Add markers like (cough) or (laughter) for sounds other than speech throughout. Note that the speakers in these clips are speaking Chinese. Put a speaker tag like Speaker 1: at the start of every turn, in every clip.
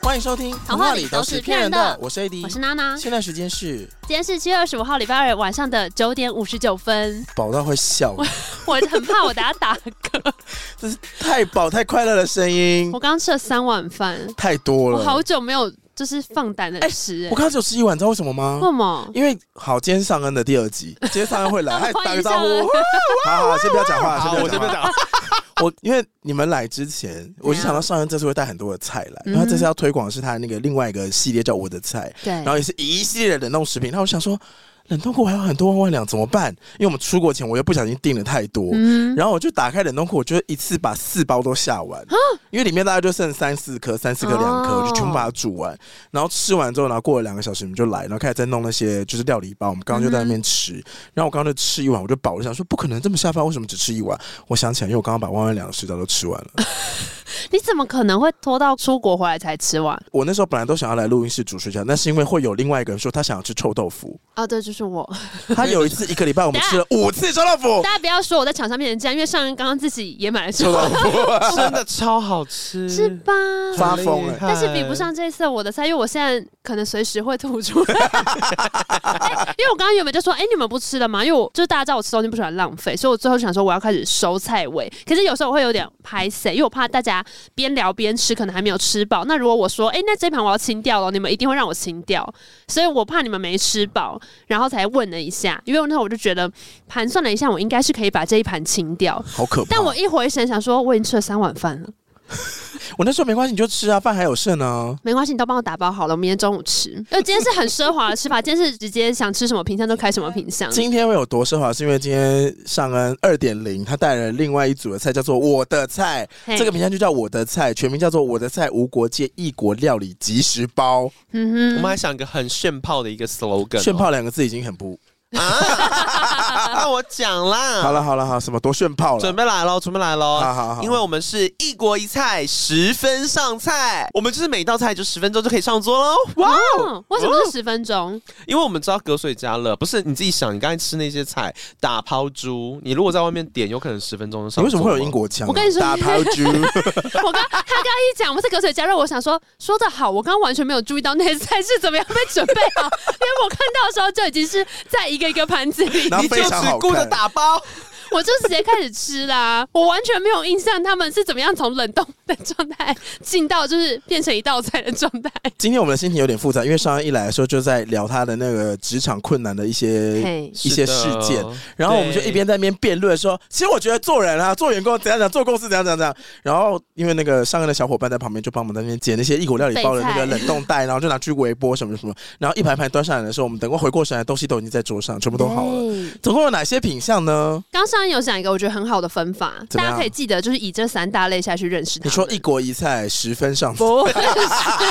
Speaker 1: 欢迎收听《
Speaker 2: 童话里都是骗人的
Speaker 1: 我是 AD，
Speaker 2: 我是娜娜。
Speaker 1: 现在时间是
Speaker 2: 今天是七月二十五号，礼拜二晚上的九点五十九 (laughs) 分。
Speaker 1: 饱到会笑，
Speaker 2: 我很怕我等下打嗝，
Speaker 1: 这是太饱太快乐的声音
Speaker 2: 我，刚吃了三碗饭，
Speaker 1: 太多
Speaker 2: 我
Speaker 1: 了。
Speaker 2: 好久没有就是放胆的吃、欸。
Speaker 1: 我刚刚只有吃一碗，你知道为什么
Speaker 2: 为
Speaker 1: 吗？
Speaker 2: 什么？
Speaker 1: 因为好，今天上恩的第二集，今天上恩会来，哎，打
Speaker 2: (laughs) 欢
Speaker 1: 个
Speaker 2: 迎
Speaker 1: 招
Speaker 2: 上恩
Speaker 1: 呼。好好，先不要讲话，
Speaker 3: 好，我
Speaker 1: 先
Speaker 3: 这
Speaker 1: 不
Speaker 3: 边
Speaker 1: 要讲话。
Speaker 3: 讲，
Speaker 1: (laughs) 我因为你们来之前，我就
Speaker 2: 啊
Speaker 1: 想到上恩这次会带很多的菜来，因
Speaker 2: 嗯
Speaker 1: 为他这次要推广的是他那个另外一个系列叫我的菜，
Speaker 2: 对
Speaker 1: 然，后也是一系列的冷冻食品。那我想说，冷冻库还有很多万万两，怎么办？因为我们出国前我又不小心订了太多，
Speaker 2: 嗯，啊
Speaker 1: 然后我就打开冷冻库，我就一次把四包都下完，因为里面大概就剩三四颗、三四颗、两颗，
Speaker 2: 哦
Speaker 1: 我就全部把它煮完。然后吃完之后，然后过了两个小时，你们就来，然后开始再弄那些就是料理包。我们刚刚就在那边吃，
Speaker 2: 嗯
Speaker 1: 然后我刚刚就吃一碗，我就饱了，想说不可能这么下饭，为什么只吃一碗？我想起来，因为我刚刚把万万两的水饺都吃完
Speaker 2: (laughs)
Speaker 1: 了。
Speaker 2: 你怎么可能会拖到出国回来才吃完？
Speaker 1: 我那时候本来都想要来录音室煮水饺，但是因为会有另外一个人说他想要吃臭豆
Speaker 2: (laughs)
Speaker 1: 腐，
Speaker 2: 哦，对，就是我。
Speaker 1: 他有一次一个礼拜我们吃了五次臭豆
Speaker 2: (laughs)
Speaker 1: 腐，
Speaker 2: 大家不要说我在厂商面前这样，因为上恩刚刚自己也买了
Speaker 1: 臭
Speaker 2: 臭
Speaker 1: 豆腐
Speaker 3: 真的超好吃，
Speaker 2: 是吧？
Speaker 1: 嗯发疯了
Speaker 3: 了，
Speaker 2: 但是比不上这次我的菜，因为我现在可能随时会吐出来。 (laughs) 哎因为我刚刚原本就说，哎、你们不吃了吗？因为我就是大家知道我吃东西不喜欢浪费，所以我最后想说我要开始收菜尾。可是有时候我会有点拍死，因为我怕大家边聊边吃，可能还没有吃饱。那如果我说，哎、那这盘我要清掉了，你们一定会让我清掉，所以我怕你们没吃饱，然后才问了一下。因为我那时候我就觉得盘算了一下，我应该是可以把这一盘清掉。
Speaker 1: (laughs) 好可怕。
Speaker 2: 但我一回神想说，我已经吃了三碗饭了。
Speaker 1: 我那时候没关系，你就吃啊，饭还有剩呢、
Speaker 2: 没关系，你都帮我打包好了，我明天中午吃。 (laughs) 因呃为今天是很奢华的吃法，今天是直接想吃什么品相就开什么品相。
Speaker 1: 今天会有多奢华，是因为今天上恩二点零，他带了另外一组的菜，叫做“我的菜”，
Speaker 2: 嘿
Speaker 1: 这个，名称就叫“我的菜”，全名叫做“我的菜无国界异国料理即食包
Speaker 3: 我
Speaker 2: 嗯
Speaker 3: 们
Speaker 2: 哼，
Speaker 3: 还想一个很炫炮的一个 slogan，”。哦
Speaker 2: 哦
Speaker 1: 炫炮两个字已经很不
Speaker 3: 啊！那我讲啦，
Speaker 2: 嗯
Speaker 1: 好，了，好了，好，什么多炫炮
Speaker 3: 准
Speaker 1: 了？
Speaker 3: 备来喽，准备来喽，
Speaker 1: 好好好
Speaker 3: 因为我们是一国一菜，十分上菜，我们就是每道菜就十分钟就可以上桌喽。哇！
Speaker 2: 哦，为什么是十分钟？
Speaker 3: 因为我们知道隔水加热，不是你自己想，你刚才吃那些菜，打抛猪，你如果在外面点，有可能十分钟就上桌。
Speaker 1: 你为什么会有英？国腔啊、
Speaker 2: 我跟你说
Speaker 1: 打
Speaker 2: (laughs)
Speaker 1: 抛猪，
Speaker 2: 我刚他刚一讲我们是隔水加热，我想说说的好，我刚刚完全没有注意到那些菜是怎么样被准备好， (laughs) 因为我看到的时候就已经是在一个一个盘子里，
Speaker 1: 然后
Speaker 3: 你就
Speaker 1: 非常
Speaker 3: 只
Speaker 1: 好
Speaker 3: 顾着
Speaker 1: 看。
Speaker 3: 打包，
Speaker 2: 我就直接开始吃啦，我完全没有印象他们是怎么样从冷冻的状态进到就是变成一道菜的状态。
Speaker 1: 今天我们的心情有点复杂，因为上恩一来的时候就在聊他的那个职场困难的一些
Speaker 2: 嘿，
Speaker 1: 一些事件
Speaker 3: 是，的
Speaker 1: 然后我们就
Speaker 3: 对
Speaker 1: 一边在那边辩论说，其实我觉得做人啊，做员工怎样怎样，做公司怎样怎样怎样。然后因为那个上岸的小伙伴在旁边就帮我们在那边捡那些异国料理包的那个
Speaker 2: 备
Speaker 1: 冷冻袋，然后就拿去微波什么什么。然后一盘盘端上来的时候，我们等过回过神来，东西都已经在桌上，全部都好了。
Speaker 2: 对
Speaker 1: 总共有哪些品相呢？
Speaker 2: 刚上有讲一个我觉得很好的分法，
Speaker 1: 怎么
Speaker 2: 大
Speaker 1: 样
Speaker 2: 家可以记得，就是以这三大类下去认识它。
Speaker 1: 你说
Speaker 3: 哎
Speaker 1: 一国一菜十分上菜，
Speaker 2: 不是， (laughs)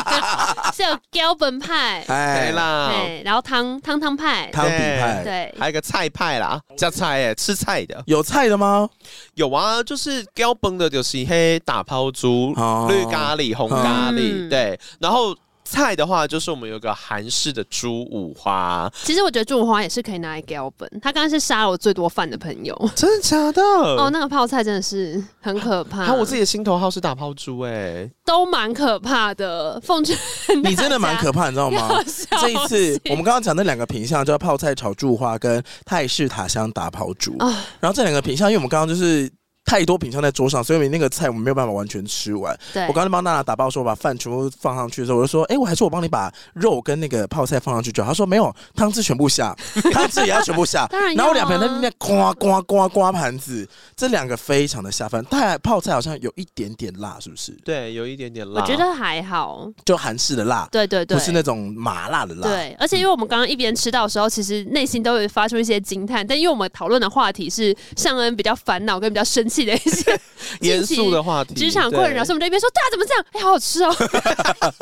Speaker 2: 是有标本派，
Speaker 1: 哎
Speaker 3: 对，啦，
Speaker 2: 对，然后汤汤汤派，
Speaker 1: 汤底
Speaker 3: 对
Speaker 1: 派
Speaker 2: 对，
Speaker 3: 还有一个菜派啦，加菜哎，吃菜的。
Speaker 1: 有菜的吗？
Speaker 3: 有啊，就是标本的，就是黑打抛猪、
Speaker 1: 哦
Speaker 3: 绿咖喱、红咖喱，
Speaker 2: 嗯
Speaker 3: 对。然后菜的话，就是我们有个韩式的猪五花，
Speaker 2: 其实我觉得祝花也是可以拿来标本，他刚刚是杀了我最多饭的朋友。
Speaker 3: 真的假的？
Speaker 1: 呃
Speaker 2: 哦，
Speaker 3: 哦，
Speaker 2: 那个泡菜真的是很可怕，
Speaker 3: 还有我自己的心头好是打抛猪、哎，
Speaker 2: 都蛮可怕的。奉劝
Speaker 1: 你真的蛮可怕，你知道
Speaker 2: (laughs)
Speaker 1: 吗？ (laughs) 这一次我们刚刚讲那两个品相，叫泡菜炒柱花跟泰式塔香打抛猪。
Speaker 2: 啊
Speaker 1: 然后这两个品相，因为我们刚刚就是太多品相在桌上，所以那个菜我们没有办法完全吃完。
Speaker 2: 对
Speaker 1: 我刚刚帮娜娜打包说，我把饭全部放上去的时候，我就说：“哎、我还说我帮你把肉跟那个泡菜放上去就好。”她说：“没有，汤汁全部
Speaker 2: (laughs)
Speaker 1: 下，汤汁也要全部下。”
Speaker 2: 当然要啊
Speaker 1: 然后两盘在那边刮刮刮刮盘子，这两个非常的下饭。但泡菜好像有一点点辣，是不是？
Speaker 3: 对，有一点点
Speaker 2: 我
Speaker 3: 辣。
Speaker 2: 觉得还好，
Speaker 1: 就韩式的辣，
Speaker 2: 对对对，
Speaker 1: 不是那种麻辣的辣。
Speaker 2: 对，而且因为我们刚刚一边吃到的时候，其实内心都有发出一些惊叹，但因为我们讨论的话题是尚恩比较烦恼跟比较生气的一些 (laughs)
Speaker 3: 严肃的话题，
Speaker 2: 职场困扰，
Speaker 3: 对
Speaker 2: 所以我们这边说大家怎么这样？哎、好好吃哦，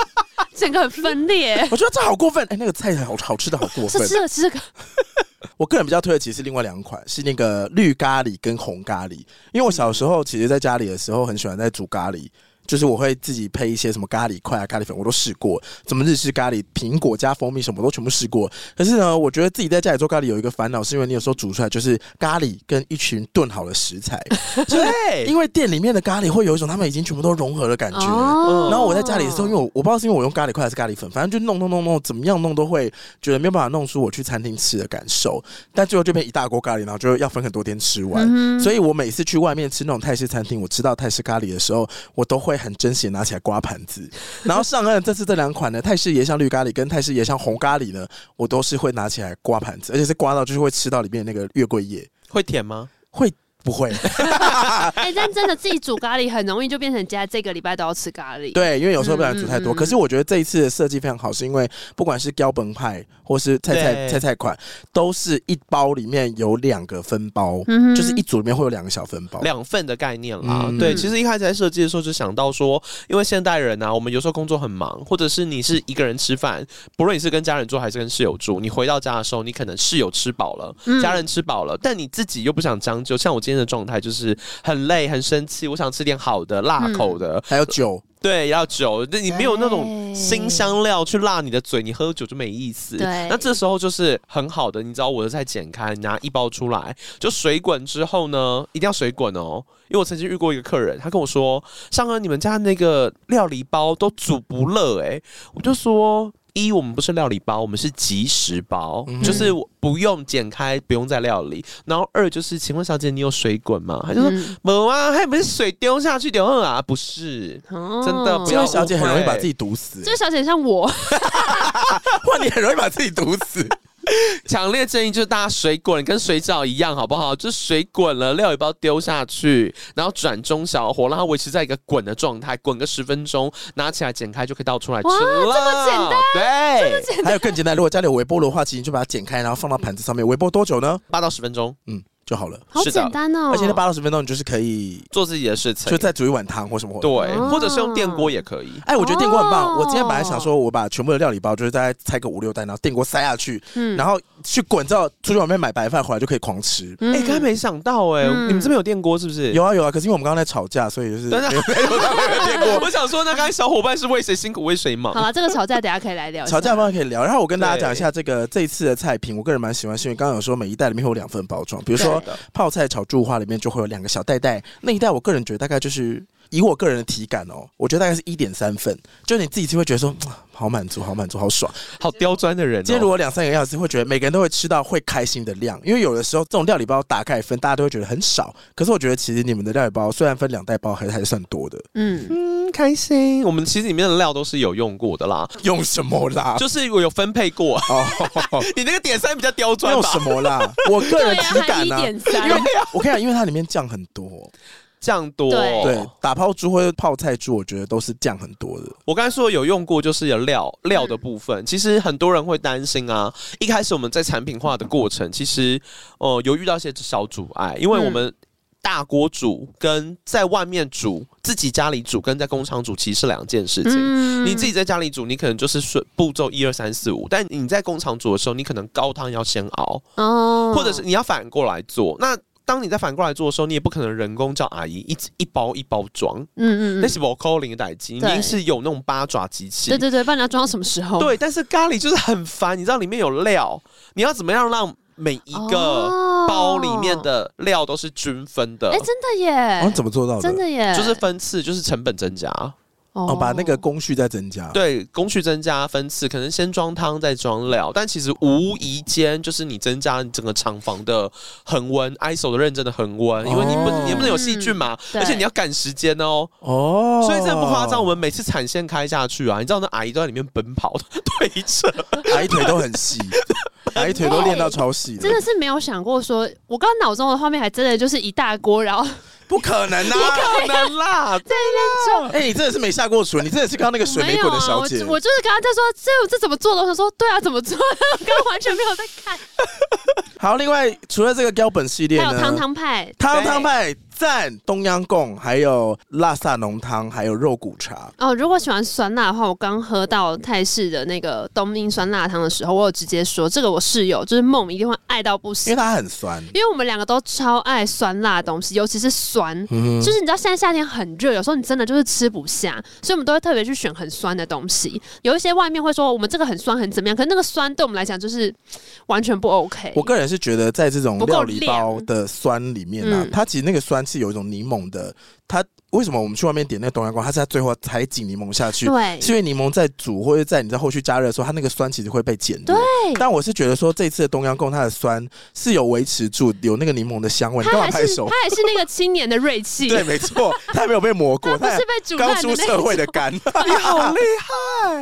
Speaker 2: 整个很分裂。
Speaker 1: (laughs) 我觉得这好过分！哎、那个菜好好吃的好过
Speaker 2: 是
Speaker 1: 分。
Speaker 2: 吃了吃这个，
Speaker 1: 我个人比较推的其实是另外两款，是那个绿咖喱跟红咖喱。因为我小时候其实在家里的时候很喜欢在煮咖喱，就是我会自己配一些什么咖喱块啊、咖喱粉，我都试过，怎么日式咖喱、苹果加蜂蜜什么我都全部试过。可是呢，我觉得自己在家里做咖喱有一个烦恼，是因为你有时候煮出来就是咖喱跟一群炖好的食 (laughs) 材，
Speaker 3: 对，
Speaker 1: 因为店里面的咖喱会有一种他们已经全部都融合的感觉。然后我在家里的时候，因为我我不知道是因为我用咖喱块还是咖喱粉，反正就弄弄弄弄，怎么样弄都会觉得没有办法弄出我去餐厅吃的感受。但最后这边一大锅咖喱，然后就要分很多天吃完。
Speaker 2: 嗯哼
Speaker 1: 所以我每次去外面吃那种泰式餐厅，我吃到泰式咖喱的时候，我都会很珍惜地拿起来刮盘子。然后上岸这次这两款呢，泰式椰香绿咖喱跟泰式椰香红咖喱呢，我都是会拿起来刮盘子，而且是刮到就是会吃到里面那个月桂叶，
Speaker 3: 会甜吗？
Speaker 1: 会不会？
Speaker 2: 哎，但真的自己煮咖喱很容易就变成家这个礼拜都要吃咖喱。
Speaker 1: 对，因为有时候不想煮太多。
Speaker 2: 嗯嗯嗯
Speaker 1: 可是我觉得这一次的设计非常好，是因为不管是标本派或是菜菜
Speaker 3: 对
Speaker 1: 菜菜款，都是一包里面有两个分包，
Speaker 2: 嗯哼，
Speaker 1: 就是一组里面会有两个小分包。
Speaker 3: 两份的概念啦，
Speaker 1: 嗯
Speaker 3: 对，其实一开始在设计的时候就想到说，因为现代人啊，我们有时候工作很忙，或者是你是一个人吃饭，不论你是跟家人住还是跟室友住，你回到家的时候，你可能室友吃饱了，
Speaker 2: 嗯
Speaker 3: 家人吃饱了，但你自己又不想将就，像我今天的状态就是很累、很生气，我想吃点好的、辣口的，
Speaker 1: 还有酒，
Speaker 3: 对，要酒，那你没有那种
Speaker 2: 嗯对
Speaker 3: 新香料去辣你的嘴，你喝酒就没意思。
Speaker 2: 对
Speaker 3: 那这时候就是很好的，你知道我的菜剪开，拿一包出来，就水滚之后呢，一定要水滚哦，因为我曾经遇过一个客人，他跟我说：“上啊哥，你们家那个料理包都煮不热哎、我就说。一，我们不是料理包，我们是即食包，
Speaker 1: 嗯
Speaker 3: 就是我不用剪开，不用再料理。然后二就是，请问小姐，你有水滚吗？他就说
Speaker 2: 嗯
Speaker 3: 没啊，还不是水丢下去就好啊，不是。
Speaker 2: 哦
Speaker 3: 真的不
Speaker 1: 这
Speaker 3: 要
Speaker 1: 位小姐很容易把自己毒死、
Speaker 2: 这个小姐像我，
Speaker 1: 哇，你很容易把自己毒
Speaker 2: (laughs)
Speaker 1: 死。
Speaker 3: 强烈建议就是大家水滚跟水饺一样，好不好？就是水滚了，料理包丢下去，然后转中小火，让它维持在一个滚的状态，滚个十分钟，拿起来剪开就可以倒出来吃
Speaker 2: 哇
Speaker 3: 了。
Speaker 2: 这么简
Speaker 3: 单，对，
Speaker 1: 还有更简单，如果家里有微波炉的话，其实你就把它剪开，然后放到盘子上面，微波多久呢？
Speaker 3: 八到十分钟，
Speaker 1: 嗯，就好了。
Speaker 2: 好
Speaker 3: 是的
Speaker 2: 简单哦。
Speaker 1: 而且那八到十分钟，你就是可以
Speaker 3: 做自己的事情，
Speaker 1: 就再煮一碗汤或什么。
Speaker 3: 对，
Speaker 2: 哦
Speaker 3: 或者是用电锅也可以。
Speaker 1: 哎，我觉得电锅很棒。
Speaker 2: 哦
Speaker 1: 我今天本来想说，我把全部的料理包就是大概拆个五六袋，然后电锅塞下去，
Speaker 2: 嗯
Speaker 1: 然后去滚之后出去外面买白饭回来就可以狂吃。
Speaker 2: 嗯
Speaker 3: 哎、刚才没想到哎、
Speaker 2: 嗯
Speaker 3: 你们这边有电锅是不是？
Speaker 1: 有 (laughs) 啊有啊，可是因为我们刚刚在吵架，所以就是
Speaker 3: 等等
Speaker 1: 没 (laughs) 有没有没有电锅。
Speaker 3: (laughs) 我想说，那刚才小伙伴是为谁辛苦为谁忙
Speaker 2: 好？了，这个吵架等一下可以来聊一下。
Speaker 1: 吵架方面可以聊，然后我跟大家讲一下这个这一次的菜品，我个人蛮喜欢，是因为刚刚有说每一袋里面会有两份包装，比如说
Speaker 2: 对
Speaker 1: 泡菜炒猪花里面就会有两个小袋袋，那一袋我个人觉得大概就是以我个人的体感哦，我觉得大概是一点三份，就你自己就会觉得说嗯好满足，好满足，好爽。
Speaker 3: 好刁钻的人、哦。
Speaker 1: 今天如果两三个样子，会觉得每个人都会吃到会开心的量，因为有的时候这种料理包打开分，大家都会觉得很少。可是我觉得其实你们的料理包虽然分两袋包，还是还是算多的。
Speaker 2: 嗯，
Speaker 3: 嗯，开心。我们其实里面的料都是有用过的啦，
Speaker 1: 用什么啦？
Speaker 3: 就是我有分配过。
Speaker 1: (laughs) 哦，
Speaker 3: (laughs) 你那个点三比较刁钻
Speaker 1: 用
Speaker 3: 吧
Speaker 1: 什？么啦？我个人
Speaker 2: 对啊，
Speaker 1: 体
Speaker 2: 还
Speaker 1: 感
Speaker 2: 一
Speaker 1: 呢、
Speaker 2: 点三
Speaker 1: 因为， (laughs) 我啊跟你讲，因为它里面酱很多，
Speaker 3: 酱多。
Speaker 2: 对
Speaker 1: 对，打抛猪或者泡菜猪，我觉得都是酱很多的。
Speaker 3: 我刚才说有用过，就是有料
Speaker 2: 嗯
Speaker 3: 料的部分。其实很多人会担心啊，一开始我们在产品化的过程，其实呃有遇到一些小阻碍，因为我
Speaker 2: 嗯
Speaker 3: 们大锅煮跟在外面煮、自己家里煮跟在工厂煮其实是两件事情。
Speaker 2: 嗯
Speaker 3: 你自己在家里煮，你可能就是顺步骤一二三四五，但你在工厂煮的时候，你可能高汤要先熬，
Speaker 2: 哦，
Speaker 3: 或者是你要反过来做。那当你在反过来做的时候，你也不可能人工叫阿姨一一包一包装，
Speaker 2: 嗯嗯
Speaker 3: 那
Speaker 2: 嗯，
Speaker 3: 是我扣零的代机，你一
Speaker 2: 对
Speaker 3: 定是有那种八爪机器
Speaker 2: 对。哦对对，不然你要装到什么时候？
Speaker 3: 对，但是咖喱就是很烦，你知道里面有料，你要怎么样让每一个
Speaker 2: 哦
Speaker 3: 包里面，的料都是均分的
Speaker 2: 哎，，真的
Speaker 1: 然后
Speaker 2: 耶，
Speaker 1: 怎么做哦到的？
Speaker 2: 真的耶，
Speaker 3: 就是分次，就是成本增加。
Speaker 1: 哦，
Speaker 2: 哦
Speaker 1: 把那个工序再增加。，
Speaker 3: 对，工序增加分次，可能先装汤再装料，但其实无疑间就是你增加你整个厂房的恒温，ISO 的认真的恒温，因为你不
Speaker 1: 哦
Speaker 3: 你不能有细菌嘛，
Speaker 2: 嗯
Speaker 3: 而且
Speaker 2: 对
Speaker 3: 你要赶时间哦，
Speaker 1: 哦，
Speaker 3: 所以真的不夸张，我
Speaker 1: (laughs)
Speaker 3: 们每次产线开下去啊，你知道那阿姨都在里面奔跑 (laughs) 推着，
Speaker 1: 矮腿都很细，矮腿都练到超细了，
Speaker 2: 真的是没有想过说，我刚刚脑中的画面还真的就是一大锅，然后在
Speaker 1: 不可能啊！
Speaker 3: 不可能啦，
Speaker 2: 那
Speaker 1: (laughs)
Speaker 2: 边
Speaker 1: 哎、你真的是没下过水，你真的是刚刚那个
Speaker 2: 做。
Speaker 1: 水
Speaker 2: 没
Speaker 1: 没
Speaker 2: 有
Speaker 1: 滚的
Speaker 2: 啊，
Speaker 1: 小
Speaker 2: 我
Speaker 1: 姐。
Speaker 2: 就我就是刚刚在说这这怎么做的，我想说对啊，怎么做？ (laughs) 我刚刚完全没有在看。
Speaker 1: 好，另外除了这个标本系列
Speaker 2: 还
Speaker 1: 呢，
Speaker 2: 有汤汤派，
Speaker 1: 汤汤派赞！东阳贡，还有拉萨浓汤，还有肉骨茶。
Speaker 2: 哦，如果喜欢酸辣的话，我刚喝到泰式的那个冬阴酸辣汤的时候，我有直接说这个我室友就是梦一定会爱到不
Speaker 1: 因为
Speaker 2: 行，
Speaker 1: 它很酸，
Speaker 2: 因为我们两个都超爱酸辣的东西，尤其是酸。
Speaker 1: 嗯
Speaker 2: 就是你知道现在夏天很热，有时候你真的就是吃不下，所以我们都会特别去选很酸的东西。有一些外面会说我们这个很酸很怎么样，可是那个酸对我们来讲就是完全不 OK。
Speaker 1: 我个人是觉得，在这种
Speaker 2: 不够
Speaker 1: 料理包
Speaker 2: 亮
Speaker 1: 的酸里面呢、啊
Speaker 2: 嗯，
Speaker 1: 它其实那个酸是有一种柠檬的。它为什么我们去外面点那个东阳贡，它是它最后才挤柠檬下去，
Speaker 2: 对
Speaker 1: 是因为柠檬在煮或者在你在后续加热的时候，它那个酸其实会被减弱。但我是觉得说，这次的东阳贡它的酸是有维持住，有那个柠檬的香味。你干
Speaker 2: 他
Speaker 1: 嘛
Speaker 2: 还
Speaker 1: 拍
Speaker 2: 是
Speaker 1: 手
Speaker 2: 他？还是那个青年的锐气，
Speaker 1: 对，没错，它没有被磨
Speaker 2: (laughs)
Speaker 1: 过，
Speaker 2: 他不
Speaker 1: 它
Speaker 2: 是被煮
Speaker 1: 刚
Speaker 2: 烂
Speaker 1: 出
Speaker 2: 的
Speaker 1: 社会
Speaker 2: 那
Speaker 1: 的
Speaker 2: 种。
Speaker 1: 干。
Speaker 3: 你
Speaker 1: 啊
Speaker 3: 好厉 害，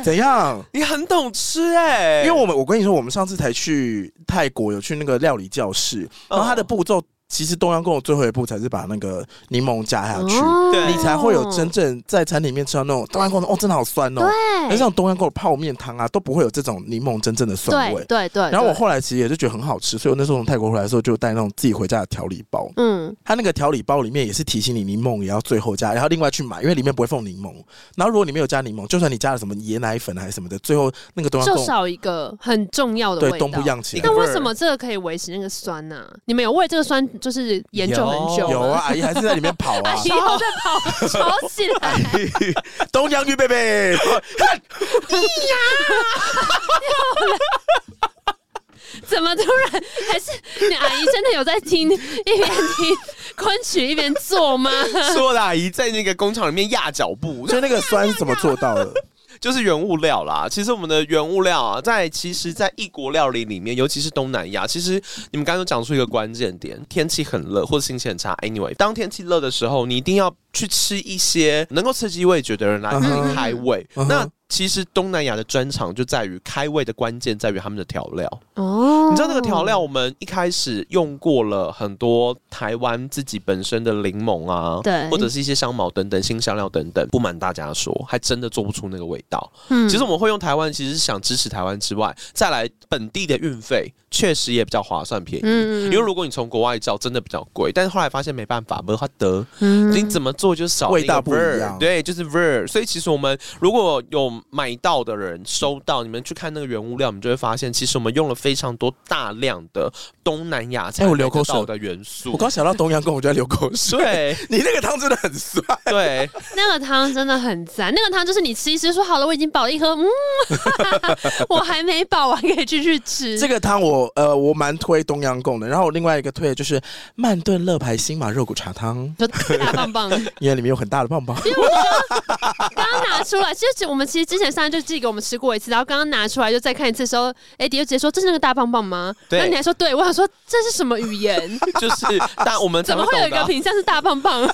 Speaker 1: (laughs) 怎样？
Speaker 3: 啊你很懂吃哎、
Speaker 1: 因为我们我跟你说，我们上次才去泰国，有去那个料理教室，然后它的步骤其实东阳贡最后一步才是把那个柠檬加下去，
Speaker 2: 哦
Speaker 3: 对
Speaker 1: 你才会有真正在餐里面吃到那种东阳贡哦，真的好酸哦。而
Speaker 2: 对
Speaker 1: 像东阳贡的泡面汤啊，都不会有这种柠檬真正的酸
Speaker 2: 对
Speaker 1: 味。
Speaker 2: 对对。
Speaker 1: 然后我
Speaker 2: 啊对
Speaker 1: 后来其实也就觉得很好吃，所以我那时候从泰国回来的时候就带那种自己回家的调理包。
Speaker 2: 嗯，
Speaker 1: 它那个调理包里面也是提醒你柠檬也要最后加，然后另外去买，因为里面不会放柠檬。然后如果你没有加柠檬，就算你加了什么椰奶粉还啊是什么的，最后那个东阳
Speaker 2: 就
Speaker 1: 贡
Speaker 2: 少一个很重要的
Speaker 1: 啊对
Speaker 2: 味道
Speaker 1: 东。不漾起来
Speaker 2: 那
Speaker 3: 个。
Speaker 2: 为什么这个可以维持那个酸呢、你们有为这个酸就是研究很久吗？
Speaker 1: 有啊，阿姨还是在里面跑
Speaker 2: (laughs) 阿
Speaker 1: 啊
Speaker 2: 姨，又在跑，吵起来！
Speaker 1: (laughs) 东阳鱼贝贝，
Speaker 2: 怎么突然？还是你阿姨真的有在听，一边听昆曲一边做吗？
Speaker 3: (laughs) 说的阿姨在那个工厂里面压脚步，
Speaker 1: 所以那个酸是怎么做到的？
Speaker 3: 就是原物料啦。其实我们的原物料啊，在其实，在异国料理里面，尤其是东南亚，其实你们刚刚有讲出一个关键点：天气很热或者心情很差。Anyway，当天气热的时候，你一定要去吃一些能够刺激味觉的人来
Speaker 1: 嗯
Speaker 3: 进
Speaker 1: 哼
Speaker 3: 行开胃。
Speaker 1: 嗯哼
Speaker 3: 那其实东南亚的专长就在于开胃的关键在于他们的调料。
Speaker 2: 哦
Speaker 3: 你知道那个调料，我们一开始用过了很多台湾自己本身的柠檬啊，
Speaker 2: 对
Speaker 3: 或者是一些香茅等等、新香料等等。不瞒大家说，还真的做不出那个味道。
Speaker 2: 嗯
Speaker 3: 其实我们会用台湾，其实是想支持台湾之外，再来本地的运费确实也比较划算便宜。
Speaker 2: 嗯
Speaker 3: 因为如果你从国外找，真的比较贵，但是后来发现没办法，没法得，
Speaker 2: 嗯
Speaker 3: 你怎么做就是少
Speaker 1: 味道
Speaker 3: 那个味儿
Speaker 1: 不一样
Speaker 3: 对，就是 ver。所以其实我们如果有买到的人收到，你们去看那个原物料，你们就会发现，其实我们用了非常多大量的东南亚才
Speaker 1: 哎我流口
Speaker 3: 买得到
Speaker 1: 水
Speaker 3: 的元素。
Speaker 1: 我刚想到东阳贡，我就在流口水。
Speaker 3: 对
Speaker 1: 你那个汤真的很酸，
Speaker 3: 对，
Speaker 2: 那个汤真的很赞，那个汤就是你吃一吃，说好了我已经饱了，一喝，嗯， (laughs) 我还没饱，我还可以继续吃。
Speaker 1: 这个汤我呃我蛮推东阳贡的。然后我另外一个推的就是曼顿乐牌新马肉骨茶汤，
Speaker 2: 就大
Speaker 1: (laughs)
Speaker 2: 棒棒，刚
Speaker 1: 因为里面有很大的棒棒。
Speaker 2: 刚拿出来，其实我们其实之前上一就寄给我们吃过一次，然后刚刚拿出来就再看一次的时候，哎、迪就直接说这是那个大棒棒吗？(laughs)
Speaker 3: 对
Speaker 2: 那你还说对，我想说这是什么语言？
Speaker 3: 就是但我们才
Speaker 2: (laughs) 怎么会有
Speaker 3: 懂
Speaker 2: 一
Speaker 3: 的啊
Speaker 2: 个品相是大棒
Speaker 1: (laughs)
Speaker 2: 棒？
Speaker 1: 啊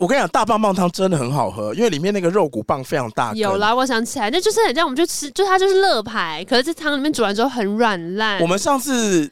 Speaker 1: 我跟你讲，大棒棒汤真的很好喝，因为里面那个肉骨棒非常大根。
Speaker 2: 有啦，我想起来，那就是很像我们去吃，就它就是乐牌，可是这汤里面煮完之后很软烂。
Speaker 1: 我们上次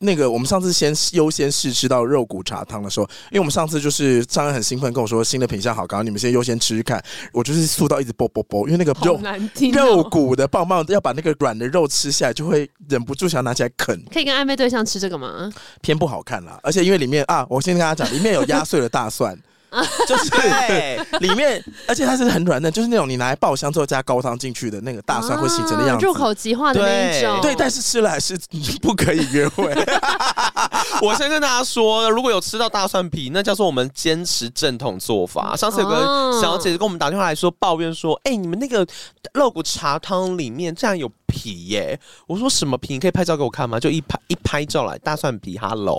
Speaker 1: 那个，我们上次先优先试吃到肉骨茶汤的时候，因为我们上次就是张恩很兴奋跟我说新的品相好，刚刚你们先优先吃吃看。我就是速到一直啵啵啵，因为那个
Speaker 2: 好
Speaker 1: 肉
Speaker 2: 难听、哦，
Speaker 1: 肉骨的棒棒要把那个软的肉吃下来，就会忍不住想拿起来啃，
Speaker 2: 可以跟暧昧对象吃这个吗？
Speaker 1: 偏不好看啦。而且因为里面啊，我先跟大家讲，里面有压碎的大蒜。
Speaker 2: (laughs)
Speaker 1: 就是
Speaker 3: 对，
Speaker 1: 里面，而且它是很软嫩，就是那种你拿来爆香之后加高汤进去的那个大蒜会形成的样
Speaker 2: 啊
Speaker 1: 子。
Speaker 2: 入口即化的那一种。
Speaker 1: 对，但是吃了还是不可以约会。
Speaker 3: 我先跟大家说，如果有吃到大蒜皮，那叫做我们坚持正统做法。
Speaker 1: 嗯
Speaker 3: 上次有个
Speaker 2: 哦
Speaker 3: 小姐姐跟我们打电话来说，抱怨说：“哎、你们那个肉骨茶汤里面竟然有皮耶、我说：“什么皮？你可以拍照给我看吗？”就一拍一拍照来，大蒜皮哈
Speaker 1: (laughs)
Speaker 3: 喽。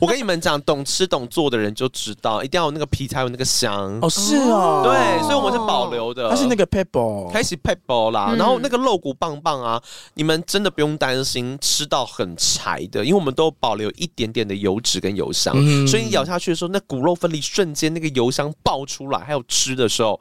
Speaker 3: 我跟你们讲，懂吃懂做的人就知道，一定要有那个皮才有那个香。
Speaker 1: (laughs) 哦，是哦，
Speaker 3: 对，所以我们是保留的。
Speaker 1: 它是那个
Speaker 3: 呃
Speaker 1: pebble，
Speaker 3: 开始配包啦，
Speaker 2: 嗯
Speaker 3: 然后那个肉骨棒棒啊，你们真的不用担心吃到很柴的，因为我们都保留一点点的油脂跟油香，
Speaker 1: 嗯
Speaker 3: 所以你咬下去的时候，那骨肉分离瞬间那个油香爆出来，还有吃的时候，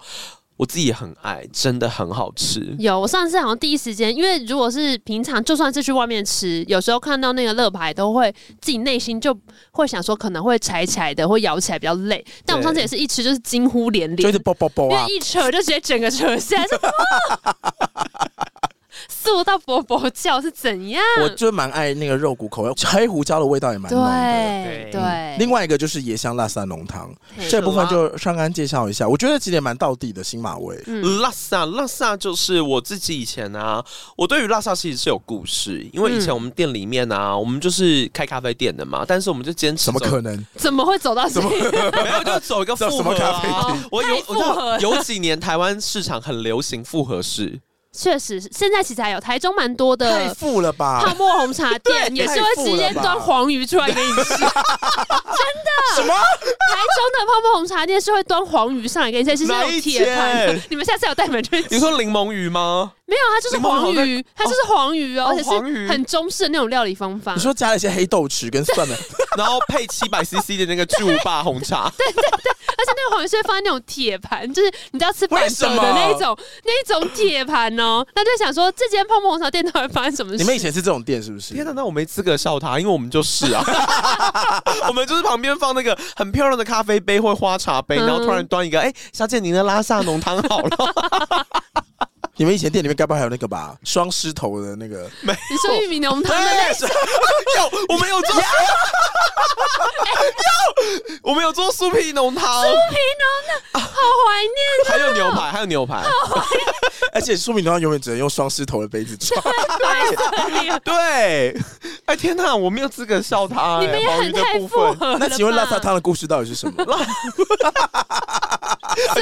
Speaker 3: 我自己也很爱，真的很好吃。
Speaker 1: 嗯
Speaker 2: 有，我上次好像第一时间，因为如果是平常，就算是去外面吃，有时候看到那个乐牌，都会自己内心就会想说，可能会柴柴的，会咬起来比较累。但我上次也是一吃就是惊呼连连，
Speaker 1: 就是啵啵啵
Speaker 2: 因
Speaker 1: 啊
Speaker 2: 为，一扯就直接整个扯 (laughs) 下来，就素到啵啵叫是怎样？
Speaker 1: 我就蛮爱那个肉骨口味，黑胡椒的味道也蛮浓的。
Speaker 2: 对
Speaker 3: 对
Speaker 2: 对，
Speaker 1: 另外一个就是椰香辣三浓汤，
Speaker 2: 嘿
Speaker 1: 这部分就上刚介绍一下，我觉得其实也蛮到地的新马味。
Speaker 2: 嗯
Speaker 3: 拉萨，拉萨就是我自己以前啊，我对于拉萨其实是有故事，因为以
Speaker 1: 嗯
Speaker 3: 前我们店里面啊，我们就是开咖啡店的嘛，但是我们就坚持
Speaker 1: 怎么
Speaker 3: 走
Speaker 1: 可能？
Speaker 2: 怎么会走到这里？
Speaker 3: 没有就走一个
Speaker 1: 这
Speaker 3: 复
Speaker 1: 什
Speaker 3: 合
Speaker 1: 么咖啡
Speaker 3: 啊
Speaker 2: 厅
Speaker 3: 我有
Speaker 2: 太
Speaker 3: 我
Speaker 2: 复
Speaker 3: 知
Speaker 2: 合
Speaker 3: 道
Speaker 2: 了
Speaker 3: 有几年台湾市场很流行复合式，
Speaker 2: 确实是，现在其实还有台中蛮多
Speaker 1: 太
Speaker 2: 的
Speaker 1: 富了
Speaker 2: 泡
Speaker 1: 吧？
Speaker 2: 沫红茶店，也是会直接端黄鱼出来给你吃。真的？
Speaker 1: 什么？
Speaker 2: 台中的泡沫红茶店是会端黄鱼上来给你吃，是
Speaker 3: 哪
Speaker 2: 那
Speaker 3: 一
Speaker 2: 种铁盘的
Speaker 3: 间。
Speaker 2: 你们下次有带你们去
Speaker 3: 你
Speaker 2: 吃？
Speaker 3: 说柠檬鱼 (laughs) 吗？
Speaker 2: 没有，它就是黄鱼，它就是黄鱼哦，
Speaker 3: 哦
Speaker 2: 而且
Speaker 3: 黄鱼
Speaker 2: 是很中式的那种料理方法
Speaker 1: 你。说加了一些黑豆豉跟 (laughs) 蒜的，
Speaker 3: 然后配七百 CC 的那个巨无霸红
Speaker 2: 而
Speaker 3: 茶，
Speaker 2: 且那个黄鱼是会放在那种铁盘，就是你知道吃板折
Speaker 1: 为什
Speaker 2: 的
Speaker 1: 么
Speaker 2: 那一种那一种铁盘哦。那就想说，这间泡沫红茶店到底发生什么事？
Speaker 1: 你们以前是这种店是不是？
Speaker 3: (laughs) 天哪，那我没资格笑他，因为我们就是 (laughs) 啊，我们就是旁边放那个很漂亮的咖啡杯或花茶
Speaker 2: 嗯
Speaker 3: 杯，然后突然端一个，哎、小姐您的拉萨浓汤好了，
Speaker 1: 你们以前店里面该不会还有那个吧？双狮头的那个，
Speaker 3: (laughs) 没
Speaker 2: 你说玉米浓汤的那种，
Speaker 3: 有，我们有 (laughs) 做，有，我们有做酥皮浓汤，
Speaker 2: 好怀念
Speaker 3: 还有牛排，还有牛排，
Speaker 1: 而且说明的话永远只能用双狮头的杯子 (laughs) 装。
Speaker 3: 对， (laughs) 哎天哪，我没有资格笑他、哎
Speaker 2: 你们也
Speaker 3: 毛鱼
Speaker 2: 很
Speaker 3: 的
Speaker 2: 太
Speaker 3: 部
Speaker 2: 复合
Speaker 3: 分
Speaker 2: 了。吧
Speaker 1: 那请问辣萨汤的故事到底是什么？
Speaker 2: 所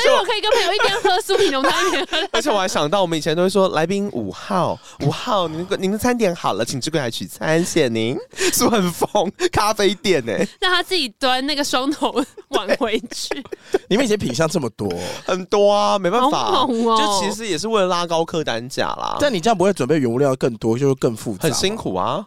Speaker 2: 以我可以跟朋友一边喝酥皮浓汤一边喝。
Speaker 3: 而且我还想到，我们以前都会说，来宾五号，五号，您的您的餐点好了，请至柜台取餐，谢谢您。是不是很疯？咖啡店哎、
Speaker 2: 让他自己端那个双头碗回去。
Speaker 1: 你们以前品相这么多，
Speaker 3: 很多啊，没办法，
Speaker 2: 好猛哦
Speaker 3: 就其实也是为了拉高客单价啦，
Speaker 1: 但你这样不会准备原物料更多，就是更复杂，
Speaker 3: 很辛。苦啊。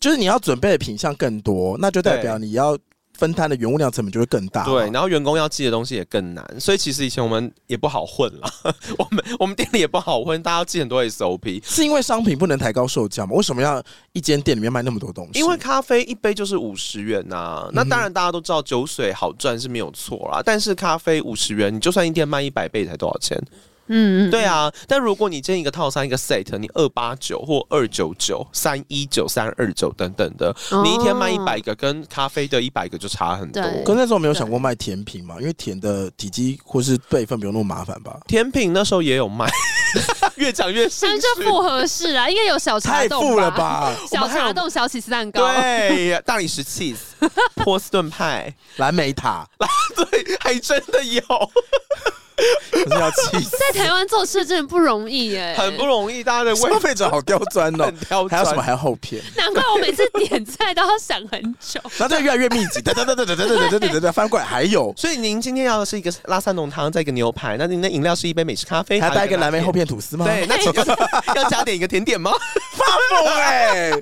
Speaker 1: 就是你要准备的品相更多，那就代表你要分摊的原物料成本就会更大。
Speaker 3: 对，，然后员工要记的东西也更难，所以其实以前我们也不好混啦， (laughs) 我们我们店里也不好混，大家要记很多 SOP。
Speaker 1: 是因为商品不能抬高售价吗？为什么要一间店里面卖那么多东西？
Speaker 3: 因为咖啡一杯就是五十元呐、那当然大家都知道酒水好赚是没有错啦，但是咖啡五十元，你就算一天卖一百杯才多少钱？
Speaker 2: (laughs) 嗯，
Speaker 3: 对啊，但如果你建一个套餐一个 set，你二八九或二九九、三一九、三二九等等的，
Speaker 2: 哦
Speaker 3: 你一天卖一百个，跟咖啡的一百个就差很多。
Speaker 2: 对
Speaker 1: 可那时候没有想过卖甜品嘛，因为甜的体积或是备份不用那么麻烦吧。
Speaker 3: 甜品那时候也有卖，越讲越
Speaker 2: 但
Speaker 3: 心
Speaker 2: 是就
Speaker 3: 虚。
Speaker 2: 复合式啊，应该有小茶
Speaker 1: 太
Speaker 2: 冻
Speaker 1: 富了？吧！
Speaker 2: 小茶冻、小起司蛋糕，
Speaker 3: 对，大理石 cheese、波 (laughs) 士顿派，
Speaker 1: 蓝莓塔，
Speaker 3: (laughs) 对，还真的有，
Speaker 1: 真是要气死！
Speaker 2: 在台湾做吃真的不容易耶，
Speaker 3: (laughs) 很不容易，大 (laughs) 家的
Speaker 1: 消
Speaker 3: 胃
Speaker 1: 费者好刁钻哦
Speaker 3: 很。刁
Speaker 1: 还
Speaker 3: 钻。
Speaker 1: 有什么？还有后
Speaker 3: (laughs)
Speaker 1: 片？
Speaker 2: 难怪我每次点菜都要想很久。
Speaker 1: 然后就越来越密集，等等等等等等等等等等，翻过来还有，
Speaker 3: 所以您今天要的是一个拉萨浓汤，再一个牛排，那您的饮料是一杯美式咖啡，
Speaker 1: 还要带一个蓝莓
Speaker 3: 后
Speaker 1: 厚。片吐司吗？
Speaker 3: (laughs) 对，那请问要加点一个甜点吗？
Speaker 1: (laughs) 发疯哎！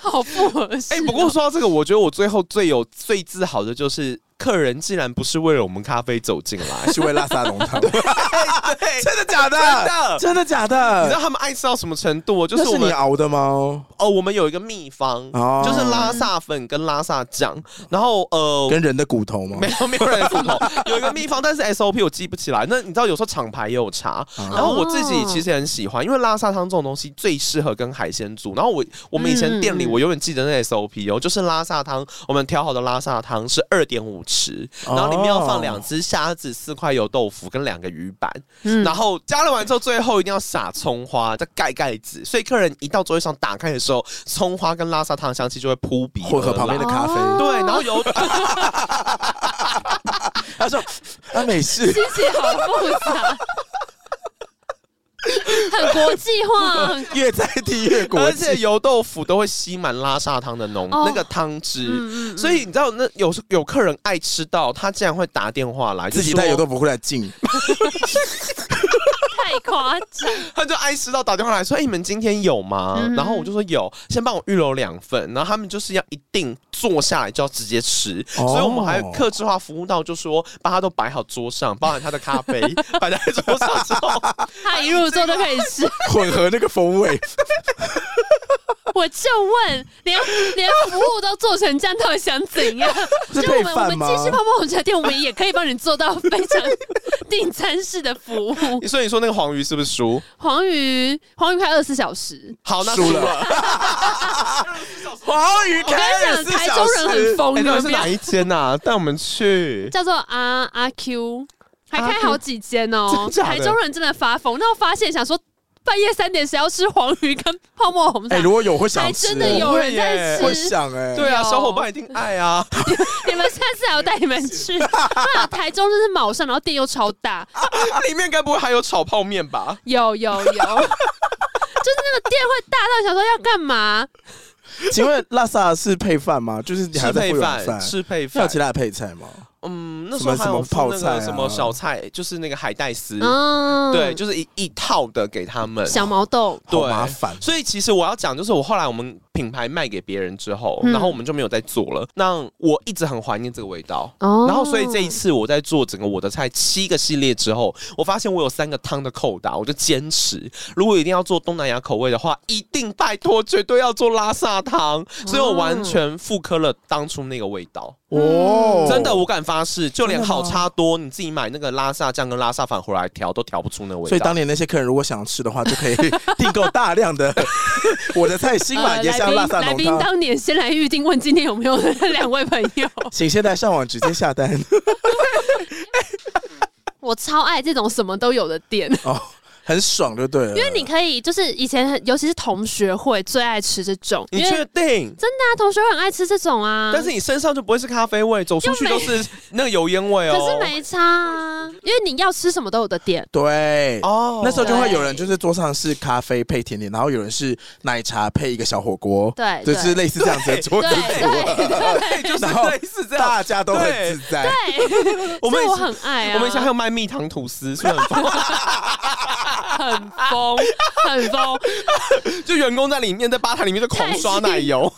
Speaker 2: 好复合式、
Speaker 3: 哎、不过说到这个，我觉得我最后最有最自豪的就是，客人竟然不是为了我们咖啡走进 (laughs) 来，
Speaker 1: 是为拉萨浓汤，真的假的？
Speaker 3: 的。
Speaker 1: 真的假
Speaker 3: 你知
Speaker 1: 的
Speaker 3: 道？他们爱吃到什么程度哦？就
Speaker 1: 那
Speaker 3: 呃是我
Speaker 1: 是你
Speaker 3: 们
Speaker 1: 熬的吗？
Speaker 3: 哦，我们有一个秘方，
Speaker 1: 哦
Speaker 3: 就是拉萨粉跟拉萨酱。然后呃，
Speaker 1: 跟人的骨头吗
Speaker 3: (laughs) 没？有没有人斧
Speaker 1: (laughs)
Speaker 3: 头，有一个秘方，但是 SOP 我记不起来。那你知道有时候厂牌也有
Speaker 1: 啊
Speaker 3: 查，然后我自己其实也很喜欢，因为拉萨汤这种东西最适合跟海鲜煮。然后我我们以前店里
Speaker 2: 嗯嗯嗯
Speaker 3: 我永远记得那 SOP 哦，就是拉萨汤，我们调好的拉萨汤是二点五匙，
Speaker 1: 哦
Speaker 3: 然后里面要放两只虾子、四块油豆腐跟两个鱼板，
Speaker 2: 嗯
Speaker 3: 然后加热完之后，最后一定要撒葱花，再盖盖子。所以客人一到桌位上打开的时候，葱花跟拉萨汤的香气就会扑鼻
Speaker 1: 混合
Speaker 3: 而来
Speaker 1: 旁边的咖啡。
Speaker 3: 对，然后
Speaker 1: (laughs)
Speaker 3: 油
Speaker 1: 他
Speaker 3: (laughs)
Speaker 1: 说：“啊，美式。
Speaker 2: (laughs) 心情好复 (laughs) 杂，很国际化，很”嗯
Speaker 1: 越在地越国
Speaker 3: 而
Speaker 1: 际，
Speaker 3: 且油豆腐都会吸满拉萨汤的浓、
Speaker 2: 哦
Speaker 3: 那个汤汁，
Speaker 2: 嗯嗯
Speaker 3: 所以你知道那有时有客人爱吃到，他竟然会打电话来，
Speaker 1: 自己
Speaker 3: 就说
Speaker 1: 带油豆腐过来进，
Speaker 2: 太夸张。
Speaker 3: 他就爱吃到打电话来说：“哎、你们今天有吗？”
Speaker 2: 嗯
Speaker 3: 然后我就说有，先帮我预留两份。然后他们就是要一定坐下来就要直接吃，
Speaker 1: 哦
Speaker 3: 所以我们还克制化服务到，就说把它都摆好桌上，包含他的咖啡摆在桌上
Speaker 1: (laughs)
Speaker 3: 之后，
Speaker 2: 他一入座就可以吃，
Speaker 1: 混合那个风味。
Speaker 2: 我就问，连连服务都做成这样，到底想怎样？
Speaker 1: 是
Speaker 2: 就我
Speaker 1: 配
Speaker 2: 们我
Speaker 1: 饭
Speaker 2: 们
Speaker 1: 吗？
Speaker 2: 继续泡沫红茶店，我们也可以帮你做到非常订餐式的服务。
Speaker 3: 所以你说那个黄鱼是不是输？
Speaker 2: 黄鱼，黄鱼开二十四小时。
Speaker 3: 好，那
Speaker 1: 输
Speaker 3: 输
Speaker 1: 了
Speaker 3: 了。
Speaker 1: 黄鱼
Speaker 2: 我跟
Speaker 1: 开
Speaker 2: 你
Speaker 1: 二
Speaker 2: 讲，
Speaker 1: 十
Speaker 2: 台
Speaker 1: 小
Speaker 2: 中人很
Speaker 1: 时，
Speaker 2: 疯，
Speaker 3: 哎，
Speaker 2: 你
Speaker 3: 到
Speaker 2: 们
Speaker 3: 底是
Speaker 2: 不要
Speaker 3: 哪一间 (laughs) 呐？带我们去。
Speaker 2: 叫做阿阿 Q，还
Speaker 3: 阿
Speaker 2: 开
Speaker 3: Q
Speaker 2: 好几间哦、
Speaker 3: 真假的
Speaker 2: 台中人真的发疯，然后发现想说半夜三点谁要吃黄鱼跟泡沫红茶？
Speaker 1: 哎，如果有会想
Speaker 2: 还
Speaker 1: 吃，
Speaker 2: 真的有人在
Speaker 1: 会
Speaker 2: 吃，
Speaker 1: 想哎，
Speaker 3: 对啊，
Speaker 2: 有
Speaker 3: 小伙伴一定爱
Speaker 1: (laughs)
Speaker 3: 啊！
Speaker 2: 你们下次还要带你们 (laughs) 去。对啊，台中真是卯上，然后店又超大，
Speaker 3: 里面该不会还有炒泡面吧？
Speaker 2: 有有 (laughs) 有，就是那个店会大到想说要干嘛？
Speaker 1: 请问拉萨是配饭吗？就是你还
Speaker 3: 吃
Speaker 1: 在
Speaker 3: 配
Speaker 1: 会有
Speaker 3: 饭，
Speaker 1: 饭，
Speaker 3: 吃配
Speaker 1: 还有
Speaker 3: 饭
Speaker 1: 其。他的配菜吗？
Speaker 3: 嗯，那时候
Speaker 1: 什么
Speaker 3: 还有
Speaker 1: 什么
Speaker 3: 附那
Speaker 1: 泡菜啊哦
Speaker 3: 个什么小菜，就是那个海带丝，
Speaker 2: 嗯，
Speaker 3: 对，就是一一套的给他们。
Speaker 2: 小毛豆，
Speaker 3: 对
Speaker 1: 好麻烦。
Speaker 3: 所以其实我要讲，就是我后来我们品牌卖给别人之后，
Speaker 2: 嗯
Speaker 3: 然后我们就没有再做了。那我一直很怀念这个味道。
Speaker 2: 哦
Speaker 3: 然后，所以这一次我在做整个我的菜七个系列之后，我发现我有三个汤的扣打，我就坚持。如果一定要做东南亚口味的话，一定拜托绝对要做拉萨汤，
Speaker 2: 哦
Speaker 3: 所以我完全复刻了当初那个味道。
Speaker 1: 哦，
Speaker 3: 真的，我敢发誓，就连
Speaker 1: 真的吗
Speaker 3: 好差多你自己买那个拉萨酱跟拉萨饭回来调，都调不出那个味道。
Speaker 1: 所以当年那些客人如果想吃的话，就可以订购大量
Speaker 2: (laughs)
Speaker 1: 的我的菜，新
Speaker 2: 呃
Speaker 1: 满
Speaker 2: 来
Speaker 1: 也像
Speaker 2: 宾
Speaker 1: 辣萨
Speaker 2: 来
Speaker 1: 浓
Speaker 2: 宾
Speaker 1: 汤。
Speaker 2: 当年先来预定，问今天有没有 (laughs) 的两位朋友。
Speaker 1: 请现在上网直接下单
Speaker 2: (laughs) 我超爱这种什么都有的店，
Speaker 1: 哦，很爽就对了。
Speaker 2: 因为你可以就是以前很尤其是同学会最爱吃这种，因
Speaker 3: 你
Speaker 2: 为
Speaker 3: 确定？
Speaker 2: 大家同学会很爱吃这种啊。
Speaker 3: 但是你身上就不会是咖啡味，走出去都是 (laughs) 那个油烟味哦。
Speaker 2: 可是没差啊，因为你要吃什么都有的店。
Speaker 1: 对。
Speaker 3: 哦，
Speaker 1: 那时候就会有人
Speaker 2: 对
Speaker 1: 就是桌上是咖啡配甜点，然后有人是奶茶配一个小火锅，
Speaker 2: 对
Speaker 1: 就
Speaker 2: 对
Speaker 1: 是类似这样子的桌
Speaker 2: 对
Speaker 1: 子 (laughs)
Speaker 2: 对
Speaker 3: 对，就是
Speaker 1: 然
Speaker 3: (laughs)
Speaker 1: 后
Speaker 3: 类似这样。
Speaker 1: 大家都很
Speaker 3: 对
Speaker 1: 自在。
Speaker 2: 对，
Speaker 3: (laughs) 我们以
Speaker 2: 这我
Speaker 3: 前
Speaker 2: 很爱啊。
Speaker 3: 我们以前还有卖蜜糖吐司，是不是很
Speaker 2: (laughs)
Speaker 3: 疯，
Speaker 2: 很疯，很疯，
Speaker 3: 就员工在里面在吧台里面就狂刷奶油，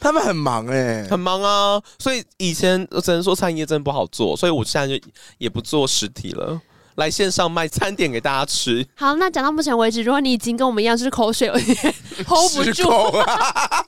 Speaker 1: 他们很忙哎、
Speaker 3: (laughs) 很忙啊。所以以前我只能说餐饮业真的不好做，所以我现在就也不做实体了。来线上卖餐点给大家 (laughs) 吃，
Speaker 2: 好，那讲到目前为止，如果你已经跟我们一样，就是口水有点 (laughs) hold 不
Speaker 1: 失 (laughs)
Speaker 2: 住，
Speaker 1: 控啊，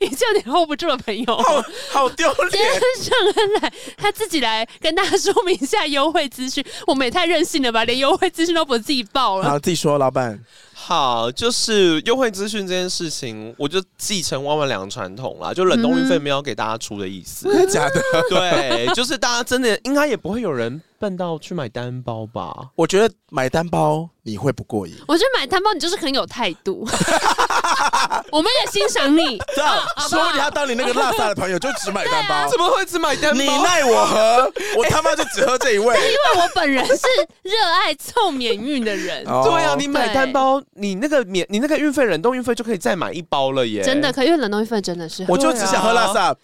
Speaker 2: 已经有点 hold 不住的朋友，
Speaker 1: 好好丢
Speaker 2: 今天
Speaker 1: 脸。
Speaker 2: 上恩来，他自己来跟大家说明一下优惠资讯。我们也太任性了吧，连优惠资讯都不自己报了。
Speaker 1: 好，自己说，老板。
Speaker 3: 好，就是优惠资讯这件事情，我就继承万万良传统啦，就冷冻运费没有给大家出的意思。
Speaker 1: 真的假的？
Speaker 3: 对，就是大家真的应该也不会有人笨到去买单包
Speaker 2: (laughs)
Speaker 3: 吧？
Speaker 1: 我觉得买单包你会不过瘾，
Speaker 2: 我觉得买单包你就是很有态度， (laughs) 我们也欣赏你。
Speaker 1: 这样
Speaker 2: 好啊不
Speaker 1: 说
Speaker 2: 好
Speaker 1: 不定他当你那个辣萨的朋友就只买单包，
Speaker 3: 怎么会只买单包？
Speaker 1: 你奈我何？我他妈就只喝这一味。
Speaker 2: 因为我本人是热爱凑免运的人，
Speaker 1: 哦
Speaker 3: 对啊，你买单包，你那个免你那个运费冷冻运费就可以再买一包了耶！
Speaker 2: 真的，可以因为冷冻一份真的是很
Speaker 1: 我就只想喝辣萨，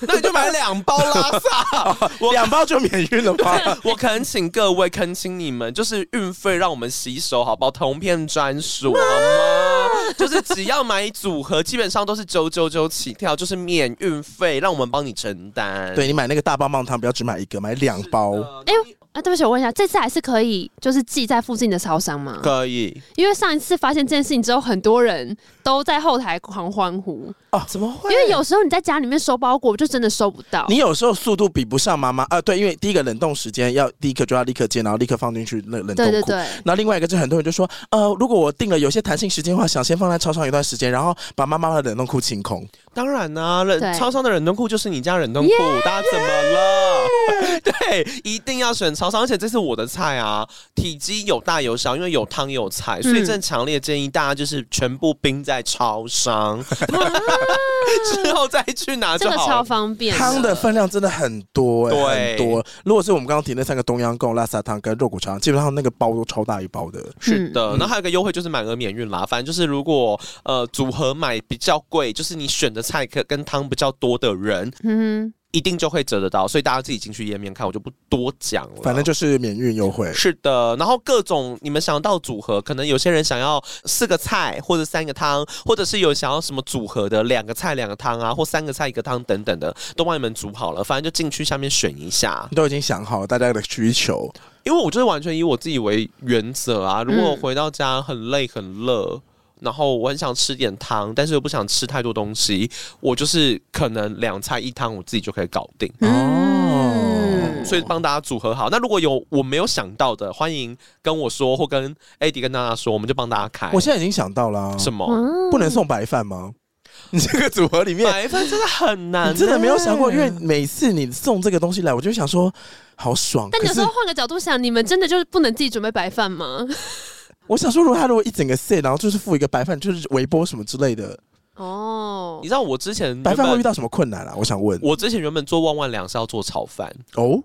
Speaker 3: 那你就买两包拉萨。我
Speaker 1: 两包就免运了
Speaker 2: 啊
Speaker 1: 吧？
Speaker 3: 我恳请各位恳请你们，就是运费让我们洗手好不好？同片专属好吗？就是只要买组合，基本上都是九九九起跳，就是免运费，让我们帮你承担。
Speaker 1: 对你买那个大棒棒糖，不要只买一个，买两包。
Speaker 2: 哎啊，对不起，我问一下，这次还是可以就是寄在附近的超商吗？
Speaker 3: 可以
Speaker 2: 因为上一次发现这件事情之后，很多人都在后台狂欢呼，
Speaker 1: 哦，怎么会
Speaker 2: 因为有时候你在家里面收包裹，就真的收不到。
Speaker 1: 你有时候速度比不上妈妈啊？对，因为第一个冷冻时间要立刻就要立刻煎，然后立刻放进去那冷冻
Speaker 2: 对
Speaker 1: 库。
Speaker 2: 对对。
Speaker 1: 然后另外一个就是很多人就说，呃，如果我定了有些弹性时间的话，想先放在超商一段时间，然后把妈妈的冷冻库清空。
Speaker 3: 当然啦、冷
Speaker 2: 对
Speaker 3: 超商的冷冻库就是你家冷冻库大家怎么了？ (laughs) 对，一定要选超商，而且这是我的菜啊，体积有大有小，因为有汤也有菜，所以
Speaker 2: 嗯
Speaker 3: 真的强烈建议大家就是全部冰在超商，
Speaker 2: (laughs)
Speaker 3: 之后再去拿
Speaker 2: 这
Speaker 3: 就
Speaker 2: 个
Speaker 3: 好
Speaker 2: 超
Speaker 3: 了。
Speaker 2: 方便。
Speaker 1: 汤 (laughs) 的分量真的很多、欸，很
Speaker 3: 对
Speaker 1: 多。如果是我们刚刚提那三个东阳贡、拉萨汤跟肉骨茶，基本上那个包都超大一包的。
Speaker 3: 是的，那还有一个优惠就是满额免运啦。反正就是如果呃组合买比较贵，就是你选的菜跟跟汤比较多的人，
Speaker 2: 嗯
Speaker 3: 一定就会折得到。所以大家自己进去页面看，我就不多讲了。
Speaker 1: 反正就是免运优惠，
Speaker 3: 是的，然后各种你们想到组合，可能有些人想要四个菜或者三个汤，或者是有想要什么组合的，两个菜两个汤啊，或三个菜一个汤等等的，都帮你们煮好了。反正就进去下面选一下，
Speaker 1: 都已经想好大家的需求。
Speaker 3: 因为我就是完全以我自己为原则啊。如果我回到家很累很热。然后我很想吃点汤，但是又不想吃太多东西，我就是可能两菜一汤，我自己就可以搞定。
Speaker 2: 嗯
Speaker 1: 哦
Speaker 3: 所以帮大家组合好。那如果有我没有想到的，欢迎跟我说，或跟 AD 跟娜娜说，我们就帮大家开。
Speaker 1: 我现在已经想到啦、
Speaker 3: 什么？嗯
Speaker 2: 嗯
Speaker 1: 哦不能送白饭吗？你这个组合里面，
Speaker 3: 白饭真的很难、
Speaker 1: 你真的没有想过，因为
Speaker 3: 欸
Speaker 1: 每次你送这个东西来，我就想说好爽。
Speaker 2: 但有
Speaker 1: 可
Speaker 2: 时
Speaker 1: 是
Speaker 2: 候换个角度想，你们真的就是不能自己准备白饭吗？
Speaker 1: 我想说，如果他如果一整个 set，然后就是付一个白饭，就是微波什么之类的，
Speaker 2: 哦
Speaker 3: 你，知道我之前
Speaker 1: 白饭
Speaker 3: 原
Speaker 1: 会
Speaker 3: 本
Speaker 1: 遇到什么困难啊？我想问。
Speaker 3: 嗯我之前原本做万万两是要做炒饭，
Speaker 1: 哦，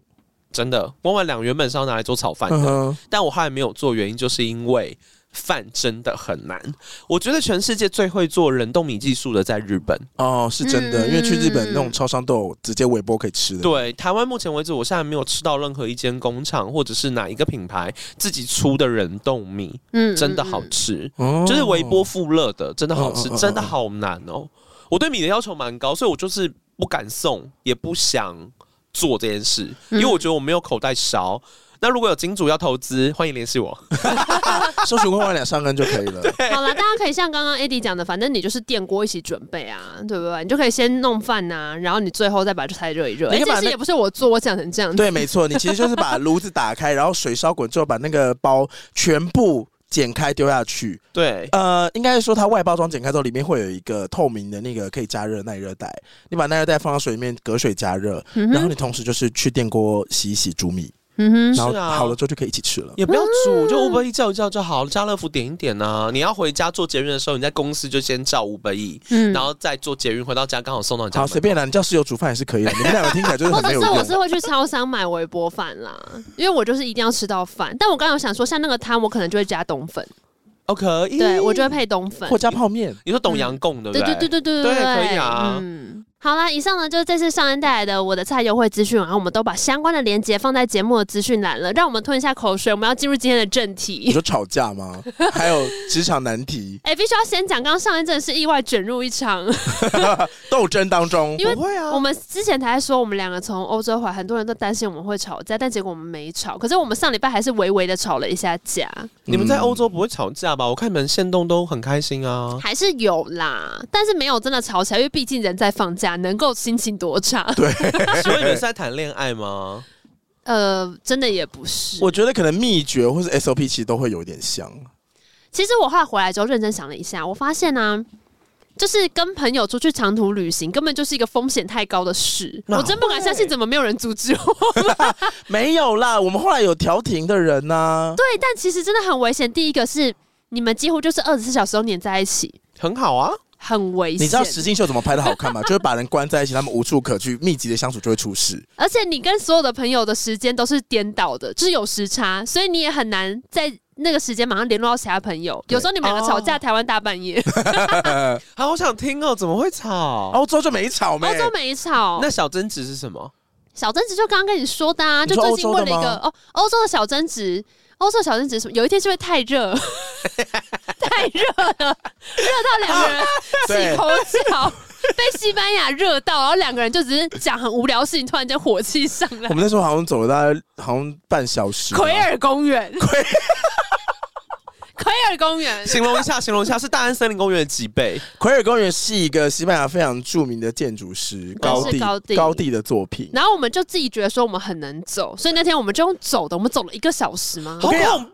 Speaker 3: 真的，万万两原本是要拿来做炒饭的，
Speaker 1: 嗯哼，
Speaker 3: 但我后来没有做，原因就是因为饭真的很难。我觉得全世界最会做冷冻米技术的在日本，
Speaker 1: 哦，是真的，
Speaker 2: 嗯
Speaker 1: 因为去日本那种超商都有直接微波可以吃的。，
Speaker 3: 对台湾目前为止，我现在没有吃到任何一间工厂或者是哪一个品牌自己出的冷冻米
Speaker 2: 嗯
Speaker 3: 真的好
Speaker 2: 嗯嗯哦
Speaker 3: 吃，
Speaker 1: 哦
Speaker 3: 就是微波复热的，真的好吃
Speaker 1: 嗯嗯嗯，
Speaker 3: 真的好难哦。我对米的要求蛮高，所以我就是不敢送，也不想做这件事，
Speaker 2: 嗯
Speaker 3: 因为我觉得我没有口袋勺。那如果有金主要投资，欢迎联系我。
Speaker 1: (laughs) 搜寻万万两上根就可以了。
Speaker 2: 嗯好了，大家可以像刚刚 AD 讲的，反正你就是电锅一起准备啊，对不对？你就可以先弄饭呐、然后你最后再把菜热一热。哎、
Speaker 1: 你可以把
Speaker 2: 这
Speaker 1: 那
Speaker 2: 事也不是我做，我讲成这样子。
Speaker 1: 对，没错，你其实就是把炉子打开，然后水烧滚之后，把那个包全部剪开丢下去。
Speaker 3: 对，
Speaker 1: 呃，应该是说它外包装剪开之后，里面会有一个透明的那个可以加热的耐热袋，你把耐热袋放到水里面隔水加热，
Speaker 2: 嗯
Speaker 1: 然后
Speaker 2: 哼，
Speaker 1: 你同时就是去电锅洗一洗煮米，
Speaker 2: 嗯哼，
Speaker 1: 然后
Speaker 3: 是啊
Speaker 1: 好了之后就可以一起吃 (laughs) 了。
Speaker 3: 也不要
Speaker 2: 啊
Speaker 3: 煮，就 Uber E 叫一叫就好，家乐福点一点呐、你要回家做捷运的时候，你在公司就先叫 Uber E，、
Speaker 2: 嗯
Speaker 3: 然后再做捷运回到家，刚好送到你家
Speaker 1: 好，
Speaker 3: 门。
Speaker 1: 随便啦，你叫室友煮饭也是可以的。你们两个听起来就是
Speaker 2: 或
Speaker 1: 很
Speaker 2: 者
Speaker 1: 没有
Speaker 2: 是
Speaker 1: 用。
Speaker 2: 我是会去超商买微波饭啦，因为我就是一定要吃到饭。但我刚刚有想说，像那个汤，我可能就会加冬粉，
Speaker 3: 哦，可以。
Speaker 2: 对我就会配冬粉
Speaker 1: 或。加泡面，
Speaker 3: 你说董阳贡对不
Speaker 2: 对对对
Speaker 3: 对
Speaker 2: 对对
Speaker 3: 对
Speaker 2: 对，
Speaker 3: 可以啊
Speaker 2: 嗯。好啦，以上呢就是这次上恩带来的我的菜优惠资讯，然后我们都把相关的链接放在节目的资讯栏了，让我们吞一下口水，我们要进入今天的正
Speaker 1: 你
Speaker 2: 题。
Speaker 1: 说吵架
Speaker 2: (laughs)
Speaker 1: 吗？还有职场难题
Speaker 2: 哎、必须要先讲，刚刚上恩真的是意外卷入一场，
Speaker 1: 斗争当中，
Speaker 2: 因为
Speaker 3: 不会啊
Speaker 2: 我们之前才在说我们两个从欧洲回来，很多人都担心我们会吵架，但结果我们没吵。可是我们上礼拜还是微微的吵了一下架，
Speaker 3: 你们在欧洲不会吵架吧？我看你们线动都很开心 (laughs) 啊。
Speaker 2: 还是有啦，但是没有真的吵起来，因为毕竟人在放假，能够心情多差？
Speaker 3: 请问你们是在谈恋爱吗？
Speaker 2: (laughs) 呃，真的也不是。
Speaker 1: 我觉得可能秘诀或是 SOP 其实都会有点像。
Speaker 2: 其实我后来回来之后认真想了一下，我发现呢、就是跟朋友出去长途旅行，根本就是一个风险太高的事。
Speaker 1: 哪
Speaker 2: 我真不敢相信，怎么没有人阻止我？
Speaker 1: 没有啦，我们后来有调停的人呐、
Speaker 2: (laughs) 对，但其实真的很危险。第一个是你们几乎就是二十四小时都黏在一起，
Speaker 3: 很好啊，
Speaker 2: 很危
Speaker 1: 你
Speaker 2: 险。
Speaker 1: 知道石金秀怎么拍的好
Speaker 2: (laughs)
Speaker 1: 看吗？就是把人关在一起，他们无处可去，密集的相处就会出事。
Speaker 2: 而且你跟所有的朋友的时间都是颠倒的，就是有时差，所以你也很难在那个时间马上联络到其他朋友。
Speaker 1: 对
Speaker 2: 有时候你们两个吵架，
Speaker 3: 哦
Speaker 2: 台湾大半夜，
Speaker 3: 好，我想听哦，怎么会吵？
Speaker 1: 欧洲就没吵没
Speaker 2: 欧？洲 (laughs) 没吵。
Speaker 3: 那小争执是什么？
Speaker 2: 小争执就刚刚跟你说的啊，
Speaker 1: 你
Speaker 2: 就
Speaker 1: 说
Speaker 2: 最近问了一
Speaker 1: 欧洲
Speaker 2: 个
Speaker 1: 的
Speaker 2: 哦，欧洲的小争执，欧洲的小争执是什么？有一天是因为太热， (laughs) 太热了，热到两个人起
Speaker 1: 对
Speaker 2: 口角，被西班牙热到，然后两个人就只是讲很无聊的事情，突然间火气上来 (laughs)
Speaker 1: 我。们那时候好像走了大概好像半小时吧。
Speaker 2: (laughs) 奎尔公园，
Speaker 1: 奎
Speaker 2: 奎尔公园，
Speaker 3: 形容一下，形容一下，是大安森林公园的几 (laughs) 倍？
Speaker 1: 奎尔公园是一个西班牙非常著名的建筑师高
Speaker 2: 是
Speaker 1: 地
Speaker 2: 高地
Speaker 1: 的作品。
Speaker 2: 然后我们就自己觉得说我们很能走，所以那天我们就用走的，我们走了一个小时吗？
Speaker 3: 好
Speaker 1: 跟你讲
Speaker 3: 恐怖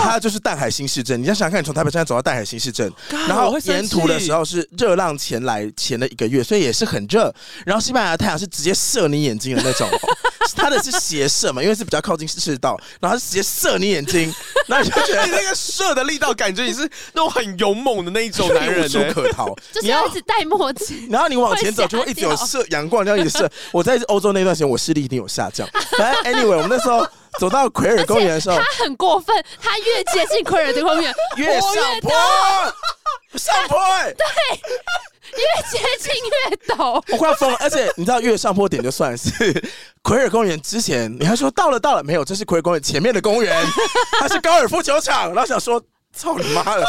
Speaker 3: 啊！
Speaker 1: 它就是淡海新市镇，你要想想看，你从台北站走到淡海新市镇，然
Speaker 3: 我
Speaker 1: 后
Speaker 3: 会生
Speaker 1: 沿途的
Speaker 3: 气
Speaker 1: 时候是热浪前来前的一个月，所以也是很热。然后西班牙的太阳是直接射你眼睛的
Speaker 3: (laughs)
Speaker 1: 那种哦，它的是斜射嘛，因为是比较靠近赤道，然后它是直接射你眼睛，然后你就觉
Speaker 3: (laughs)
Speaker 1: 得
Speaker 3: 你那个射的力道，感觉你是那种很勇猛的那一种男人、
Speaker 1: 无处
Speaker 3: 欸。
Speaker 1: 可逃。
Speaker 2: 就是
Speaker 1: 你要
Speaker 2: 要一直戴墨镜。
Speaker 1: 然后你往前走就会一直有射阳光，然后一直射。我在欧洲那段时间，我视力一定有下
Speaker 3: (laughs)
Speaker 1: 降。反正 anyway，我们那时候走到奎尔公园的时候，
Speaker 2: 他很过分，他越接近奎尔的公园，
Speaker 1: 越
Speaker 2: 我
Speaker 1: 上坡，上坡、欸，
Speaker 2: (laughs) 越接近越陡。
Speaker 1: 我快要疯了。而且你知道，越上坡点就算是 (laughs) 奎尔公园之前，你还说到了到了，没有，这是奎尔公园前面的公
Speaker 2: (laughs)
Speaker 1: 园，它是高尔夫球场。然后想说，操你妈
Speaker 2: (laughs)
Speaker 1: 的，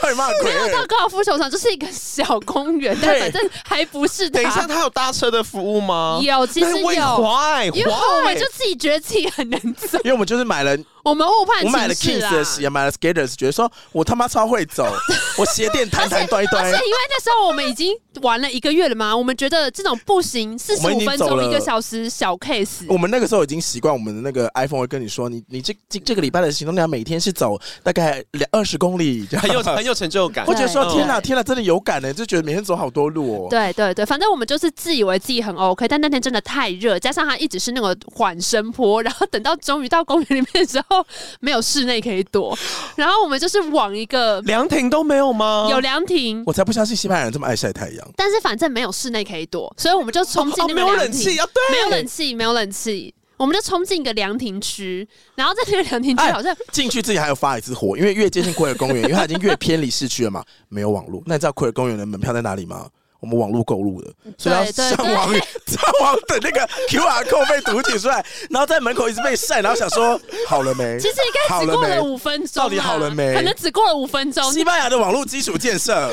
Speaker 1: 操你妈的奎
Speaker 2: 没有到
Speaker 1: 尔！
Speaker 2: 高尔夫球场，就是一个小公园，但
Speaker 1: 对，
Speaker 2: 反正还不是它。
Speaker 3: (laughs) 等一下，他有搭车的服务吗？
Speaker 2: 有其实
Speaker 3: 那为
Speaker 2: 有
Speaker 3: why？
Speaker 2: 因为
Speaker 3: why？
Speaker 2: 我们就自己觉得自己很能走
Speaker 1: 因为我们就是买了
Speaker 2: 我们误判
Speaker 1: 我买了
Speaker 2: 情势
Speaker 1: Kings
Speaker 2: 啊
Speaker 1: 的鞋，买了 Skaters，觉得说我他妈超会走，
Speaker 2: (laughs)
Speaker 1: 我鞋垫弹弹端一
Speaker 2: 而
Speaker 1: 端
Speaker 2: 且因。为那时候我们已经玩了一个月了嘛，我们觉得这种不行，四十
Speaker 1: 我们已
Speaker 2: 五
Speaker 1: 经
Speaker 2: 分
Speaker 1: 走
Speaker 2: 钟
Speaker 1: 了
Speaker 2: 一个小时小 case，
Speaker 1: 我们那个时候已经习惯，我们的那个 iPhone 会跟你说，你你这这这个礼拜的行动量每天是走大概两二十公里，这样
Speaker 3: 很有很有成就感
Speaker 1: 我。觉得说
Speaker 2: 对
Speaker 1: 天哪
Speaker 2: 对
Speaker 1: 天哪，真的有感呢，就觉得每天走好多路哦。
Speaker 2: 对对对，反正我们就是自以为自己很 OK，但那天真的太热，加上它一直是那个缓升坡，然后等到终于到公园里面之后，没有室内可以躲，然后我们就是往一个
Speaker 3: 凉亭都没有吗？
Speaker 2: 有凉亭，
Speaker 1: 嗯我才不相信西班牙人这么爱晒太阳。
Speaker 2: 但是反正没有室内可以躲，所以我们就冲进
Speaker 3: 哦，
Speaker 2: 那
Speaker 3: 没
Speaker 2: 个
Speaker 3: 有
Speaker 2: 凉
Speaker 3: 冷
Speaker 2: 亭
Speaker 3: 气，啊，对，
Speaker 1: 哎
Speaker 2: 没有冷气，没有冷气。我们就冲进一个凉亭区，然后在那个凉亭区
Speaker 1: 哎
Speaker 2: 好像
Speaker 1: 进去自己还有发一次火，因为越接近奎尔公园，因为它已经越偏离市区了嘛，没有网络。那你知道奎尔公园的门票在哪里吗？我们网络购入的，所以要
Speaker 2: 对对
Speaker 1: 上
Speaker 2: (laughs)
Speaker 1: 网上网等那个 QR 扣被读取出来，然后在门口一直被晒，然后想说好了没？
Speaker 2: 其实应该
Speaker 1: 好
Speaker 2: 只
Speaker 1: 了
Speaker 2: 过
Speaker 1: 没
Speaker 2: 了五分钟啊，
Speaker 1: 到底好了没
Speaker 2: 可能只过了五分钟，
Speaker 1: 西班牙的网络基础建设，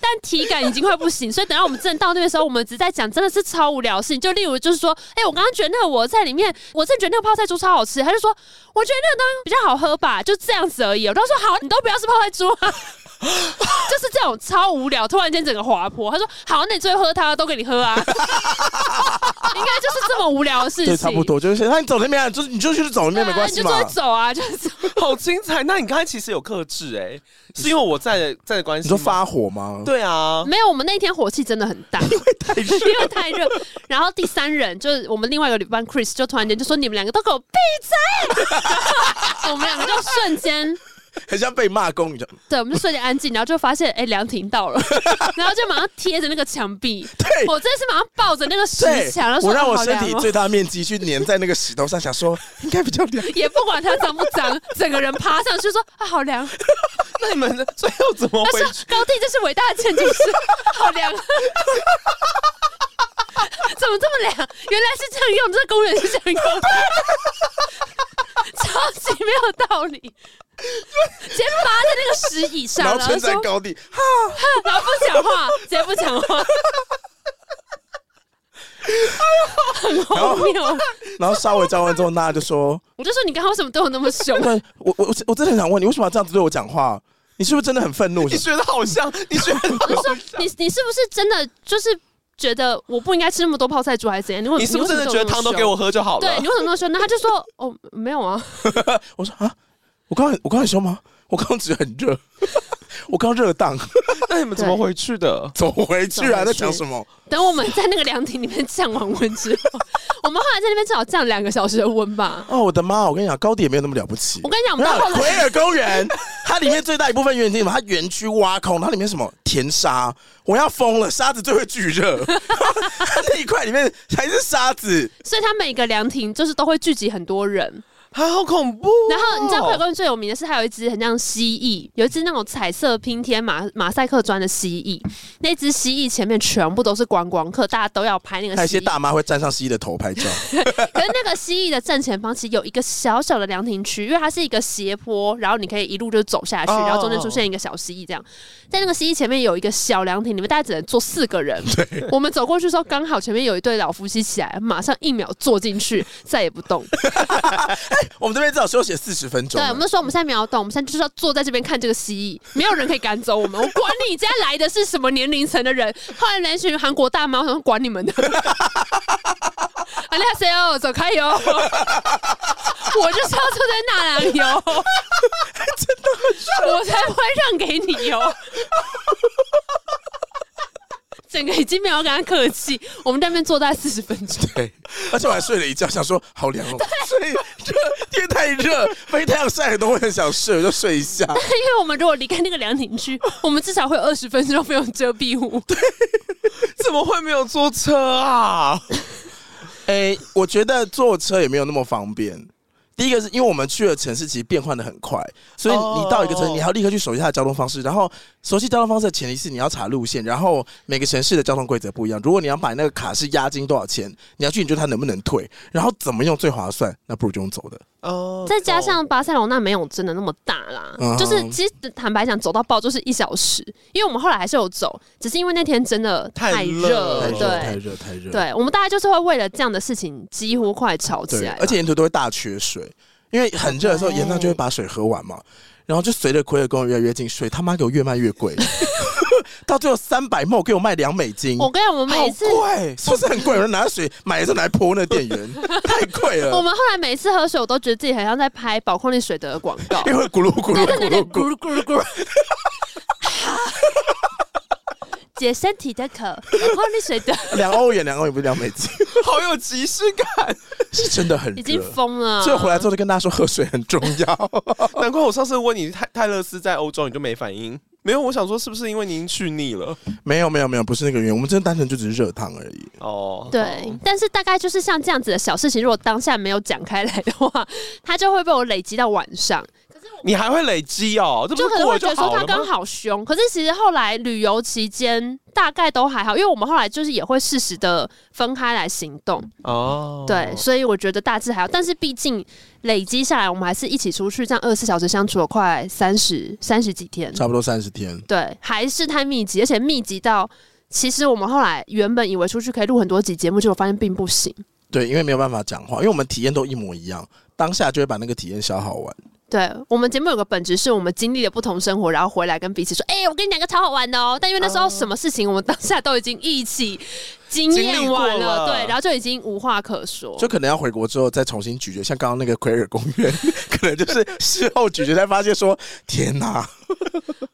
Speaker 2: 但体感已经快不行，所以 (laughs) 等到我们真的到那边的时候，我们只在讲真的是超无聊的事情。就例如就是说，哎、我刚刚觉得那个我在里面，我真的觉得那个泡菜猪超好吃，他就说我觉得那个东西比较好喝吧，就这样子而已。我都说好，你都不要吃泡菜猪啊。就是这种超无聊，突然间整个滑坡。他说：“好，那你最后喝它，都给你喝 (laughs) 啊。”应该就是这么无聊的事情。
Speaker 1: 对，差不多就是。那你走那边啊，就是你就去走那边
Speaker 2: 对啊，
Speaker 1: 没关
Speaker 2: 你
Speaker 1: 系
Speaker 2: 就
Speaker 1: 嘛
Speaker 2: 坐着。走啊，就是 (laughs)
Speaker 3: 好精彩。那你刚才其实有克制哎、是因为我在的在的关系
Speaker 1: 你
Speaker 3: 吗？
Speaker 1: 说发火吗？
Speaker 3: 对啊，
Speaker 2: 没有，我们那天火气真的很
Speaker 1: (laughs)
Speaker 2: 大，因为太热，因为太热。然后第三人就是我们另外一个旅伴 Chris，就突然间就说：“你们两个都给我闭嘴！” (laughs) 我们两个就瞬间，
Speaker 1: 很像被骂公，你就
Speaker 2: 对，我们就瞬间安静，然后就发现，哎、凉亭到
Speaker 1: (laughs)
Speaker 2: 了，然后就马上贴着那个墙壁，
Speaker 1: 对
Speaker 2: 我真的是马上抱着那个石
Speaker 1: 对
Speaker 2: 墙，然后，说
Speaker 1: 我让我身
Speaker 2: 哦
Speaker 1: 体
Speaker 2: 好凉哦
Speaker 1: 最大面积去粘在那个石头上，想
Speaker 2: (laughs)
Speaker 1: 说应该比较凉。
Speaker 2: 也不管它脏不脏，整个人趴上去说：“啊，好凉。”
Speaker 3: 那你们最后怎
Speaker 2: (laughs)
Speaker 3: 么
Speaker 2: 他
Speaker 3: 回
Speaker 2: 说？高地真是伟大的建筑师，好凉。 (laughs) 怎么这么凉？原来是这样用，这公园是这样用的，超级没有道理。直接趴在那个石椅上，
Speaker 1: 然后
Speaker 2: 然后
Speaker 1: 撑在
Speaker 2: 说，
Speaker 1: 高地，
Speaker 2: 然后不讲话，直接不讲话，哎很荒谬。
Speaker 1: 然后稍微教完之后，娜就说？
Speaker 2: 我就说你刚刚为什么对我那么凶：“
Speaker 1: 对我我我我真的很想问你，为什么要这样子对我讲话？你是不是真的很愤
Speaker 2: (laughs)
Speaker 1: 怒？
Speaker 3: 你学的好像，你学的
Speaker 2: 我就 (laughs) 说
Speaker 3: 好像。
Speaker 2: 你你是不是真的就是觉得我不应该吃那么多泡菜猪还是怎样？你为
Speaker 3: 你是不是真的觉得汤都给我喝就好
Speaker 2: 对
Speaker 3: 了
Speaker 2: 你？为什么那么凶？那他就说哦，没有啊，
Speaker 1: 我说啊，我刚刚我刚刚很凶吗？我刚刚只是很
Speaker 2: (laughs)
Speaker 1: 热，我刚热荡，
Speaker 3: 那你们怎么回去的？
Speaker 1: 走回去啊，
Speaker 2: 走回去
Speaker 1: 在想什么？
Speaker 2: (laughs) 等我们在那个凉亭里面降完温之后， (laughs) 我们后来在那边至少降两个小时的温吧。
Speaker 1: 哦，我的妈！我跟你讲，高地也没有那么了不起
Speaker 2: 我。跟你讲，我们到后
Speaker 1: 那
Speaker 2: 来
Speaker 1: 奎尔公园， (laughs) 它里面最大一部分原因是什么？它园区挖空，它里面什么填沙，我要疯了，沙子最会聚热， (laughs) 它那一块里面还是沙子，
Speaker 2: 所以他每个凉亭就是都会聚集很多人。
Speaker 3: 啊，好恐怖哦！
Speaker 2: 然后你知道快乐公园最有名的是，还有一只很像蜥蜴，有一只那种彩色拼贴马马赛克砖的蜥蜴。那只蜥蜴前面全部都是观光客，大家都要拍那
Speaker 1: 还有
Speaker 2: 个
Speaker 1: 一
Speaker 2: 蜥
Speaker 1: 些
Speaker 2: 蜴。
Speaker 1: 大妈会站上蜥蜴的头拍
Speaker 2: (laughs)
Speaker 1: 照。
Speaker 2: 可是那个蜥蜴的正前方其实有一个小小的凉亭区，因为它是一个斜坡，然后你可以一路就走下去，
Speaker 3: 哦
Speaker 2: 然后中间出现一个小蜥蜴这样。在那个蜥蜴前面有一个小凉亭，里面大概只能坐四个人。我们走过去的时候，刚好前面有一对老夫妻起来，马上一秒坐进去，再也不动。
Speaker 1: 我们这边至少休息四十分钟
Speaker 2: 对，
Speaker 1: 了。
Speaker 2: 我们就说我们现在没有动，我们现在就是要坐在这边看这个蜥蜴，没有人可以赶走我们。我管你家来的是什么年龄层的人，后来那群韩国大妈，我想管你们的。안녕하세요，走开哟！我就是要坐在那里哟， (laughs) 真的很我才不会让给你哟。整个已经没有跟他客气，我们在那边坐大概四十分钟。
Speaker 1: 对，而且我还睡了一觉，想说好凉哦，所以这因为太热，被太阳晒的都会很想睡，我就睡一下。
Speaker 2: 因为我们如果离开那个凉亭区，我们至少会有二十分钟没有遮蔽物。
Speaker 3: 怎么会没有坐车啊？
Speaker 1: 哎、我觉得坐车也没有那么方便。第一个是因为我们去的城市其实变换的很快，所以
Speaker 3: 哦
Speaker 1: 你到一个城市，你还要立刻去熟悉它的交通方式。然后熟悉交通方式的前提是你要查路线，然后每个城市的交通规则不一样。如果你要买那个卡是押金多少钱，你要去研究它能不能退，然后怎么用最划算，那不如就用走的。
Speaker 3: 哦
Speaker 2: 再加上巴塞罗那没有真的那么大啦，
Speaker 1: 嗯
Speaker 2: 就是其实坦白讲，走到爆就是一小时，因为我们后来还是有走，只是因为那天真的
Speaker 3: 太热
Speaker 1: 太
Speaker 2: 热，
Speaker 3: 了
Speaker 1: 热，太
Speaker 2: 对
Speaker 1: 热，太热。
Speaker 2: 对，我们大家就是会为了这样的事情几乎快吵起哎
Speaker 1: 对
Speaker 2: 来，，
Speaker 1: 而且沿途都会大缺水。因为很热的时候，岩上就会把水喝完嘛。然后就随着傀儡公园越来越近，水他妈给我越卖越贵， (laughs) 到最后三百梦给我卖两美金，
Speaker 2: 我跟你讲，我们每
Speaker 1: 好
Speaker 2: 一次。
Speaker 1: 贵，是不是很贵？有人拿着水买的时候拿来泼那个店
Speaker 2: (laughs)
Speaker 1: 员，太贵
Speaker 2: 我
Speaker 1: 了，
Speaker 2: 们后来每次喝水，我都觉得自己很像在拍宝矿力水德的广告，
Speaker 1: 因为咕噜咕噜
Speaker 2: 对，真的
Speaker 1: 咕
Speaker 2: 有点
Speaker 1: 噜咕
Speaker 2: 咕
Speaker 1: 噜，
Speaker 2: 噜咕噜 (laughs) 咕噜。解身体的渴，宝矿力水德
Speaker 1: 两欧元，两欧元不是两美
Speaker 2: (laughs)
Speaker 1: 金，
Speaker 3: 好有即视感。
Speaker 1: 是真的很
Speaker 2: 已经
Speaker 1: 热。
Speaker 2: 疯了。
Speaker 1: 所以回来之后就跟大家说，喝水很重要。
Speaker 2: (laughs)
Speaker 3: 难怪我上次问你泰泰勒斯在欧洲，你就没反应。没有，我想说是不是因为您去腻了？
Speaker 1: 没有没有没有，不是那个原因，我们真的单纯就只是热汤而已。
Speaker 3: 哦，
Speaker 2: 对，但是大概就是像这样子的小事情，如果当下没有讲开来的话，它就会被我累积到晚上。
Speaker 3: 你还会累积哦，这不
Speaker 2: 就是可能
Speaker 3: 过
Speaker 2: 会
Speaker 3: 了
Speaker 2: 觉
Speaker 3: 就
Speaker 2: 得说
Speaker 3: 好
Speaker 2: 他
Speaker 3: 了
Speaker 2: 刚
Speaker 3: 吗？
Speaker 2: 好凶，可是其实后来旅游期间大概都还好，因为我们后来就是也会适时的分开来行动，
Speaker 3: 哦，
Speaker 2: 对，所以我觉得大致还好。但是毕竟累积下来，我们还是一起出去，这样二十四小时相处了快三十三十几天，
Speaker 1: 差不多三十天，
Speaker 2: 对，还是太密集，而且密集到其实我们后来原本以为出去可以录很多集节目，结果发现并不行。
Speaker 1: 对，因为没有办法讲话，因为我们体验都一模一样，当下就会把那个体验消耗完。
Speaker 2: 对我们节目有个本质是我们经历了不同生活，然后回来跟彼此说：“哎、我跟你讲个超好玩的哦。”但因为那时候什么事情，我们当下都已经一起经验完
Speaker 3: 经历过了
Speaker 2: 对，然后就已经无话可说。
Speaker 1: 就可能要回国之后再重新咀嚼，像刚刚那个奎尔公园， (laughs) 可能就是事后咀嚼才发现说，天哪，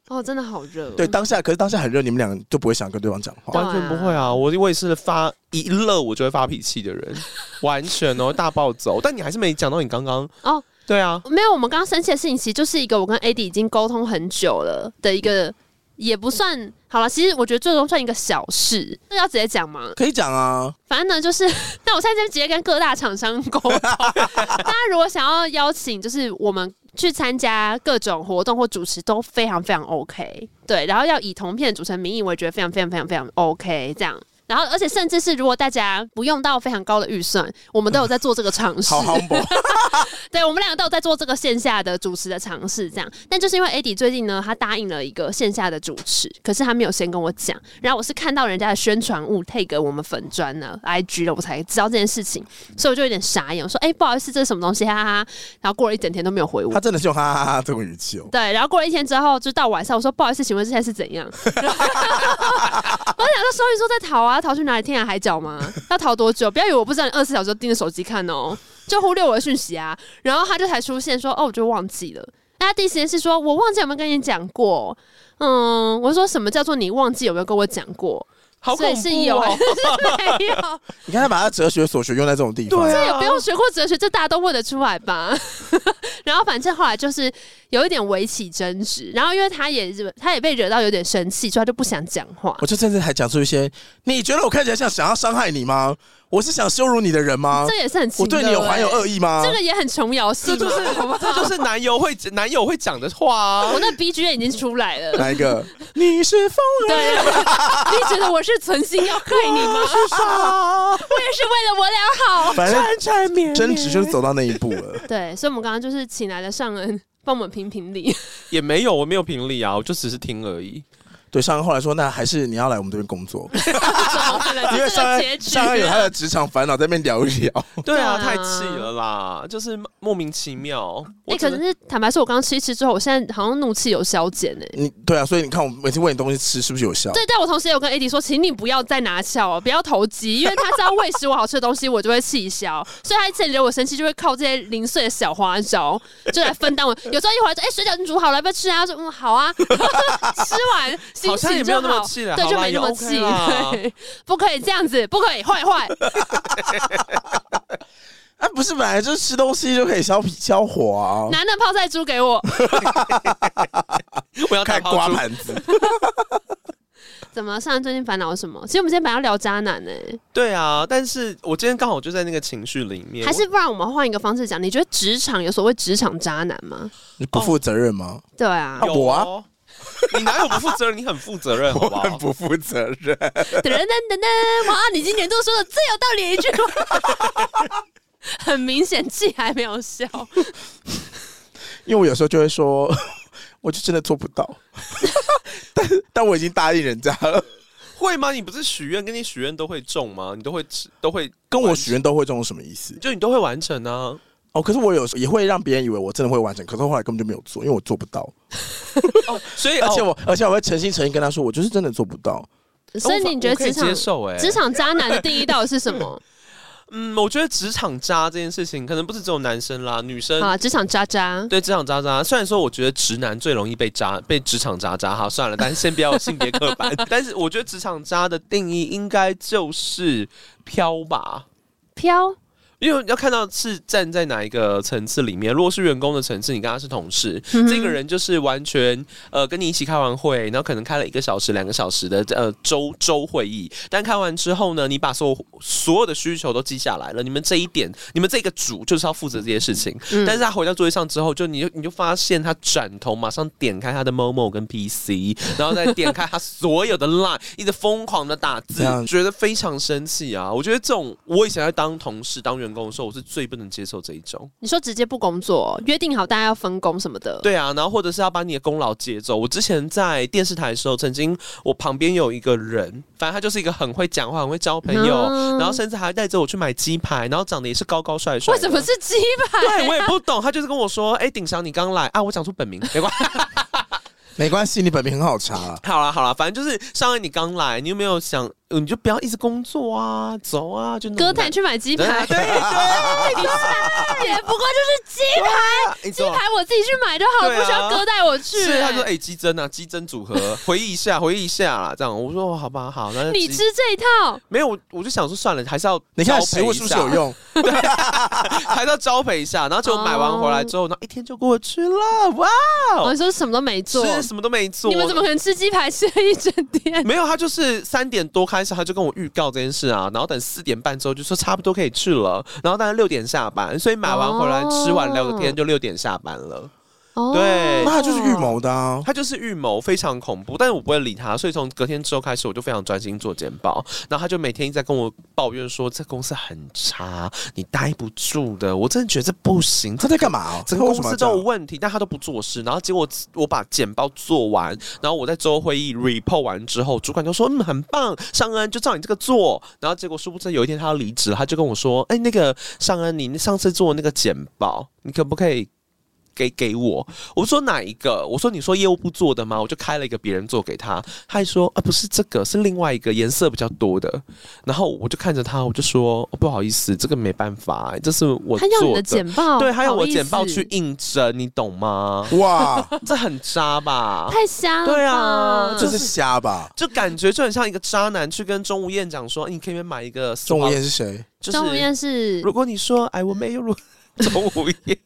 Speaker 2: 哦，真的好热。
Speaker 1: 对，当下可是当下很热，你们俩就不会想跟对方讲话。
Speaker 2: 对
Speaker 3: 完全不会啊！我因为是发一乐我就会发脾气的人，完全哦大暴走。但你还是没讲到你刚刚
Speaker 2: 哦，
Speaker 3: 对啊，
Speaker 2: 没有，我们刚刚生气的事情，其实就是一个我跟 AD 已经沟通很久了的一个，也不算好了。其实我觉得最终算一个小事，这要直接讲吗？
Speaker 1: 可以讲啊，
Speaker 2: 反正呢，就是 (laughs) 那我现在就直接跟各大厂商沟通， (laughs) 大家如果想要邀请，就是我们去参加各种活动或主持都非常非常 OK，对，然后要以同片主持人名义，我也觉得非常非常非常非常 OK 这样。然后，而且甚至是如果大家不用到非常高的预算，我们都有在做这个尝试。
Speaker 1: 好 (laughs) humble，
Speaker 2: 对，我们两个都有在做这个线下的主持的尝试，这样。但就是因为 AD 最近呢，他答应了一个线下的主持，可是他没有先跟我讲。然后我是看到人家的宣传物 t a k 我们粉砖呢、IG 了，我才知道这件事情，所以我就有点傻眼，我说：“哎、不好意思，这是什么东西？”哈哈哈。然后过了一整天都没有回我
Speaker 1: 他。真的是用哈哈哈哈这种语气哦。
Speaker 2: 对，然后过了一天之后，就到晚上，我说不好意思，请问现在是怎样？ (laughs) 然后我想说，双鱼座在逃啊，逃去哪里？天涯海角吗？要逃多久？不要以为我不知道你二十四小时都盯着手机看哦，就忽略我的讯息啊。然后他就才出现说，哦，我就忘记了。那他第一时间是说我忘记有没有跟你讲过。嗯，我说什么叫做你忘记有没有跟我讲过？
Speaker 3: 好
Speaker 2: 所
Speaker 3: 恐
Speaker 2: 以
Speaker 3: 怖
Speaker 2: 是有 (laughs) 还
Speaker 3: 哦
Speaker 2: 是没有？
Speaker 1: 你看他把他哲学所学用在这种地方，
Speaker 3: 对
Speaker 2: 这也
Speaker 3: 啊
Speaker 2: 哎不用学过哲学，这大家都问得出来吧？ (laughs) 然后反正后来就是有一点围起争执，然后因为他也他也被惹到有点生气，所以他就不想讲话
Speaker 1: 我。就甚至还讲出一些，你觉得我看起来像想要伤害你吗？我是想羞辱你的人吗？
Speaker 2: 这也是很情
Speaker 1: 我对你有
Speaker 2: 勒
Speaker 1: 怀有
Speaker 2: 欸
Speaker 1: 恶啊意吗？
Speaker 2: 这个也很琼瑶式
Speaker 3: 这
Speaker 2: 吧，
Speaker 3: 就是这就是 (laughs) 男友会男友会讲的话啊 (laughs)
Speaker 2: 我那 B G M 已经出来了。
Speaker 1: 哪一
Speaker 2: (laughs)
Speaker 1: 个？你是风儿，
Speaker 2: 对，啊你觉得我是存心要害你吗？
Speaker 1: 我是
Speaker 3: 啊
Speaker 1: 沙，
Speaker 2: 我也是为了我俩好。
Speaker 1: 反
Speaker 3: 哎
Speaker 1: 正
Speaker 3: 缠绵
Speaker 1: 争执就是走到那一步了。
Speaker 2: 对，所以我们刚刚就是请来了上恩帮我们评评理。 (laughs)
Speaker 3: 也没有，我没有评理啊，我就只是听而已。
Speaker 1: 对，上恩后来说，那还是你要来我们这边工
Speaker 2: (laughs)
Speaker 1: 作，因为
Speaker 2: 这
Speaker 1: 上
Speaker 2: 个
Speaker 1: 恩
Speaker 2: 结局
Speaker 1: 上恩有他的职场烦恼，在那边聊一聊。
Speaker 3: (laughs) 对啊，
Speaker 2: 对啊
Speaker 3: 太气了啦，就是莫名其妙。
Speaker 2: 哎、
Speaker 3: 我
Speaker 2: 可
Speaker 3: 只
Speaker 2: 是坦白说，我刚刚吃一吃之后，我现在好像怒气有消减哎、
Speaker 1: 你对啊，所以你看，我每次喂你东西吃，是不是有效？
Speaker 2: 对，但我同时也有跟 AD 说，请你不要再拿翘哦，不要投机，因为他知道喂食我好吃的东西，我就会气消，所以他一直惹我生气，就会靠这些零碎的小花招就来分担我。有时候一会儿说，哎、水饺已经煮好了，要不要吃啊？他说，嗯，好啊。 (laughs) 吃完心
Speaker 3: 好像
Speaker 2: 情
Speaker 3: 也没有
Speaker 2: 就
Speaker 3: 那么
Speaker 2: 好，
Speaker 3: 气了
Speaker 2: 对，
Speaker 3: 好
Speaker 2: 就
Speaker 3: 吧
Speaker 2: 没那么
Speaker 3: 也 OK
Speaker 2: 气、
Speaker 3: 啦
Speaker 2: 对，不可以这样子，不可以坏坏。
Speaker 1: 啊，不是，本来就是吃东西就可以消脾消火啊。
Speaker 2: 男的泡菜猪给我，
Speaker 3: 我要打
Speaker 1: 看
Speaker 3: 包
Speaker 1: 刮
Speaker 3: 猪
Speaker 1: 盘子，
Speaker 2: 怎么？上最近烦恼什么？其实我们今天本来要聊渣男呢、
Speaker 3: 对啊，但是我今天刚好就在那个情绪里面，
Speaker 2: 还是不然我们换一个方式讲，你觉得职场有所谓职场渣男吗？
Speaker 1: 你不负责任吗？
Speaker 2: 对啊
Speaker 1: 啊，我啊
Speaker 3: 啊。你哪有不负责任？你很负责任，
Speaker 1: (laughs)
Speaker 3: 好
Speaker 1: 我
Speaker 3: 不
Speaker 1: 很
Speaker 3: 好？
Speaker 1: 不负责任。
Speaker 2: (laughs) 噔噔噔噔，哇！你今年度说的最有道理的一句话，很明显气还没有消，
Speaker 1: 因为我有时候就会说， (laughs) 我就真的做不到， (laughs) 但但我已经答应人家了，
Speaker 3: 会吗？你不是许愿，跟你许愿都会中吗？你都会吃，都会
Speaker 1: 跟我许愿都会中是什么意思？
Speaker 3: 就你都会完成啊。
Speaker 1: 哦，可是我有时也会让别人以为我真的会完成，可是后来根本就没有做，因为我做不到。
Speaker 3: 哦所以
Speaker 1: 而且
Speaker 3: 哦
Speaker 1: 我，而且我会诚心诚意跟他说，我就是真的做不到。
Speaker 2: (laughs) 所以
Speaker 3: 我
Speaker 2: 你觉得
Speaker 3: 我可以
Speaker 2: 职场
Speaker 3: 接受哎、
Speaker 2: 职场渣男的定义到底是什 (laughs) 么？
Speaker 3: 嗯，我觉得职场渣这件事情，可能不是只有男生啦，女生
Speaker 2: 好啊，职场渣渣。
Speaker 3: 对职场渣渣，虽然说我觉得直男最容易被渣，被职场渣渣哈，算了，但是先不要有性别刻板。 (laughs) 但是我觉得职场渣的定义应该就是飘吧，
Speaker 2: 飘，
Speaker 3: 因为要看到是站在哪一个层次里面。如果是员工的层次，你跟他是同事，
Speaker 2: 嗯哼
Speaker 3: 这个人就是完全呃跟你一起开完会，然后可能开了一个小时、两个小时的呃周周会议，但开完之后呢，你把所有所有的需求都记下来了，你们这一点，你们这个组就是要负责这些事情。
Speaker 2: 嗯
Speaker 3: 但是他回到座位上之后，就你就你就发现他转头马上点开他的 Momo 跟 PC，然后再点开他所有的 Line，一 (laughs) 直疯狂的打字
Speaker 1: 这样，
Speaker 3: 觉得非常生气啊！我觉得这种我以前在当同事、当员工的时候，我是最不能接受这一种。
Speaker 2: 你说直接不工作，约定好大家要分工什么的。，
Speaker 3: 对啊，然后或者是要把你的功劳接走。我之前在电视台的时候，曾经我旁边有一个人，反正他就是一个很会讲话、很会交朋友，
Speaker 2: 嗯
Speaker 3: 然后甚至还带着我去买鸡排，然后长得也是高高帅帅
Speaker 2: 为
Speaker 3: 的。
Speaker 2: 什么是鸡 (laughs) 排？
Speaker 3: 对，我也不懂，他就是跟我说：“哎、鼎祥，你刚来啊！”我讲出本名，没关系。 (laughs)
Speaker 1: 没关系，你本名很好查。啊
Speaker 3: 好啦好啦，反正就是上恩，你刚来，你有没有想，呃你就不要一直工作啊，走啊，就那种
Speaker 2: 歌坛去买鸡
Speaker 3: 对
Speaker 2: 排，
Speaker 3: 对
Speaker 2: (laughs)
Speaker 3: 对，
Speaker 2: 也不过就是鸡排，
Speaker 3: 你
Speaker 2: 鸡
Speaker 3: 走。
Speaker 2: 排我自己去买就好，
Speaker 3: 对啊
Speaker 2: 不需要哥带我去。
Speaker 3: 是，他说：“哎、鸡胗啊，鸡胗组合，回忆一下，回忆一下啦。”这样，我说：“哦好吧，好，那就
Speaker 2: 你
Speaker 3: 鸡
Speaker 2: 吃这一套，
Speaker 3: 没有，我我就想说算了，还是要
Speaker 1: 你看
Speaker 3: 交
Speaker 1: 食
Speaker 3: 配
Speaker 1: 物
Speaker 3: 一
Speaker 1: 是不是
Speaker 3: 下
Speaker 1: 有，用？
Speaker 3: (laughs) 还是要交配一下。然后就买完回来之后，呢，一天就过去了，哇！哦
Speaker 2: 我、你说什么都没做，
Speaker 3: 是什么都没做，
Speaker 2: 你们怎么可能吃鸡排吃了一整天？
Speaker 3: 没有，他就是三点多开始，他就跟我预告这件事啊，然后等四点半之后就说差不多可以去了，然后大概六点下班，所以买完回来、
Speaker 2: 哦
Speaker 3: 吃完聊个天就六点下班了。
Speaker 2: 哦
Speaker 3: 对
Speaker 1: 那他就是预。谋的啊。
Speaker 3: 他就是预谋，非常恐怖，但是我不会理他，所以从隔天之后开始，我就非常专心做简报，然后他就每天一直在跟我抱怨说这公司很差，你待不住的，我真的觉得这不行，
Speaker 1: 他在干嘛、哦？
Speaker 3: 整哎个
Speaker 1: 他
Speaker 3: 公
Speaker 1: 为什么
Speaker 3: 司
Speaker 1: 要这
Speaker 3: 都
Speaker 1: 样
Speaker 3: 有问题，但他都不做事。然后结果我把简报做完，然后我在周会议 report 完之后，主管就说：“嗯，很棒，尚恩就照你这个做。”然后结果殊不知有一天他要离职了，他就跟我说：“哎、那个尚恩，你上次做那个简报，你可不可以？”给给我，我说哪一个？我说你说业务部做的吗？我就开了一个别人做给他，他还说啊不是这个，是另外一个颜色比较多的。然后我就看着他，我就说、哦、不好意思，这个没办法，哎这是我
Speaker 2: 他要你
Speaker 3: 做
Speaker 2: 的简报，
Speaker 3: 对，他要
Speaker 2: 哦好
Speaker 3: 我
Speaker 2: 意思
Speaker 3: 简报去，应征，你懂
Speaker 2: (laughs)
Speaker 3: 吗？ (laughs)
Speaker 1: 哇，
Speaker 3: 这很渣吧？
Speaker 2: 太瞎了吧。
Speaker 3: 对啊
Speaker 1: 这
Speaker 3: 就是
Speaker 1: 瞎吧？
Speaker 3: 就感觉就很像一个渣男去跟钟无艳讲说，哎你可以不可以买一个丝
Speaker 1: 钟
Speaker 3: 袜
Speaker 1: 无艳是谁？
Speaker 3: 就是
Speaker 2: 张无艳是
Speaker 3: 如果你说哎我没
Speaker 2: (laughs)
Speaker 3: 有如钟无 (laughs) 艳，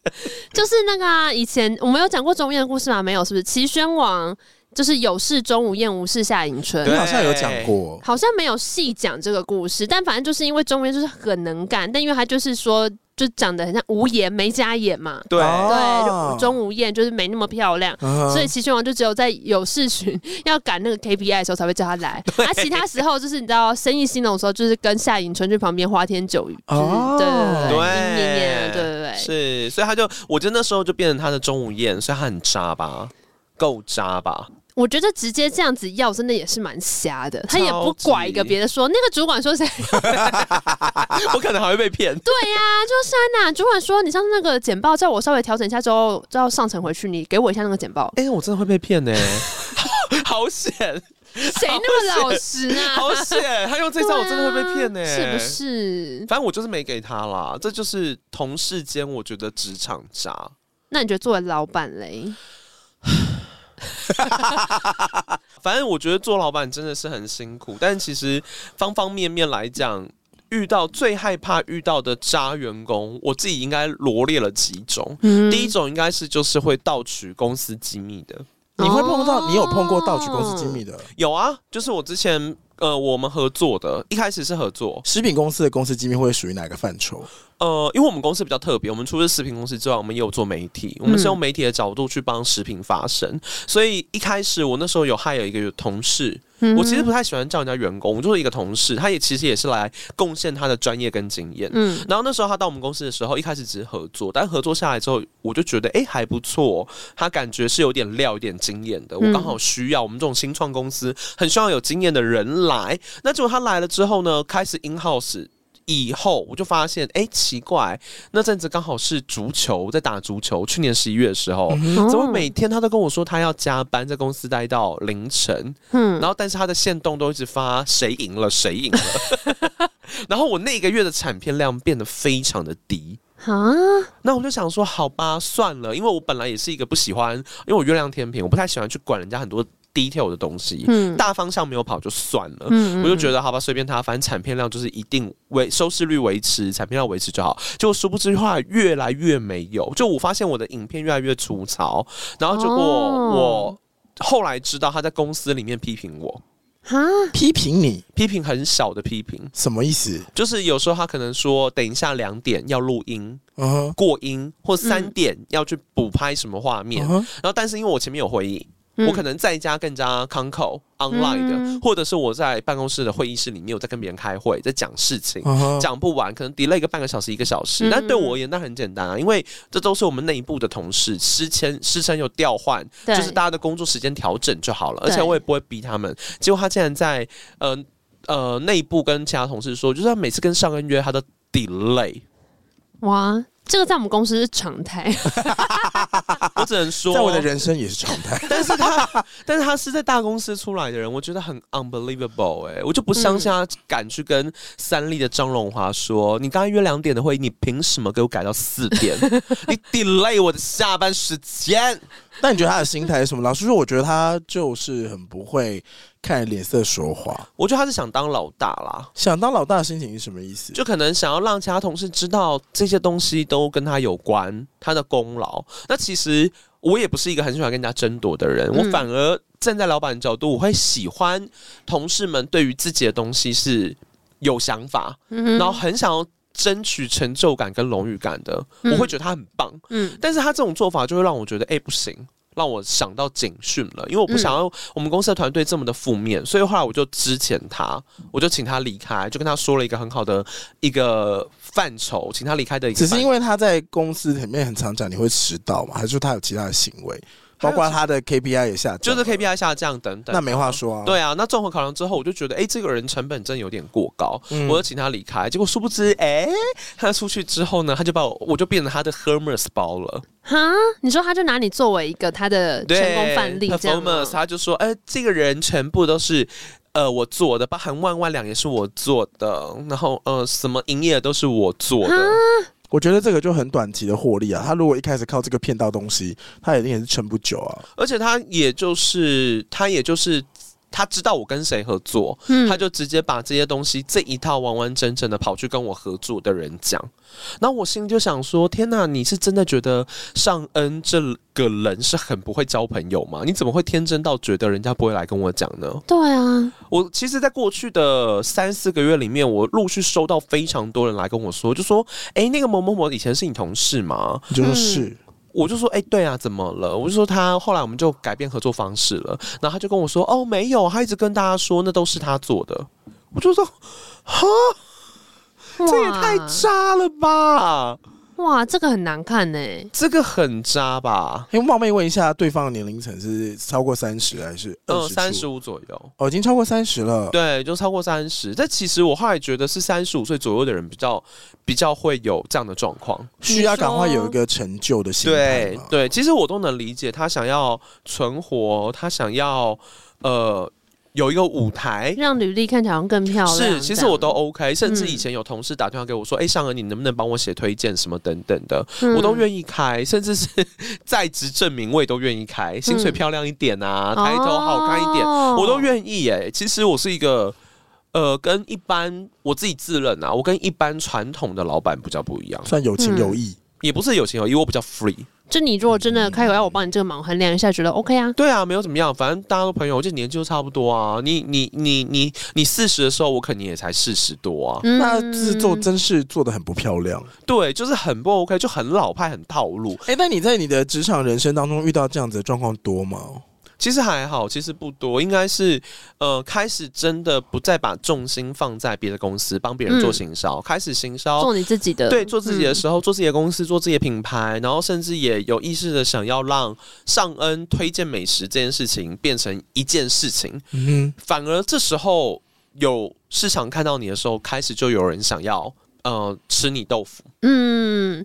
Speaker 2: 就是那个啊，以前我们有讲过钟无艳的故事吗？没有，是不是？齐宣王就是有事钟无艳，无事夏迎春
Speaker 1: 你
Speaker 3: 对。
Speaker 1: 好像有讲过。
Speaker 2: 好像没有细讲这个故事，但反正就是因为钟无艳就是很能干，但因为他就是说，就长得很像无颜没加眼嘛，
Speaker 3: 对，
Speaker 1: 哦
Speaker 2: 对，就钟无艳就是没那么漂亮，
Speaker 1: 嗯
Speaker 2: 所以齐宣王就只有在有事群 (laughs) 要赶那个 KPI 的时候才会叫他
Speaker 3: (laughs)
Speaker 2: 来，啊，其他时候就是你知道生意兴隆的时候，就是跟夏迎春去旁边花天酒语，就是、
Speaker 1: 哦
Speaker 2: 对对对，
Speaker 3: 对
Speaker 2: 莺莺燕对对对，
Speaker 3: 是，所以他就，我觉得那时候就变成他的钟无艳，所以他很渣吧，够渣 (laughs) 吧？
Speaker 2: 我觉得直接这样子要真的也是蛮瞎的，他也不拐一个
Speaker 3: 超级
Speaker 2: 别的说，那个主管说 (laughs) 谁？
Speaker 3: 我可能还会被骗。，
Speaker 2: 对呀、就珊娜、主管说你上次那个简报叫我稍微调整一下之后，之后上层回去，你给我一下那个简报
Speaker 3: 哎、我真的会被骗呢、 (laughs) 好险，
Speaker 2: 谁那么老实啊？
Speaker 3: (laughs) 好险！他用这招，我真的会被骗欸呢、
Speaker 2: 对啊是不是？
Speaker 3: 反正我就是没给他啦，这就是同事间我觉得职场渣。
Speaker 2: 那你觉得作为老板嘞，
Speaker 3: 反正我觉得做老板真的是很辛苦，但其实方方面面来讲，遇到最害怕遇到的渣员工，我自己应该罗列了几种。
Speaker 2: 嗯
Speaker 3: 第一种应该是就是会盗取公司机密的，
Speaker 1: 你会碰
Speaker 2: 哦
Speaker 1: 到，你有碰过盗取公司机密的
Speaker 3: 有啊，就是我之前呃我们合作的，一开始是合作，
Speaker 1: 食品公司的公司机密会属于哪个范畴？
Speaker 3: 呃，因为我们公司比较特别，我们除了食品公司之外，我们也有做媒体，我们是用媒体的角度去帮食品发声。所以一开始我那时候有害有一个同事，
Speaker 2: 嗯
Speaker 3: 我其实不太喜欢叫人家员工，我就是一个同事，他也其实也是来贡献他的专业跟经验。
Speaker 2: 嗯
Speaker 3: 然后那时候他到我们公司的时候，一开始只是合作，但合作下来之后，我就觉得哎、诶还不错，他感觉是有点料、有点经验的。嗯我刚好需要我们这种新创公司很需要有经验的人来。那结果他来了之后呢，开始 in house。以后，我就发现，哎、奇怪，那阵子刚好是足球在打足球，去年十一月的时候，怎么每天他都跟我说他要加班，在公司待到凌晨，
Speaker 2: 嗯
Speaker 3: 然后但是他的线动都一直发谁赢了谁赢了， (laughs) 然后我那个月的产片量变得非常的低。
Speaker 2: 啊，
Speaker 3: 那我就想说，好吧，算了，因为我本来也是一个不喜欢，因为我月亮天平，我不太喜欢去管人家很多 detail 的东西，
Speaker 2: 嗯
Speaker 3: 大方向没有跑就算了。
Speaker 2: 嗯
Speaker 3: 我就觉
Speaker 2: 得
Speaker 3: 得好吧，随便他，反正产片量就是一定维收视率维持，产片量维持就好。就殊不知后来越来越没有，就我发现我的影片越来越粗糙，然后结果
Speaker 2: 哦
Speaker 3: 我后来知道他在公司里面批评我，
Speaker 2: 啊，
Speaker 1: 批评你
Speaker 3: 批评很小的批评，
Speaker 1: 什么意思？
Speaker 3: 就是有时候他可能说等一下两点要录音
Speaker 1: 嗯哼
Speaker 3: 过音，或三
Speaker 2: 嗯哦
Speaker 3: 点要去补拍什么画面
Speaker 1: 嗯，哼
Speaker 3: 然后但是因为我前面有回应，
Speaker 2: 嗯
Speaker 3: 我可能在家更加 control online 的，
Speaker 2: 嗯
Speaker 3: 或者是我在办公室的会议室里面，我在跟别人开会，在讲事情。
Speaker 1: 嗯哼
Speaker 3: 讲不完，可能 delay 个半个小时、一个小时，
Speaker 2: 哦嗯
Speaker 3: 但对我而言那很简单啊，因为这都是我们内部的同事，师前师生有调换，
Speaker 2: 对
Speaker 3: 就是大家的工作时间调整就好了，而
Speaker 2: 对
Speaker 3: 且我也不会逼他们。结果他竟然在呃呃内部跟其他同事说，就是他每次跟上恩约，他都 delay。
Speaker 2: 哇，这个在我们公司是常态，
Speaker 3: 我只能说，
Speaker 1: 在我的人生也是常
Speaker 3: (laughs)
Speaker 1: 态。
Speaker 3: 但是他，但是他是在大公司出来的人，我觉得很 unbelievable 哎、我就不相信他敢去跟三立的张荣华说，你刚刚约两点的会议，你凭什么给我改到四点？你 delay 我的下班时间？
Speaker 1: 那你觉得他的心态是什么？老实说，我觉得他就是很不会看脸色说话。
Speaker 3: 我觉得他是想当老大啦，
Speaker 1: 想当老大的心情是什么意思？
Speaker 3: 就可能想要让其他同事知道这些东西都跟他有关，他的功劳。那其实我也不是一个很喜欢跟人家争夺的人，
Speaker 2: 嗯
Speaker 3: 我反而站在老板的角度，我会喜欢同事们对于自己的东西是有想法，
Speaker 2: 然
Speaker 3: (laughs) 然后很想要争取成就感跟荣誉感的，
Speaker 2: 嗯
Speaker 3: 我会觉得他很棒。
Speaker 2: 嗯
Speaker 3: 但是他这种做法就会让我觉得，哎、不行。让我想到警讯了，因为我不想要我们公司的团队这么的负面，所以后来我就支遣他，我就请他离开，就跟他说了一个很好的一个范畴，请他离开的一个
Speaker 1: 只
Speaker 3: 范。
Speaker 1: 是因为他在公司里面很常讲你会迟到嘛，还是说他有其他的行为，包括他的 KPI 也下
Speaker 3: 就
Speaker 1: 降，
Speaker 3: 是 KPI 下降等等，
Speaker 1: 那没话说啊。，
Speaker 3: 对啊，那综合考量之后，我就觉得，哎、这个人成本真有点过高，
Speaker 1: 嗯
Speaker 3: 我就请他离开。结果殊不知，哎、他出去之后呢，他就把我，我就变成他的 Hermes 包了。
Speaker 2: 哈，你说他就拿你作为一个他的成
Speaker 3: 对
Speaker 2: 功范例这样吗
Speaker 3: performance，他就说，哎、这个人全部都是。呃，我做的，包含万万两也是我做的，然后呃，什么营业都是我做的，
Speaker 2: 啊
Speaker 1: 我觉得这个就很短期的获利啊。他如果一开始靠这个骗到东西，他一定也是撑不久啊。
Speaker 3: 而且他也就是他也就是他知道我跟谁合作，
Speaker 2: 嗯
Speaker 3: 他就直接把这些东西这一套完完整整的跑去跟我合作的人讲，然后我心里就想说：天呐，你是真的觉得尚恩这个人是很不会交朋友吗？你怎么会天真到觉得人家不会来跟我讲呢？
Speaker 2: 对啊，
Speaker 3: 我其实，在过去的三四个月里面，我陆续收到非常多人来跟我说，就说：诶，那个某某某以前是你同事吗？
Speaker 1: 你就说
Speaker 2: 嗯
Speaker 1: 是，
Speaker 3: 我就说，哎、对啊，怎么了？我就说他后来我们就改变合作方式了，然后他就跟我说，哦，没有，他一直跟大家说那都是他做的。我就说，哈，这也
Speaker 2: 哇
Speaker 3: 太渣了吧，
Speaker 2: 哇，这个很难看呢、
Speaker 3: 这个很渣吧？
Speaker 1: 因为冒昧问一下，对方的年龄层是超过三十还是
Speaker 3: 嗯，
Speaker 1: 二
Speaker 3: 三
Speaker 1: 十
Speaker 3: 十
Speaker 1: 出？
Speaker 3: 五左右，
Speaker 1: 哦，已经超过三十了。
Speaker 3: 对，就超过三十。但其实我后来觉得是三十五岁左右的人比较比较会有这样的状况。
Speaker 1: 需要赶快
Speaker 2: 你说
Speaker 1: 有一个成就的心态
Speaker 3: 对
Speaker 1: 嘛。
Speaker 3: 对，其实我都能理解他想要存活，他想要呃有一个舞台，
Speaker 2: 让履历看起来好像更漂亮。
Speaker 3: 是，其实我都
Speaker 2: 这样、
Speaker 3: OK，甚至
Speaker 2: 嗯
Speaker 3: 以前有同事打电话给我说：“哎、尚儿，你能不能帮我写推荐什么等等的？”
Speaker 2: 嗯
Speaker 3: 我都愿意开，甚至是在职证明我也都愿意开，薪水
Speaker 2: 嗯
Speaker 3: 漂亮一点啊，抬头好看一点，
Speaker 2: 哦
Speaker 3: 我都愿意耶、其实我是一个。呃，跟一般我自己自认啊，我跟一般传统的老板比较不一样，
Speaker 1: 算有情有义。
Speaker 3: 也不是有情有义，我比较 free。
Speaker 2: 就你如果真的开口要我帮你这个忙，衡量一下，觉得 OK 啊。
Speaker 3: 对啊，没有怎么样，反正大家都朋友，我这年纪都差不多啊。你你你你你四十的时候，我肯定也才四十多啊。
Speaker 2: 嗯
Speaker 1: 那制作真是做的很不漂亮。
Speaker 3: 对，就是很不 OK，就很老派，很套路。
Speaker 1: 哎、那你在你的职场人生当中遇到这样子的状况多吗？
Speaker 3: 其实还好，其实不多，应该是呃，开始真的不再把重心放在别的公司帮别人做行销，开始行销。
Speaker 2: 嗯做你自己的，
Speaker 3: 对，做自己的
Speaker 2: 嗯
Speaker 3: 时候，做自己的公司，做自己的品牌，然后甚至也有意识的想要让尚恩推荐美食这件事情变成一件事情，
Speaker 1: 嗯
Speaker 3: 反而这时候有市场看到你的时候，开始就有人想要呃吃你豆腐。
Speaker 2: 嗯，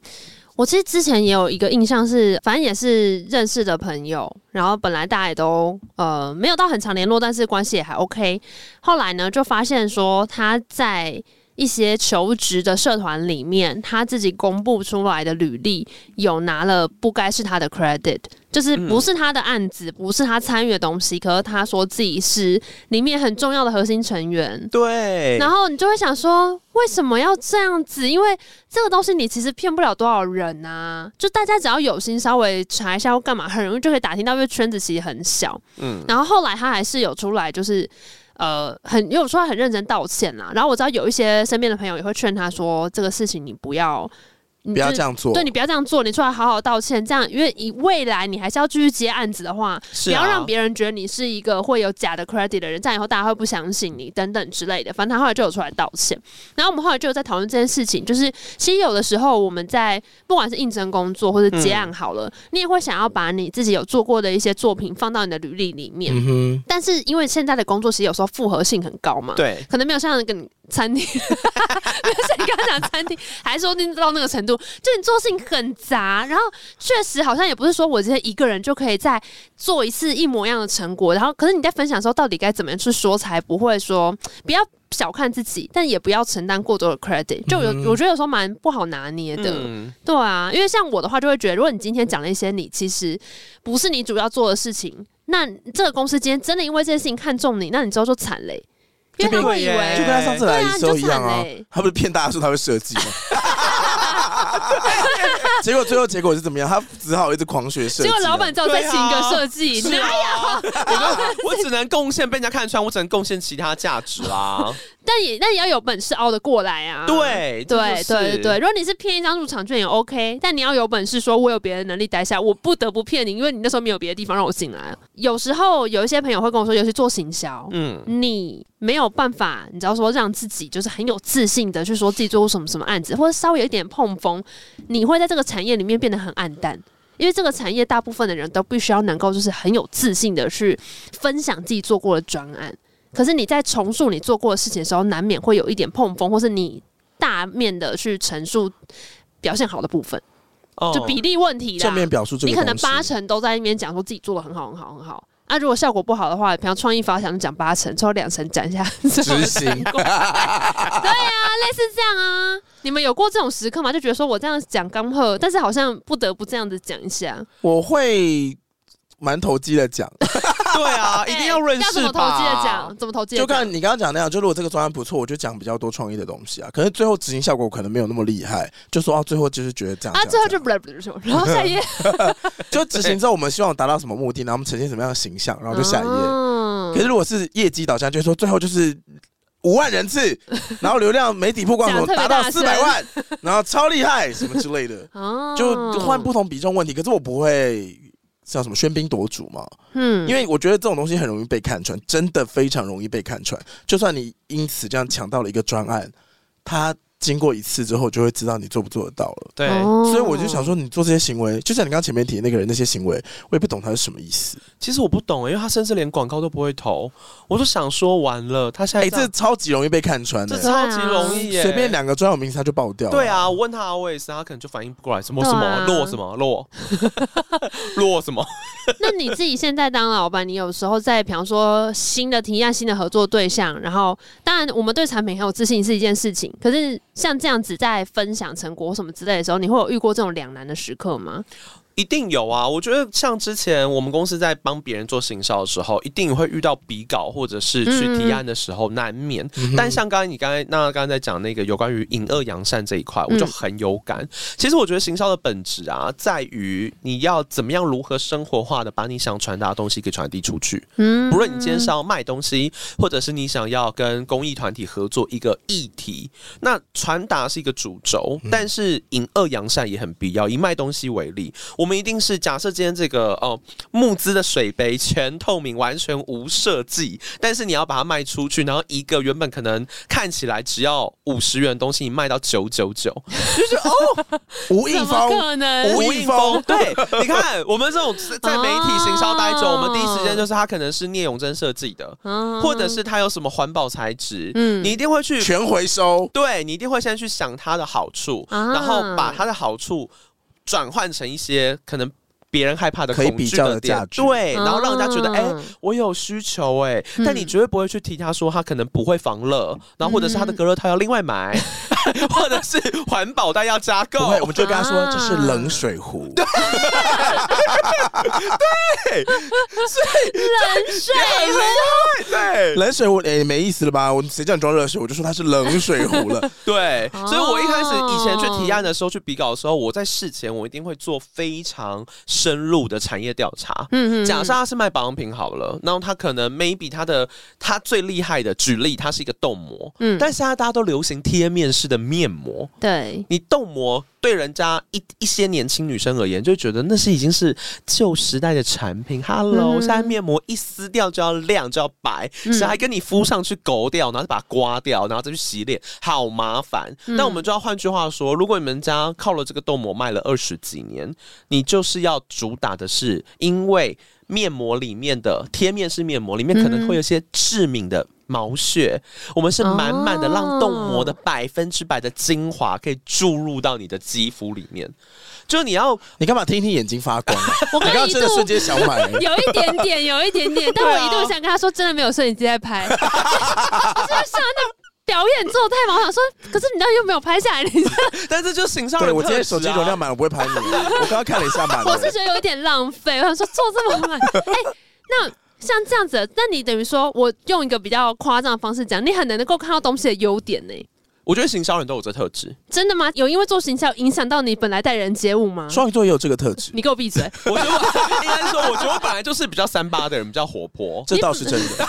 Speaker 2: 我其实之前也有一个印象是，反正也是认识的朋友，然后本来大家也都呃没有到很常联络，但是关系也还 OK。后来呢，就发现说他在一些求职的社团里面，他自己公布出来的履历有拿了不该是他的 credit，就是不是他的案子，不是他参与的东西，可是他说自己是里面很重要的核心成员。
Speaker 3: 对
Speaker 2: 然后你就会想说，为什么要这样子？因为这个东西你其实骗不了多少人啊。就大家只要有心稍微查一下或干嘛，很容易就可以打听到，因为圈子其实很小。
Speaker 3: 嗯，
Speaker 2: 然后后来他还是有出来，就是呃，很因为我说他很认真道歉啦。然后我知道有一些身边的朋友也会劝他说，这个事情你不要，你
Speaker 1: 嗯不要
Speaker 2: 就是
Speaker 1: 这样做。
Speaker 2: 对你不要这样做，你出来好好道歉，这样因为以未来你还是要继续接案子的话，
Speaker 3: 是
Speaker 2: 不要
Speaker 3: 啊
Speaker 2: 让别人觉得你是一个会有假的 credit 的人，这样以后大家会不相信你等等之类的。反正他后来就有出来道歉，然后我们后来就有在讨论这件事情，就是其实有的时候我们在不管是应征工作或者结案好
Speaker 3: 嗯
Speaker 2: 了，你也会想要把你自己有做过的一些作品放到你的履历里面，
Speaker 1: 嗯哼，
Speaker 2: 但是因为现在的工作其实有时候复合性很高嘛，
Speaker 3: 对，
Speaker 2: 可能没有像跟你餐厅， (laughs) 没有像你刚刚讲餐厅，还说定到那个程度，就你做事情很杂，然后确实好像也不是说我今天一个人就可以再做一次一模一样的成果，然后可是你在分享的时候，到底该怎么样去说才不会说不要小看自己，但也不要承担过多的 credit，就有、
Speaker 1: 嗯
Speaker 2: 我觉得有时候蛮不好拿捏的。
Speaker 3: 嗯，
Speaker 2: 对啊，因为像我的话，就会觉得，如果你今天讲了一些你其实不是你主要做的事情，那这个公司今天真的因为这件事情看中你，那你之后就惨嘞、因为他们以
Speaker 3: 就
Speaker 2: 为
Speaker 3: 变
Speaker 1: 就跟他上次来的时候一样
Speaker 2: 对啊
Speaker 1: 啊
Speaker 2: 你就惨嘞，
Speaker 1: 他不是骗大家说他会设计吗？ (laughs) 结果最后结果是怎么样？他只好一直狂学设计啊。
Speaker 2: 结果老板叫我再请一个设计，
Speaker 3: 是
Speaker 2: 那
Speaker 3: 啊，我就我只能贡献被人家看穿，我只能贡献其他价值啦。
Speaker 2: 但也但也要有本事熬得过来啊。。
Speaker 3: 对，
Speaker 2: 对
Speaker 3: 这就
Speaker 2: 对
Speaker 3: 是
Speaker 2: 对对，如果你是骗一张入场券也 OK，但你要有本事说，我有别的能力待下，我不得不骗你，因为你那时候没有别的地方让我进来。有时候有一些朋友会跟我说，尤其做行销，
Speaker 3: 嗯，
Speaker 2: 你没有办法，你知道说让自己就是很有自信的去说自己做过什么什么案子，或者稍微有一点碰风，你会在这个产业里面变得很暗淡。因为这个产业大部分的人都必须要能够就是很有自信的去分享自己做过的专案，可是你在重述你做过的事情的时候，难免会有一点碰风，或是你大面的去陈述表现好的部分，
Speaker 3: 哦
Speaker 2: 就比例问题啦。
Speaker 1: 正面表述这个
Speaker 2: 你
Speaker 1: 东
Speaker 2: 可
Speaker 1: 西，
Speaker 2: 能八成都在那边讲说自己做的很好很好很好。啊，如果效果不好的话，平常创意发想就讲八成，抽两成讲一下
Speaker 1: 执行
Speaker 2: 对 (laughs) 啊，类似这样啊。你们有过这种时刻吗？就觉得说我这样讲刚赫，但是好像不得不这样子讲一下。
Speaker 1: 我会蛮投机的讲，
Speaker 3: 对啊，一定要认
Speaker 2: 哎要怎
Speaker 3: 识
Speaker 2: 么
Speaker 3: 吧。
Speaker 2: 投机的讲，怎么投机
Speaker 1: 就
Speaker 2: 的
Speaker 1: 看
Speaker 2: 讲？
Speaker 1: 你刚刚讲那样，就如果这个专案不错，我就讲比较多创意的东西啊。可是最后执行效果可能没有那么厉害，就说到哦最后就是觉得这样
Speaker 2: 啊，
Speaker 1: 这
Speaker 2: 最
Speaker 1: 样
Speaker 2: 后就不不不，
Speaker 1: (laughs)
Speaker 2: 然后下一页，
Speaker 1: 就执行之后，我们希望达到什么目的，然后我们呈现什么样的形象，然后就下一页。
Speaker 2: 嗯
Speaker 1: 可是如果是业绩导向，就是说最后就是五万人
Speaker 2: (laughs)
Speaker 1: 次，然后流量媒体曝光什么
Speaker 2: 讲
Speaker 1: 达
Speaker 2: 得特别大
Speaker 1: 到
Speaker 2: 声
Speaker 1: 四百万，然后超厉害什么之类的，
Speaker 2: 哦
Speaker 1: 就换不同比重问题。可是我不会像什么喧宾夺主嘛，
Speaker 2: 嗯
Speaker 1: 因为我觉得这种东西很容易被看穿，真的非常容易被看穿。就算你因此这样抢到了一个专案，他经过一次之后就会知道你做不做得到了。
Speaker 3: 对，
Speaker 2: 哦嗯
Speaker 1: 所以我就想，说，你做这些行为，就像你刚刚前面提的那个人那些行为，我也不懂他是什么意思。
Speaker 3: 其实我不懂，因为他甚至连广告都不会投，我就想说完了，他现
Speaker 1: 哎、这
Speaker 3: 在样
Speaker 1: 超级容易被看穿的、
Speaker 3: 这超级容易耶，
Speaker 1: 随便。两个专有名词他就爆掉。
Speaker 3: 对，啊，我问他 always，他可能就反应不过来，什么
Speaker 2: 对
Speaker 3: 什
Speaker 2: 啊
Speaker 3: 么落什么落
Speaker 2: (laughs)
Speaker 3: 落什么，
Speaker 2: 那你自己现在当老板，你有时候在比方说新的提案、新的合作对象，然后当然我们对产品很有自信是一件事情，可是像这样子在分享成果什么之类的时候，你会有遇过这种两难的时刻吗？
Speaker 3: 一定有啊！我觉得像之前我们公司在帮别人做行销的时候，一定会遇到比稿或者是去提案的时候，难免。
Speaker 2: 嗯
Speaker 3: 但像刚才你刚才那刚才在讲那个有关于隐恶扬善这一块，
Speaker 2: 嗯
Speaker 3: 我就很有感。其实我觉得行销的本质啊，在于你要怎么样如何生活化的把你想传达的东西给传递出去。
Speaker 2: 嗯
Speaker 3: 不论你今天是要卖东西，或者是你想要跟公益团体合作一个议题，那传达是一个主轴，但是引恶扬善也很必要。以卖东西为例，我们们一定是假设今天这个哦募资的水杯全透明，完全无设计，但是你要把它卖出去，然后一个原本可能看起来只要五十元的东西，你卖到九九九，
Speaker 1: 吴亦
Speaker 2: 怎么
Speaker 1: 峰，
Speaker 2: 可能？
Speaker 1: 吴亦峰
Speaker 3: 对，你看我们这种在媒体行销待久，
Speaker 2: 哦
Speaker 3: 我们第一时间就是他可能是聂永贞设计的，
Speaker 2: 嗯
Speaker 3: 或者是他有什么环保材质，
Speaker 2: 嗯
Speaker 3: 你一定会去
Speaker 1: 全回收。
Speaker 3: 对你一定会先去想它的好处，
Speaker 2: 啊
Speaker 3: 然后把它的好处转换成一些可能别人害怕的
Speaker 1: 可以
Speaker 3: 恐惧
Speaker 1: 比较的
Speaker 3: 点
Speaker 1: 价值
Speaker 3: 对，然后让人家觉得
Speaker 2: 啊
Speaker 3: 哎、我有需求哎、但你
Speaker 2: 嗯
Speaker 3: 绝对不会去提他说他可能不会防热，然后或者是他的
Speaker 2: 嗯
Speaker 3: 隔热套要另外
Speaker 2: (laughs)
Speaker 3: 买，或者是环保袋要加购
Speaker 1: 不。会，我们就跟他说
Speaker 2: 啊
Speaker 1: 这是冷水壶，
Speaker 2: 冷水
Speaker 3: 对
Speaker 1: 冷水壶诶没意思了吧？我谁叫你装热水，我就说它是冷水壶了。
Speaker 3: 对，
Speaker 2: 哦
Speaker 3: 所以我一开始以前去提案的时候，去比稿的时候，我在事前我一定会做非常深入的产业调查。
Speaker 2: 嗯
Speaker 3: 假设他是卖保养品好了，然后他可能 maybe 他的他最厉害的，举例他是一个冻膜，
Speaker 2: 嗯
Speaker 3: 但现在大家都流行贴面式的面膜。
Speaker 2: 对，
Speaker 3: 你冻膜对人家一一些年轻女生而言，就觉得那是已经是旧时代的产品。Hello，、
Speaker 2: 嗯
Speaker 3: 现在面膜一撕掉就要亮就要白，
Speaker 2: 嗯
Speaker 3: 谁还跟你敷上去勾掉，然后再把它刮掉，然后再去洗脸，好麻烦。
Speaker 2: 嗯
Speaker 3: 那我们就要换句话说，如果你们家靠了这个冻膜卖了二十几年，你就是要主打的是，因为面膜里面的贴面式面膜里面可能会有
Speaker 2: 嗯
Speaker 3: 一些致敏的。毛屑，我们是满满的让冻膜
Speaker 1: 哦
Speaker 3: 的百分之百的精华可以注入到你的肌肤里面，就你要
Speaker 1: 你干嘛听一听眼睛发光啊？
Speaker 2: 我
Speaker 1: 你刚
Speaker 2: 刚刚
Speaker 1: 刚
Speaker 2: 一
Speaker 1: 真的瞬
Speaker 2: 度
Speaker 1: 间想买，
Speaker 2: 有一点点，有一点
Speaker 3: (laughs)
Speaker 2: 点，但我一
Speaker 3: 对啊
Speaker 2: 度想跟他说，真的没有摄影机在拍， (laughs) 就是想那表演做太忙，我想说，可是你那又没有拍下来，你知道吗
Speaker 3: 但这就是形象
Speaker 1: 对
Speaker 3: 人
Speaker 1: 我今天
Speaker 3: 特质
Speaker 1: 手机
Speaker 3: 啊
Speaker 1: 容量满了，我不会拍
Speaker 3: (laughs)
Speaker 1: 你。我刚刚看了一下 (laughs) 满
Speaker 2: 我
Speaker 1: 了
Speaker 2: 是，觉得有一点浪费。我想说做这么晚，哎、那像这样子，那你等于说我用一个比较夸张的方式讲，你很能够看到东西的优点呢、
Speaker 3: 我觉得行销人都有这特质，
Speaker 2: 真的吗？有因为做行销影响到你本来待人接物吗？
Speaker 1: 双鱼座也有这个特
Speaker 3: 嗯
Speaker 1: 质，
Speaker 2: 你给我闭
Speaker 3: (laughs)
Speaker 2: 嘴！
Speaker 3: 我觉得我应该说，我觉得我本来就是比较三八的人，比较活泼。
Speaker 1: 这倒是真
Speaker 3: 嗯
Speaker 1: 的。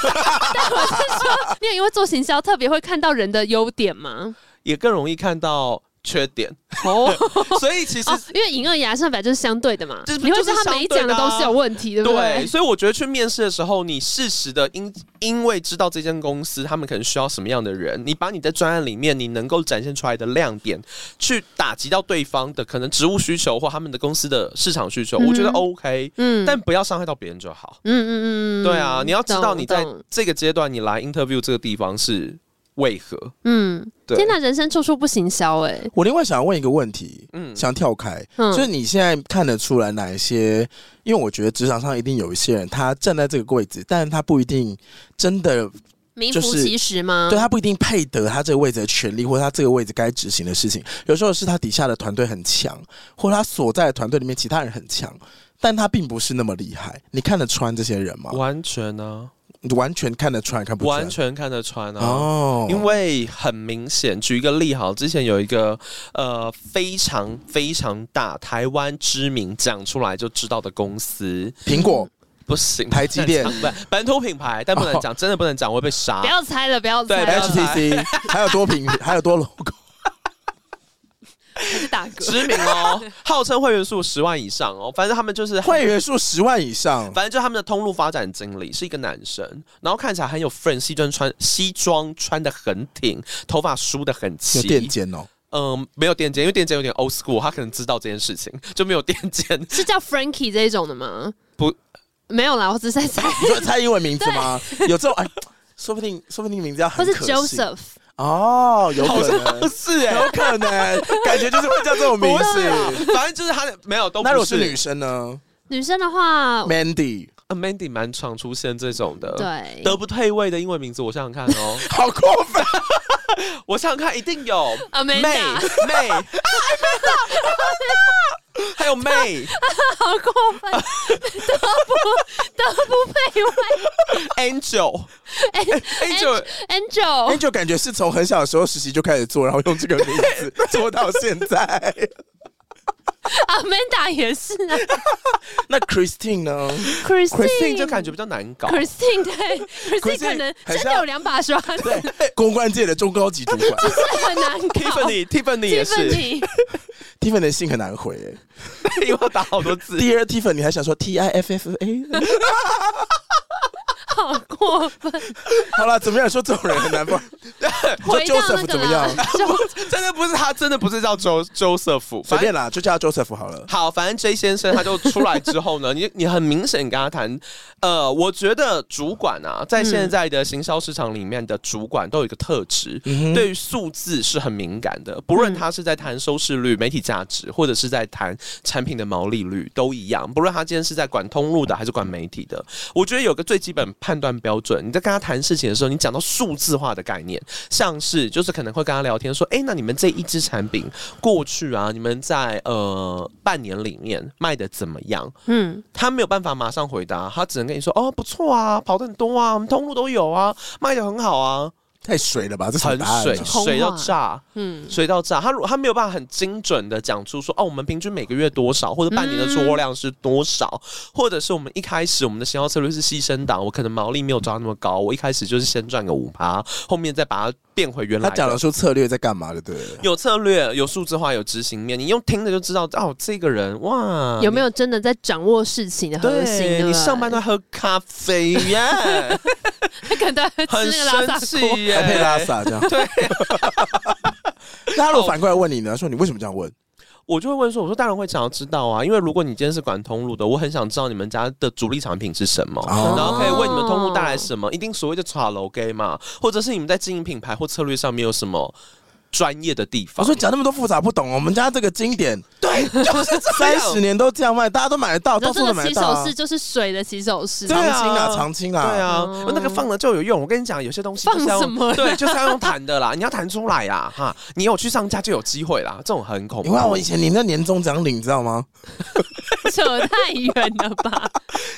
Speaker 2: 你有因为做行销特别会看到人的优点吗？
Speaker 3: 也更容易看到缺点，
Speaker 2: 哦，
Speaker 3: (laughs) 所以其实。
Speaker 2: 哦，因为隐恶牙上本来就是相对的嘛，
Speaker 3: 就是
Speaker 2: 你会知道
Speaker 3: 就是
Speaker 2: 他
Speaker 3: 相
Speaker 2: 每
Speaker 3: 对
Speaker 2: 一
Speaker 3: 的啊
Speaker 2: 讲的东西有问题，对不
Speaker 3: 对，
Speaker 2: 对？
Speaker 3: 所以我觉得去面试的时候，你适时的因因为知道这间公司他们可能需要什么样的人，你把你在专案里面你能够展现出来的亮点，去打击到对方的可能职务需求或他们的公司的市场需求，我觉得
Speaker 2: 嗯
Speaker 3: OK，
Speaker 2: 嗯
Speaker 3: 但不要伤害到别人就好。
Speaker 2: 嗯嗯嗯，
Speaker 3: 对啊，你要知道
Speaker 2: 懂
Speaker 3: 你在
Speaker 2: 懂
Speaker 3: 这个阶段你来 interview 这个地方是为何。
Speaker 2: 嗯，
Speaker 3: 对
Speaker 2: 天哪，人生处处不行销哎，
Speaker 1: 我另外想要问一个问题，
Speaker 3: 嗯
Speaker 1: 想跳开，
Speaker 2: 嗯
Speaker 1: 就是你现在看得出来哪一些？因为我觉得职场上一定有一些人，他站在这个位置，但是他不一定真的，
Speaker 3: 嗯
Speaker 2: 名
Speaker 1: 就
Speaker 2: 副
Speaker 1: 是
Speaker 2: 其实吗？
Speaker 1: 对他不一定配得他这个位置的权利，或者他这个位置该执行的事情。有时候是他底下的团队很强，或者他所在的团队里面其他人很强，但他并不是那么厉害。你看得穿这些人吗？
Speaker 3: 完全呢、
Speaker 1: 你完全看得穿，看不穿
Speaker 3: 完全看得穿啊。
Speaker 1: 哦，
Speaker 3: 因为很明显，举一个例好，之前有一个呃非常非常大台湾知名讲出来就知道的公司，
Speaker 1: 苹果
Speaker 3: 不行，
Speaker 1: 台积电哦
Speaker 3: 不能讲不本土品牌，但不能讲，真的不能讲，会被杀
Speaker 2: 不。要猜了，不要猜
Speaker 3: 啊对不要
Speaker 2: 了，
Speaker 3: 猜
Speaker 1: HTC 还有多品，还有多 logo，
Speaker 2: 这是打嗝。
Speaker 3: 知名哦，号称会员数十万以上哦，反正他们就是
Speaker 1: 会员数十万以上，
Speaker 3: 反正就他们的通路发展经理是一个男生，然后看起来很有 friend，西装穿西装穿的很挺，头发梳的很齐
Speaker 1: 有，电剪哦。
Speaker 3: 嗯，没有电剪，因为电剪有点 old school，他可能知道这件事情，就没有电剪。
Speaker 2: 是叫 Frankie 这一种的吗？
Speaker 3: 不，
Speaker 2: 没有啦，我只是在猜，
Speaker 1: 你说猜英文名字吗？有这种哎，说不定说不定名字要
Speaker 2: 或
Speaker 1: 很
Speaker 2: 是
Speaker 1: 可信
Speaker 2: Joseph，
Speaker 1: 哦，有可
Speaker 3: 不
Speaker 1: 能，
Speaker 3: 是哎、
Speaker 1: 有可能，感觉就是会叫这种名
Speaker 3: 不是啦
Speaker 1: 字。，
Speaker 3: (laughs) 反正就是他的没有哦都不
Speaker 1: 那
Speaker 3: 是。
Speaker 1: 如果是女生呢
Speaker 2: 女生的话，
Speaker 1: ？Mandy，
Speaker 3: 啊，Mandy 蛮常出现这种的，，
Speaker 2: 对，
Speaker 3: 德不配位的英文名字，我想想看哦，
Speaker 1: 好过分！
Speaker 3: (laughs) 我想想看，一定有
Speaker 2: Amanda
Speaker 3: 妹妹啊，Amanda，还有妹，
Speaker 2: 好过分，德不德不配位
Speaker 3: Angel，
Speaker 2: 哎
Speaker 3: Angel
Speaker 2: Angel，
Speaker 1: Angel 哎感觉是从很小的时候实习就开始做，然后用这个名字做到现在。
Speaker 2: Amanda 也是啊
Speaker 1: 那 Christine 呢
Speaker 3: Christine
Speaker 2: ，Christine
Speaker 3: 就感觉比较难搞。
Speaker 2: Christine
Speaker 1: Christine
Speaker 2: 对 Christine 可能
Speaker 1: 很
Speaker 2: 真
Speaker 1: 像
Speaker 2: 的有两把刷子，
Speaker 1: 对，公关界的中高级主管 (laughs)
Speaker 2: 很难搞。
Speaker 3: Tiffany，Tiffany 也是
Speaker 2: Tiffany
Speaker 1: Tiffany 的信很难回、欸。
Speaker 3: (laughs) 因为我打好
Speaker 2: (laughs)
Speaker 3: 多字。
Speaker 1: (laughs)
Speaker 3: (laughs)
Speaker 1: 第二 Tiffany 你还想说 T I F F A？
Speaker 2: 好过分，
Speaker 1: 好了，怎么样说这种人很难
Speaker 3: (laughs)
Speaker 1: 办？说
Speaker 2: 回到那
Speaker 1: Joseph 怎
Speaker 2: 个
Speaker 1: 么
Speaker 2: 啦
Speaker 1: 样？
Speaker 2: 就
Speaker 3: 真的不是他，真的不是叫 Jo Joseph，
Speaker 1: 随
Speaker 3: 反正
Speaker 1: 便啦，就叫他 Joseph 好了。
Speaker 3: 好，反正 J 先生他就出来之后
Speaker 1: (laughs)
Speaker 3: 呢，你你很明显跟他谈，呃，我觉得主管啊，在现在的行销市场里面的主管都有一个特质，
Speaker 1: 嗯哼，
Speaker 3: 对于数字是很敏感的，不论他是在谈收视率、媒体价值，或者是在谈产品的毛利率，都一样。不论他今天是在管通路的还是管媒体的，我觉得有个最基本判断标准，你在跟他谈事情的时候，你讲到数字化的概念，像是就是可能会跟他聊天说，哎、那你们这一支产品过去啊，你们在呃半年里面卖的怎么样？
Speaker 2: 嗯，
Speaker 3: 他没有办法马上回答，他只能跟你说，哦，不错啊，跑得很多啊，我们通路都有啊，卖的很好啊，
Speaker 1: 太水了吧，这什么
Speaker 3: 很
Speaker 1: 答案
Speaker 3: 水
Speaker 1: 啊
Speaker 2: 空
Speaker 3: 水到
Speaker 2: 话
Speaker 3: 炸。
Speaker 2: 嗯，
Speaker 3: 水到炸，他如他没有办法很精准的讲出说，哦，我们平均每个月多少，或者半年的出
Speaker 2: 嗯
Speaker 3: 货量是多少，或者是我们一开始我们的行销策略是牺牲档，我可能毛利没有抓那么高，我一开始就是先赚个五趴，后面再把它变回原来
Speaker 1: 他
Speaker 3: 的。
Speaker 1: 讲得出策略在干嘛就对了。
Speaker 3: 有策略，有数字化，有执行面，你用听的就知道，哦，这个人哇，
Speaker 2: 有没有真的在掌握事情的核心？对
Speaker 3: 啊对
Speaker 2: 不
Speaker 3: 你
Speaker 2: 对
Speaker 3: 上班都在喝咖啡耶，
Speaker 2: (laughs) 他可能都在
Speaker 3: 很
Speaker 2: 吃那个拉
Speaker 3: 生
Speaker 2: 萨锅，
Speaker 3: 气耶，哦
Speaker 1: 还配拉萨这
Speaker 3: (laughs)
Speaker 1: 样。
Speaker 3: 对。
Speaker 1: 那他如果反过来问你呢？说你为什么这样问？
Speaker 3: 哦我就会问说，我说当然会想要知道啊，因为如果你今天是管通路的，我很想知道你们家的主力产品是什么，
Speaker 1: 哦
Speaker 3: 然后可以为你们通路带来什么，一定所谓的炒楼 gay 嘛，或者是你们在经营品牌或策略上面有什么专业的地
Speaker 1: 我
Speaker 3: 方。
Speaker 1: 说讲那么多复杂不懂，我们家这个经
Speaker 3: (laughs)
Speaker 1: 典
Speaker 3: 对，就是这 (laughs)
Speaker 1: 三
Speaker 3: 样
Speaker 1: 十年都这样卖，大家都买得到，
Speaker 2: 然
Speaker 1: 到
Speaker 2: 后
Speaker 1: 处
Speaker 2: 这
Speaker 1: 都
Speaker 2: 个
Speaker 1: 买
Speaker 2: 洗
Speaker 1: 得到啊
Speaker 2: 手。式就是水的洗手
Speaker 3: (laughs)
Speaker 2: 式，
Speaker 3: 对
Speaker 1: 常青
Speaker 3: 对啊
Speaker 1: 啊，常青
Speaker 3: 对
Speaker 1: 啊，
Speaker 3: 啊
Speaker 2: 哦，
Speaker 3: 那个放了就有用。我跟你讲，有些东西
Speaker 2: 放
Speaker 3: 就是要 (laughs)
Speaker 2: 什么
Speaker 3: 对，就是要用弹的啦，你要弹出来呀，哈，你有去上架就有机会啦。这种很恐
Speaker 1: 你
Speaker 3: 怖。
Speaker 1: 看我以前领那年终奖领，你知道吗？
Speaker 2: 扯太远了
Speaker 3: (laughs)
Speaker 2: 吧？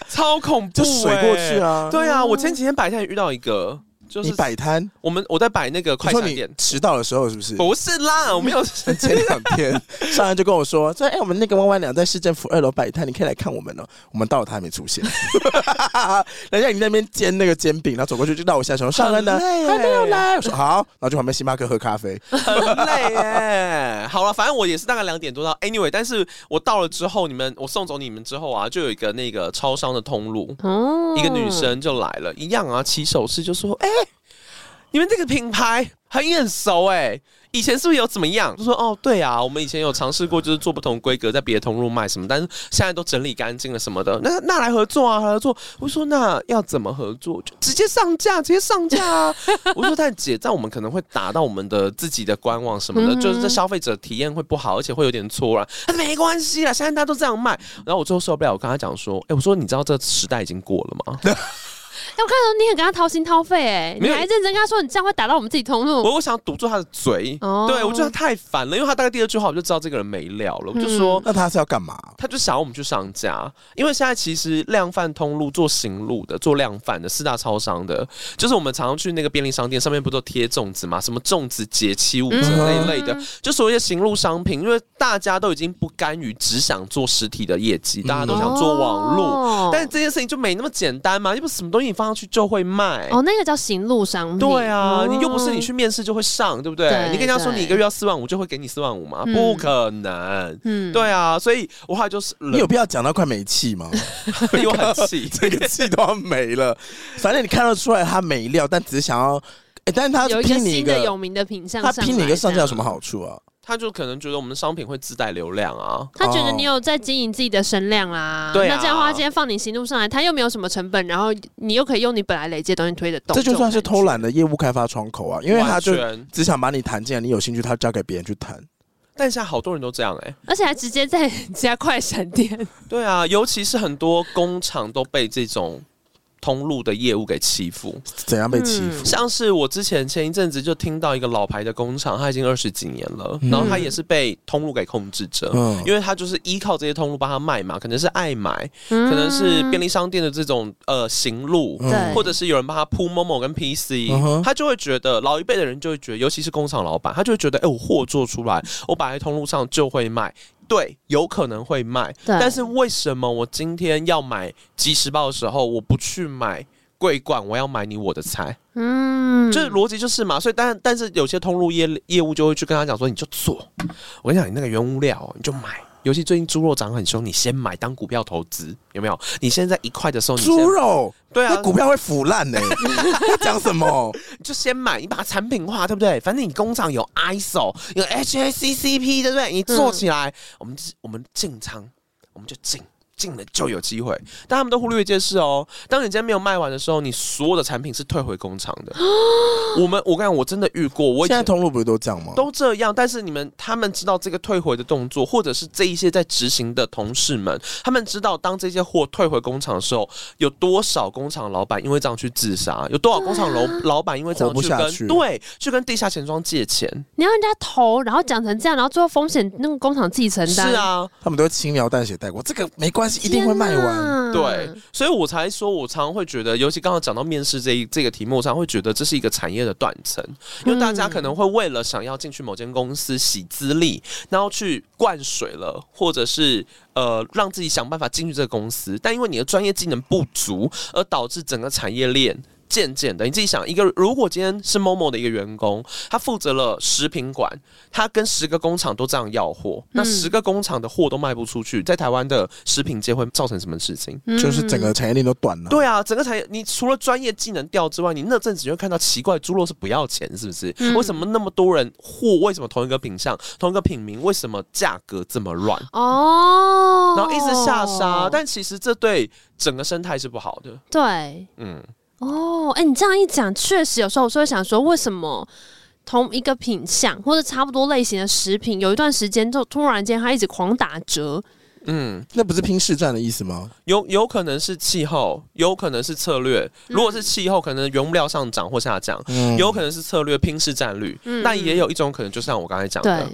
Speaker 3: 超恐怖、
Speaker 1: 就
Speaker 3: 欸，
Speaker 1: 水过去。啊。
Speaker 3: 对啊，我前几天摆摊也遇到一个，就是
Speaker 1: 你摆摊，
Speaker 3: 我们我在摆那个
Speaker 1: 你
Speaker 3: 快
Speaker 1: 说
Speaker 3: 闪
Speaker 1: 你
Speaker 3: 店。
Speaker 1: 迟到的时候是不是？
Speaker 3: (laughs) 不是啦，我 (laughs) 没有。
Speaker 1: (laughs) 前两
Speaker 3: (laughs)
Speaker 1: 天，上来就跟我说，说哎、我们那个弯弯两在市政府二楼摆摊，你可以来看我们哦。我们到了，他还没出现。 (laughs) 人家你在那边煎那个煎饼，然后走过去就到我下手，上恩呢还没有来。我说好，然后去旁边星巴克喝咖
Speaker 3: (laughs)
Speaker 1: 啡。
Speaker 3: 很累耶。好了，反正我也是大概两点多到。Anyway，但是我到了之后，你们我送走你们之后啊，就有一个那个超商的通路，
Speaker 2: 哦
Speaker 3: 一个女，生就来了，一样啊，起手式就说：“哎、你们这个品牌很眼熟哎、以前是不是有怎么样？”就说：“哦，对啊，我们以前有尝试过，就是做不同规格，在别的通路卖什么，但是现在都整理干净了什么的。那那来合作啊，合作。”我说：“那要怎么合作？就直接上架，直接上架啊！” (laughs) 我说：“但姐，这样我们可能会打到我们的自己的官网什么的，
Speaker 2: 嗯哼
Speaker 3: 就是这消费者体验会不好，而且会有点错乱。”他说：“没关系啦，现在大家都这样卖。”然后我最后受不了，我跟他讲说：“哎、我说你知道这时代已经过了
Speaker 2: (laughs)
Speaker 3: 吗？”
Speaker 2: 哎，我看到你很跟她掏心掏肺，哎，
Speaker 3: 没
Speaker 2: 你
Speaker 3: 有
Speaker 2: 还认真跟她说你这样会打到我们自己通路，
Speaker 3: 我我想要堵住他的嘴，
Speaker 2: 哦
Speaker 3: 对我觉得他太烦了，因为他大概第二句话我就知道这个人没料了，我就说。
Speaker 1: 那他是要干嘛？
Speaker 3: 他就想要我们去上架，因为现在其实量贩通路做行路的、做量贩的四大超商的，就是我们常常去那个便利商店上面不都贴粽子嘛，什么粽子节七五折那一类
Speaker 2: 嗯
Speaker 3: 的，就所谓的行路商品，因为大家都已经不甘于只想做实体的业绩，大家都想做网路，
Speaker 2: 路
Speaker 3: 但这件事情就没那么简单嘛，又不是什么东西你放上去就会卖。
Speaker 2: 哦，那个叫行路商品，
Speaker 3: 对啊
Speaker 2: 哦，
Speaker 3: 你又不是你去，面试就会上，对不对？
Speaker 2: 对
Speaker 3: 你跟人家说
Speaker 2: 对
Speaker 3: 你一个月要四万五，就会给你四万五吗？
Speaker 2: 嗯
Speaker 3: 不可能。
Speaker 2: 嗯，
Speaker 3: 对啊，所以我后来就是
Speaker 1: 你有
Speaker 3: 冷，
Speaker 1: 必要讲到快没气吗？ (laughs)。
Speaker 3: (laughs) 又很气
Speaker 1: 这个气都要没了。反正你看得出来他没料，但只是想要，哎，但是他
Speaker 2: 有一个
Speaker 1: 拼你一
Speaker 2: 新的有
Speaker 1: 个，
Speaker 2: 名的品相，
Speaker 1: 他拼你一个上架有什么
Speaker 2: 好？
Speaker 1: 好处啊？
Speaker 3: (laughs) 他就可能觉得我们的商品会自带流量啊，
Speaker 2: 他觉得你有在经营自己的声量啦，
Speaker 3: 对啊
Speaker 2: 那这样的话，今天放你行路上来，他又没有什么成本，然后你又可以用你本来累积的东西推得动，
Speaker 1: 这就算是
Speaker 2: 种感觉
Speaker 1: 偷懒的业务开发窗口啊，因为他就
Speaker 3: 完全
Speaker 1: 只想把你谈进来，你有兴趣，他交给别人去谈。
Speaker 3: 但现在好多人都这样哎、
Speaker 2: 而且还直接在人家快闪店，
Speaker 3: 对啊，尤其是很多工厂都被这种通路的业务给欺负。
Speaker 1: 怎样被欺负？
Speaker 3: 像是我之前前一阵子就听到一个老牌的工厂，它已经二十几年了，
Speaker 1: 嗯
Speaker 3: 然后它也是被通路给控制着。
Speaker 1: 嗯，
Speaker 3: 因为它就是依靠这些通路帮他卖嘛，可能是爱买，
Speaker 2: 可
Speaker 3: 可能是
Speaker 2: 嗯
Speaker 3: 便利商店的这种呃行路，
Speaker 1: 嗯
Speaker 2: 对
Speaker 3: 或者是有人帮他铺 Momo 跟 PC，、
Speaker 1: 嗯哼
Speaker 3: 他就会觉得老一辈的人就会觉得，尤其是工厂老板，他就会觉得，哎、我货做出来，我摆在通路上就会卖。对，有可能会卖，
Speaker 2: 对
Speaker 3: 但是为什么我今天要买即时报的时候，我不去买桂冠，我要买你我的菜，
Speaker 2: 嗯，
Speaker 3: 就是逻辑就是嘛。所以但但是有些通路业业务就会去跟他讲说，你就做，我跟你讲，你那个原物料你就买。尤其最近猪肉涨很凶，你先买当股票投资，有没有？你现在一块的时候，你先
Speaker 1: 猪肉，
Speaker 3: 对啊
Speaker 1: 那，股票会腐烂
Speaker 3: (laughs)
Speaker 1: 呢、在讲什么？
Speaker 3: 就先买，你把它产品化，对不对？反正你工厂有 ISO，有 HACCP，对不对？你做起来，我们我们进仓，我们就进。进了就有机会，但他们都忽略一件事哦。当你今天没有卖完的时候，你所有的产品是退回工厂的。我们，我跟你讲，我真的遇过，我以
Speaker 1: 现在
Speaker 3: 前
Speaker 1: 通路不是都这样吗？
Speaker 3: 都这样。但是你们，他们知道这个退回的动作，或者是这一些在执行的同事们，他们知道当这些货退回工厂的时候，有多少工厂老板因为这样去自杀，有多少工厂老老板因为这
Speaker 1: 啊活不
Speaker 3: 样去
Speaker 1: 下
Speaker 3: 跟
Speaker 1: 去
Speaker 3: 对去跟地下钱庄借钱。
Speaker 2: 你要人家投，然后讲成这样，然后最后风险那个工厂自己承
Speaker 3: 是
Speaker 2: 担。，
Speaker 3: 啊，
Speaker 1: 他们都会轻描淡写带过，这个没关系，一定会卖完。
Speaker 3: 对，所以我才说，我常常会觉得，尤其刚刚讲到面试这一这个题目，我常常会觉得这是一个产业的断层，因为大家可能会为了想要进去某间公司洗资历，然后去灌水了，或者是呃让自己想办法进去这个公司，但因为你的专业技能不足，而导致整个产业链。渐渐的，你自己想，一个如果今天是某某的一个员工，他负责了食品馆，他跟十个工厂都这样要货，那
Speaker 2: 嗯
Speaker 3: 十个工厂的货都卖不出去，在台湾的食品界会造成什么事情？
Speaker 2: 嗯
Speaker 1: 就是整个产业链都断了。
Speaker 3: 对啊，整个产业，你除了专业技能掉之外，你那阵子就会看到奇怪，猪肉是不要钱，是不是？
Speaker 2: 嗯
Speaker 3: 为什么那么多人货？为什么同一个品相、同一个品名，为什么价格这么乱？
Speaker 2: 哦，
Speaker 3: 然后一直下杀，但其实这对整个生态是不好的。
Speaker 2: 对
Speaker 3: 嗯，
Speaker 2: 哦，哎、你这样一讲，确实有时候我是会想说，为什么？同一个品相或者差不多类型的食品，有一段时间就突然间它一直狂打折，
Speaker 3: 嗯，
Speaker 1: 那不是拼市占的意思吗？
Speaker 3: 有有可能是气候，有可能是策略。
Speaker 2: 嗯
Speaker 3: 如果是气候，可能原物料上涨或下降，
Speaker 1: 嗯，
Speaker 3: 有可能是策略拼市占率。
Speaker 2: 嗯
Speaker 3: 那也有一种可能，就像我刚才讲
Speaker 2: 对，
Speaker 3: 的，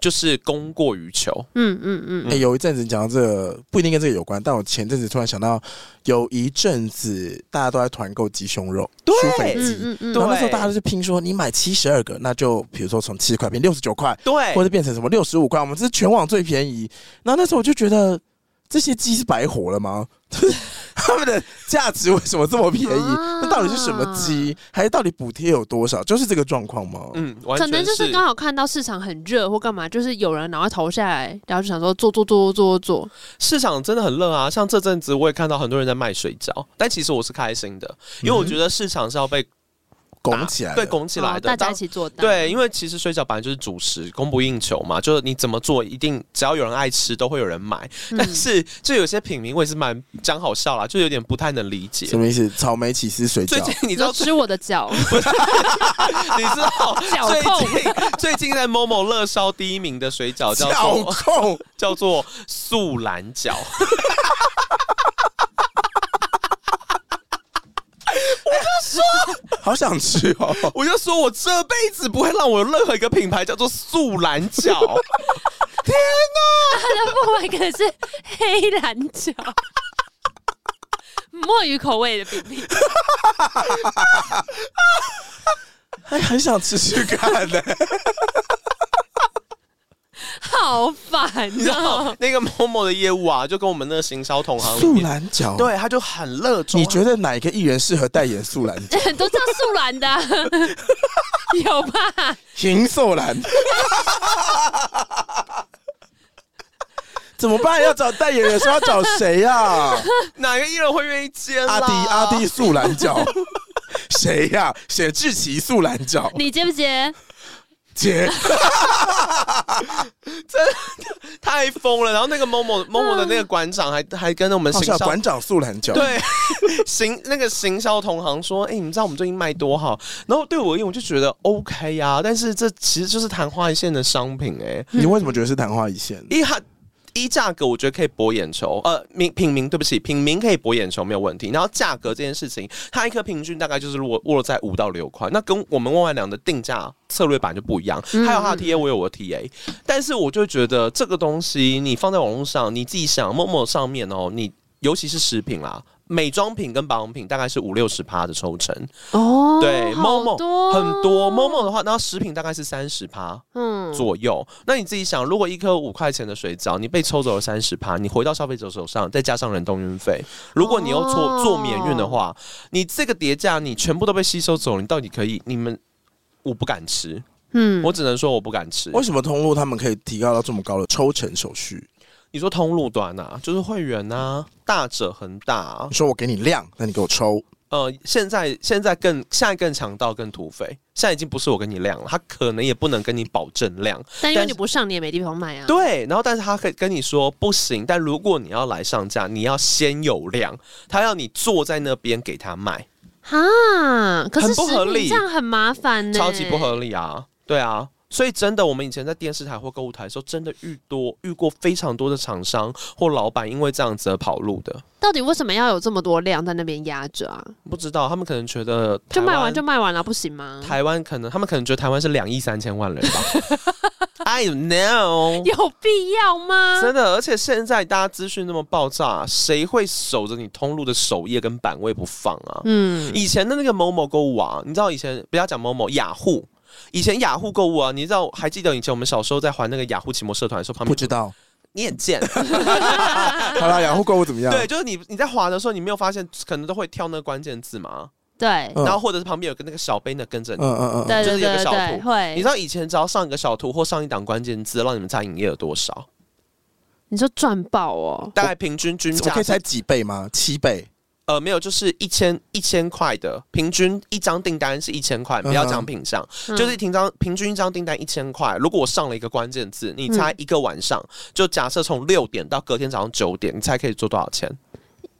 Speaker 3: 就是供过于求。
Speaker 2: 嗯嗯嗯，
Speaker 1: 欸有一阵子你讲到这个，不一定跟这个有关，但我前阵子突然想到，有一阵子大家都在团购鸡胸肉、
Speaker 3: 对
Speaker 1: 猪肥
Speaker 2: 嗯
Speaker 1: 鸡，
Speaker 2: 嗯嗯，
Speaker 1: 然后
Speaker 3: 对啊
Speaker 1: 那时候大家都是拼说，你买七十二个，那就比如说从七十块变六十九块，
Speaker 3: 对
Speaker 1: 或，者变成什么六十五块，我们这是全网最便宜。然后那时候我就觉得，这些鸡是白活了吗？ (laughs) 他们的价值为什么这么便宜？
Speaker 2: 啊
Speaker 1: 那到底是什么鸡？还是到底补贴有多少？就是这个状况吗？
Speaker 3: 嗯，完
Speaker 2: 可
Speaker 3: 全
Speaker 2: 能就是刚好看到市场很热或干嘛，就是有人然后投下来，然后就想说做做做做做做，
Speaker 3: 市场真的很热啊，像这阵子我也看到很多人在卖水饺，但其实我是开心的，因为我觉得市场是要被打
Speaker 1: 嗯拱起来了，
Speaker 3: 对拱起来
Speaker 2: 哦
Speaker 3: 的，
Speaker 2: 大家一
Speaker 3: 当
Speaker 2: 起做单，
Speaker 3: 对，因为其实水饺本来就是主食，供不应求嘛，就是你怎么做，一定只要有人爱吃，都会有人买。
Speaker 2: 嗯
Speaker 3: 但是就有些品名，我也是蛮讲好笑啦，就有点不太能理解
Speaker 1: 什。么意思？草莓起司水
Speaker 3: 最
Speaker 1: 饺
Speaker 3: 近。你
Speaker 2: 你
Speaker 3: 知道
Speaker 2: 就
Speaker 3: 最，
Speaker 2: 吃我的
Speaker 3: (laughs)
Speaker 2: 脚，
Speaker 3: 你知道
Speaker 2: (laughs) 脚控
Speaker 3: 最近最近在某某乐烧第一名的水饺叫
Speaker 1: 脚
Speaker 3: 做
Speaker 1: 控，
Speaker 3: 叫做素兰饺。我
Speaker 1: 好想吃
Speaker 3: (laughs)
Speaker 1: 哦！
Speaker 3: 我就说我这辈子不会让我有任何一个品牌叫做素兰饺。
Speaker 2: 它的部 (laughs) 位可是黑蓝脚， (laughs) 墨鱼口味的饼饼，
Speaker 1: 还哎很想吃吃看呢、
Speaker 2: 好烦
Speaker 3: 你知
Speaker 2: 哦、
Speaker 3: 道那个某某的业务啊，就跟我们那个行销同行里
Speaker 1: 素
Speaker 3: 面，
Speaker 1: 兰饺，，
Speaker 3: 对，他就很热衷。
Speaker 1: 你觉得哪一个艺人适合代言素兰饺？
Speaker 2: 很多叫素兰
Speaker 3: (laughs)
Speaker 2: 的啊、有吧？
Speaker 1: 邢素兰，怎么办？要找代言人是要找谁呀、
Speaker 3: (laughs)
Speaker 1: 啊？
Speaker 3: 哪个艺人会愿意接啦？
Speaker 1: 阿迪阿迪，素兰饺，谁呀、写志奇素兰饺，
Speaker 2: 你接不接？
Speaker 1: 姐，
Speaker 3: 太疯了。然后那个某
Speaker 1: 嗯
Speaker 3: 某某某的那个馆长还还跟我们
Speaker 1: 好
Speaker 3: 行
Speaker 1: 像
Speaker 3: 销
Speaker 1: 哦啊馆长素兰饺，
Speaker 3: 对 (laughs) 行那个行销同行说，哎、你们知道我们最近卖多好？然后对我而言，我就觉得 OK 呀、但是这其实就是昙花一现的商品哎、
Speaker 1: 你为什么觉得是昙花一现？
Speaker 3: 一它一价格，我觉得可以博眼球，呃，名品名，对不起，品名可以博眼球没有问题。然后价格这件事情，它一颗平均大概就是落落在五到六块，那跟我们万万良的定价策略版就不一样。
Speaker 2: 嗯
Speaker 3: 还有它的 TA，我有我的 TA，但是我就觉得这个东西你放在网络上，你自己想，陌陌上面哦，你尤其是食品啦。美妆品跟保养品大概是五六十趴的抽成，
Speaker 2: 哦，
Speaker 3: 对
Speaker 2: 好
Speaker 3: ，Momo
Speaker 2: 多哦
Speaker 3: 很多。Momo 的话，那食品大概是三十趴
Speaker 2: 嗯，
Speaker 3: 左右。那你自己想，如果一颗五块钱的水饺，你被抽走了三十趴，你回到消费者手上，再加上人动运费，如果你又做做免运的
Speaker 2: 哦
Speaker 3: 话，你这个叠加，你全部都被吸收走，你到底可以？你们我不敢吃，
Speaker 2: 嗯，
Speaker 3: 我只能说我不敢吃。
Speaker 1: 为什么通路他们可以提高到这么高的抽成手续？
Speaker 3: 你说通路端啊，就是会员啊，大者恒大、啊
Speaker 2: 嗯
Speaker 1: 你，说我给你量，那你给我抽，
Speaker 3: 呃，现在现在更现在更强盗更土匪，现在已经不是我跟你量了，他可能也不能跟你保证量。
Speaker 2: 但因为
Speaker 3: 但
Speaker 2: 你
Speaker 3: 是
Speaker 2: 不上，你也没地方卖啊。
Speaker 3: 对，然后但是他可以跟你说不行，但如果你要来上架，你要先有量，他要你坐在那边给他卖，
Speaker 2: 哈，可是
Speaker 3: 很不
Speaker 2: 食
Speaker 3: 合
Speaker 2: 品
Speaker 3: 理
Speaker 2: 这样很麻烦呢，
Speaker 3: 超级不合理啊！对啊，所以真的，我们以前在电视台或购物台的时候，真的遇多遇过非常多的厂商或老板因为这样子而跑路的。
Speaker 2: 到底为什么要有这么多量在那边压着啊？
Speaker 3: 不知道他们可能觉得
Speaker 2: 就
Speaker 3: 台
Speaker 2: 卖完
Speaker 3: 湾
Speaker 2: 就卖完了，不行吗？
Speaker 3: 台湾可能他们可能觉得台湾是两亿三千万人
Speaker 2: (laughs)
Speaker 3: 吧，I don't know。
Speaker 2: 有必要吗？
Speaker 3: 真的，而且现在大家资讯那么爆炸，谁会守着你通路的首页跟版位不放啊？
Speaker 2: 嗯，
Speaker 3: 以前的那个某某购物啊，你知道以前不要讲某某雅虎，以前雅虎购物啊，你知道还记得以前我们小时候在还那个雅虎奇摩社团的时候，旁
Speaker 1: 不
Speaker 3: 边
Speaker 1: 知道。
Speaker 3: 你也贱，
Speaker 1: 好啦，雅虎购物怎么样？
Speaker 3: 对，就是你你在滑的时候，你没有发现可能都会跳那个关键字嘛，
Speaker 2: 对，
Speaker 1: 嗯
Speaker 3: 然后或者是旁边有个那个小 banner 跟着你。
Speaker 1: 嗯嗯嗯嗯，
Speaker 2: 对
Speaker 3: 呃就
Speaker 2: 对
Speaker 3: 是有个
Speaker 2: 对
Speaker 3: 小图
Speaker 2: 对，会。
Speaker 3: 你知道以前只要上一个小图或上一档关键字，让你们猜营业额多少，
Speaker 2: 你说赚爆哦，
Speaker 3: 大概平均均
Speaker 1: 我
Speaker 3: 价
Speaker 1: 可以猜几倍吗？七倍。
Speaker 3: 呃，没有，就是一千一千块的，平均一张订单是一千块，不要讲品相，
Speaker 2: 嗯
Speaker 3: 就是平张平均一张订单一千块。如果我上了一个关键字，你
Speaker 2: 嗯
Speaker 3: 猜一个晚上，就假设从六点到隔天早上九点，你猜可以做多少钱？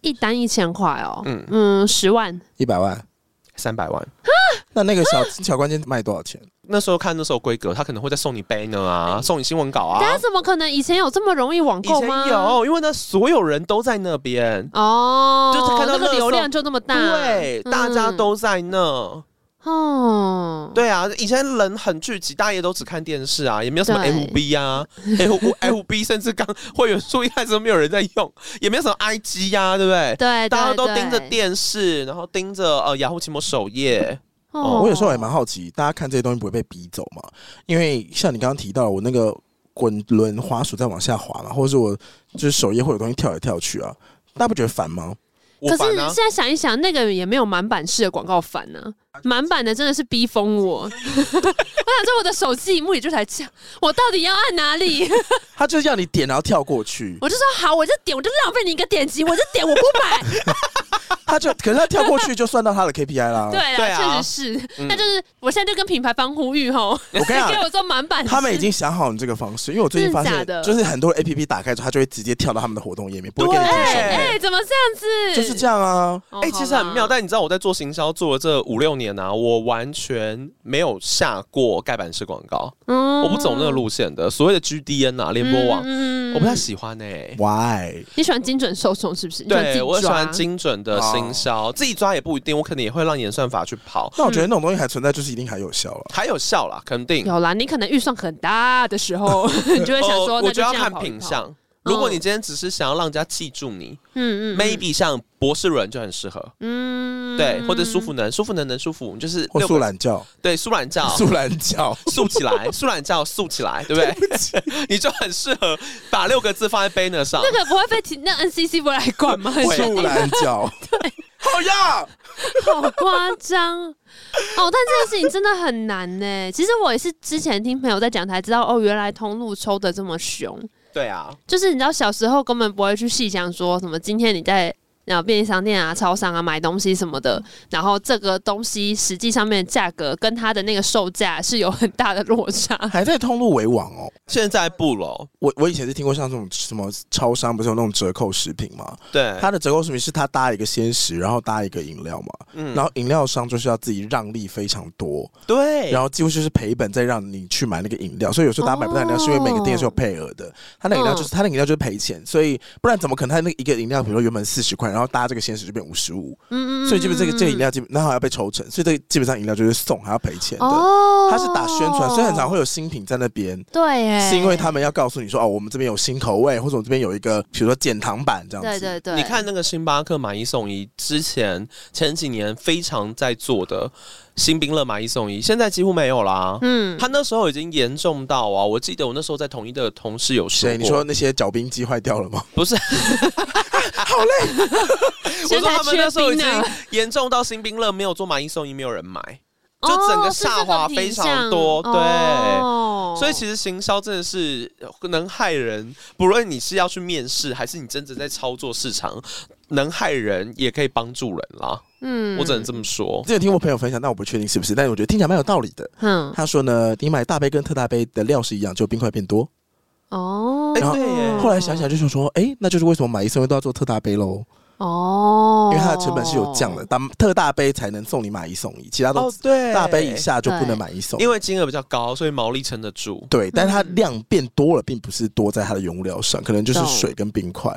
Speaker 2: 一单一千块哦，
Speaker 3: 嗯
Speaker 2: 嗯，十万，
Speaker 1: 一百万，
Speaker 3: 三百万。
Speaker 1: 那那个
Speaker 3: 啊
Speaker 1: 小小关键卖多少钱？
Speaker 3: 那时候看那时候规格，他可能会再送你 banner
Speaker 2: 哎
Speaker 3: 啊，送你新闻稿
Speaker 2: 大
Speaker 3: 啊
Speaker 2: 家。怎么可能以前有这么容易网
Speaker 3: 以
Speaker 2: 购
Speaker 3: 前
Speaker 2: 吗？
Speaker 3: 有，因为呢，所有人都在那边，
Speaker 2: 哦，
Speaker 3: 就是看
Speaker 2: 那
Speaker 3: 到
Speaker 2: 个
Speaker 3: 垃圾
Speaker 2: 流量就那么大，
Speaker 3: 对，大家
Speaker 2: 嗯
Speaker 3: 都在那。
Speaker 2: 哦，
Speaker 3: 对啊，以前人很聚集，大家也都只看电视啊，也没有什么
Speaker 2: 对
Speaker 3: FB 啊，F FB 甚至刚会员数一开始都没有人在用，也没有什么 IG 呀、对不对？
Speaker 2: 对，
Speaker 3: 大家都
Speaker 2: 对
Speaker 3: 盯着，
Speaker 2: 对
Speaker 3: 电视，然后盯着呃雅虎奇摩首页，
Speaker 2: 哦
Speaker 1: 我有时候也蛮好奇，大家看这些东西不会被逼走吗？因为像你刚刚提到，我那个滚轮滑鼠在往下滑嘛，或者是我就是首页会有东西跳来跳去啊，大家不觉得烦吗？
Speaker 3: 我
Speaker 2: 可
Speaker 3: 烦
Speaker 2: 是
Speaker 3: 啊
Speaker 2: 现！在想一想，那个也没有满版式的广告烦呢、满版的真的是逼疯我。
Speaker 3: (laughs)
Speaker 2: 我想说，我的手机荧幕也就才这样，我到底要按哪
Speaker 3: (laughs)
Speaker 2: 里？
Speaker 1: 他就是要你点，然后跳过去，
Speaker 2: 我就说好，我就点，我就浪费你一个点击，我就点，我不买。
Speaker 1: 他就可是他跳过去就算到他的 KPI 啦。
Speaker 2: 对
Speaker 3: (laughs) 对
Speaker 2: 啊，确、
Speaker 3: 啊
Speaker 2: 实是。
Speaker 3: 嗯
Speaker 2: 那就是我现在就跟品牌方呼吁吼，
Speaker 1: 我跟你
Speaker 2: (laughs) 给
Speaker 1: 讲，
Speaker 2: 我做满版式。
Speaker 1: 他们已经想好你这个方式，因为我最近发
Speaker 2: 真的
Speaker 1: 现
Speaker 2: 假的，
Speaker 1: 就是很多 APP 打开之后，它就会直接跳到他们的活动页面，不会
Speaker 3: 对，
Speaker 1: 给你点选，
Speaker 2: 哎、怎么这样子？
Speaker 1: 就是这样啊。
Speaker 2: 哦。
Speaker 3: 哎、其实很妙，
Speaker 2: 好啦
Speaker 3: 但你知道我在做行销做了这五六年啊，我完全没有下过盖板式广告，
Speaker 2: 嗯
Speaker 3: 我不走那个路线的，所谓的 GDN 啊，联播网，
Speaker 2: 嗯
Speaker 3: 我不太喜欢哎、
Speaker 1: Why？
Speaker 2: 你喜欢精准啊受众是不是？你喜欢哦自
Speaker 3: 对，
Speaker 2: 己
Speaker 3: 我喜欢
Speaker 2: 抓
Speaker 3: 精准的行销，自己抓也不一定，我可能也会让演算法去跑。
Speaker 1: 那我觉得那种东西还存在，就是一定还有效啊了。
Speaker 3: 还有效啦，肯定。
Speaker 2: 有啦，你可能预算很大的时
Speaker 3: (laughs)
Speaker 2: 候，你就会想说，
Speaker 3: 呃
Speaker 2: 那
Speaker 3: 我
Speaker 2: 就
Speaker 3: 觉
Speaker 2: 这
Speaker 3: 得要
Speaker 2: 样
Speaker 3: 看
Speaker 2: 跑嗯一
Speaker 3: 品
Speaker 2: 跑。
Speaker 3: 相。如果你今天只是想要让人家记住你、
Speaker 2: 嗯嗯
Speaker 3: m a y b e 像博士伦就很适合，
Speaker 2: 嗯
Speaker 3: 对，或者舒服能，舒服能能舒服，你就是
Speaker 1: 或
Speaker 3: 六
Speaker 1: 素
Speaker 3: 个，
Speaker 1: 懒
Speaker 2: 哦
Speaker 1: 觉，
Speaker 3: 对，舒
Speaker 1: (laughs)
Speaker 3: 懒觉，
Speaker 1: 素懒觉，
Speaker 3: 素起来，舒懒觉素起
Speaker 1: (laughs)
Speaker 3: 来，对不对？ (laughs) 你就很适合把六个字放在 banner 上
Speaker 2: 那。个不会被提，那 NCC 不会来管吗？很
Speaker 1: 素懒觉。好呀，
Speaker 2: 好夸张哦！但这件事情真的很难呢。其实我也是之前听朋友在讲才知道，哦，原来通路抽的这么凶。
Speaker 3: 对啊，
Speaker 2: 就是你知道小时候根本不会去细想说什么，今天你在然后便利商店啊、超商啊买东西什么的，
Speaker 1: 嗯
Speaker 2: 然后这个东西实际上面的价格跟它的那个售价是有很大的落差。
Speaker 1: 还在通路为王哦。
Speaker 3: 现在不了，
Speaker 1: 我我以前是听过像这种什么超商不是有那种折扣食品吗？
Speaker 3: 对，
Speaker 1: 它的折扣食品是它搭一个鲜食，然后搭一个饮料嘛，
Speaker 3: 嗯
Speaker 1: 然后饮料商就是要自己让利非常多，
Speaker 3: 对，
Speaker 1: 然后几乎就是赔本再让你去买那个饮料，所以有时候大家买不到饮料，
Speaker 2: 哦
Speaker 1: 是因为每个店是有配额的。他那饮料就是他那饮料就是赔钱，所以不然怎么可能他那一个饮料，比如说原本四十块，然后搭这个鲜食就变五十五，
Speaker 2: 嗯嗯嗯，
Speaker 1: 所以基本这个这个饮
Speaker 2: 料
Speaker 1: 料基本然后还要被抽成，所以这个基本上饮料就是送还要赔钱的。
Speaker 2: 哦，哎
Speaker 1: 他是打宣传，所以很常会有新品在那边，
Speaker 2: 对耶，
Speaker 1: 是因为他们要告诉你说哦，我们这边有新口味，或者我们这边有一个比如说减糖版这样
Speaker 2: 对
Speaker 1: 子。
Speaker 2: 对对，
Speaker 3: 你看那个星巴克买一送一，之前前几年非常在做的新冰乐买一送一，现在几乎没有啦。
Speaker 2: 嗯，
Speaker 3: 他那时候已经严重到啊，我记得我那时候在统一的同事有说
Speaker 1: 谁？
Speaker 3: 过，
Speaker 1: 你说那些搅冰机坏掉了吗？ (laughs)
Speaker 3: 不是？ (laughs)
Speaker 2: 现
Speaker 3: 我说
Speaker 2: 在
Speaker 3: 他们那时候已
Speaker 2: 缺冰
Speaker 3: 经
Speaker 2: 呢
Speaker 3: 严重到新冰乐没有做买一送一，没有人买，就整个下滑非常多对
Speaker 1: 哦
Speaker 3: 所以其
Speaker 2: 实
Speaker 3: 实行销真的是能害人，不论你是要去面试，还是你真的在操作市场，能害人也可以帮助人啦。
Speaker 2: 嗯
Speaker 3: 我只能这么说
Speaker 1: 之。前听我朋友分享，但我不确定是不是，但是我觉得听起来蛮有道理的。
Speaker 2: 嗯
Speaker 1: 他说呢，你买大杯跟特大杯的料是一样，就冰块变多。
Speaker 2: 哦，
Speaker 3: 哎对耶
Speaker 1: 后来想想就是说，哎，那就是为什么买一送一都要做特大杯喽？
Speaker 2: 哦，
Speaker 1: 因为它的成本是有降的，，当特大杯才能送你买一送一，其他
Speaker 2: 哦
Speaker 1: 都，
Speaker 3: 对
Speaker 1: 大杯以，下就不能买一送一。
Speaker 3: 因为金额比较高，所以毛利撑得住。
Speaker 1: 对，但它
Speaker 2: 嗯
Speaker 1: 量变多了，并不是多在它的原物料上，可能就是
Speaker 2: 懂
Speaker 1: 水跟冰块。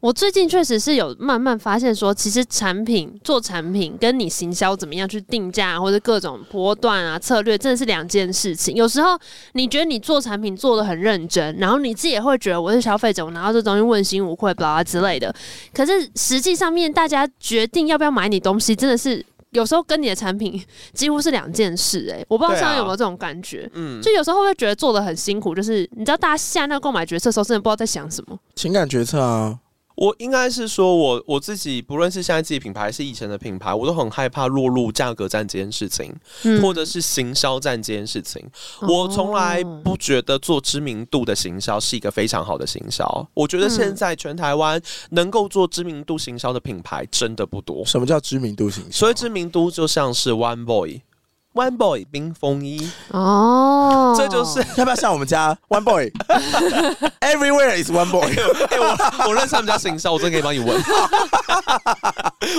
Speaker 2: 我最近确实是有慢慢发现说，其实产品做产品跟你行销怎么样去定价，啊或者各种波段啊策略，真的是两件事情。有时候你觉得你做产品做的很认真，然后你自己也会觉得我是消费者，我拿到这东西问心无愧，巴拉之类的。可是实际上面，大家决定要不要买你东西，真的是有时候跟你的产品 (laughs) 几乎是两件事、欸。哎，我不知道
Speaker 3: 对啊
Speaker 2: 现在有没有这种感觉。
Speaker 3: 嗯，
Speaker 2: 就有时候会不会觉得做的很辛苦？就是你知道，大家下那个购买决策的时候，真的不知道在想什么。
Speaker 1: 情感决策啊，
Speaker 3: 我应该是说我，我自己不论是现在自己品牌，还是以前的品牌，我都很害怕落入价格战这件事情，
Speaker 2: 嗯
Speaker 3: 或者是行销战这件事情。我从来
Speaker 2: 哦
Speaker 3: 不觉得做知名度的行销是一个非常好的行销。我觉得现在全台湾能够做知名度行销的品牌真的不多，
Speaker 1: 什么叫知名度型？
Speaker 3: 所以知名度就像是 One Boy。One Boy 冰风衣，
Speaker 2: 哦，
Speaker 3: 这就是 (laughs)
Speaker 1: 要不要像我们家 One Boy？Everywhere is One Boy。
Speaker 3: 哎、我我认识他们家行销，我真的可以帮你问。 (laughs)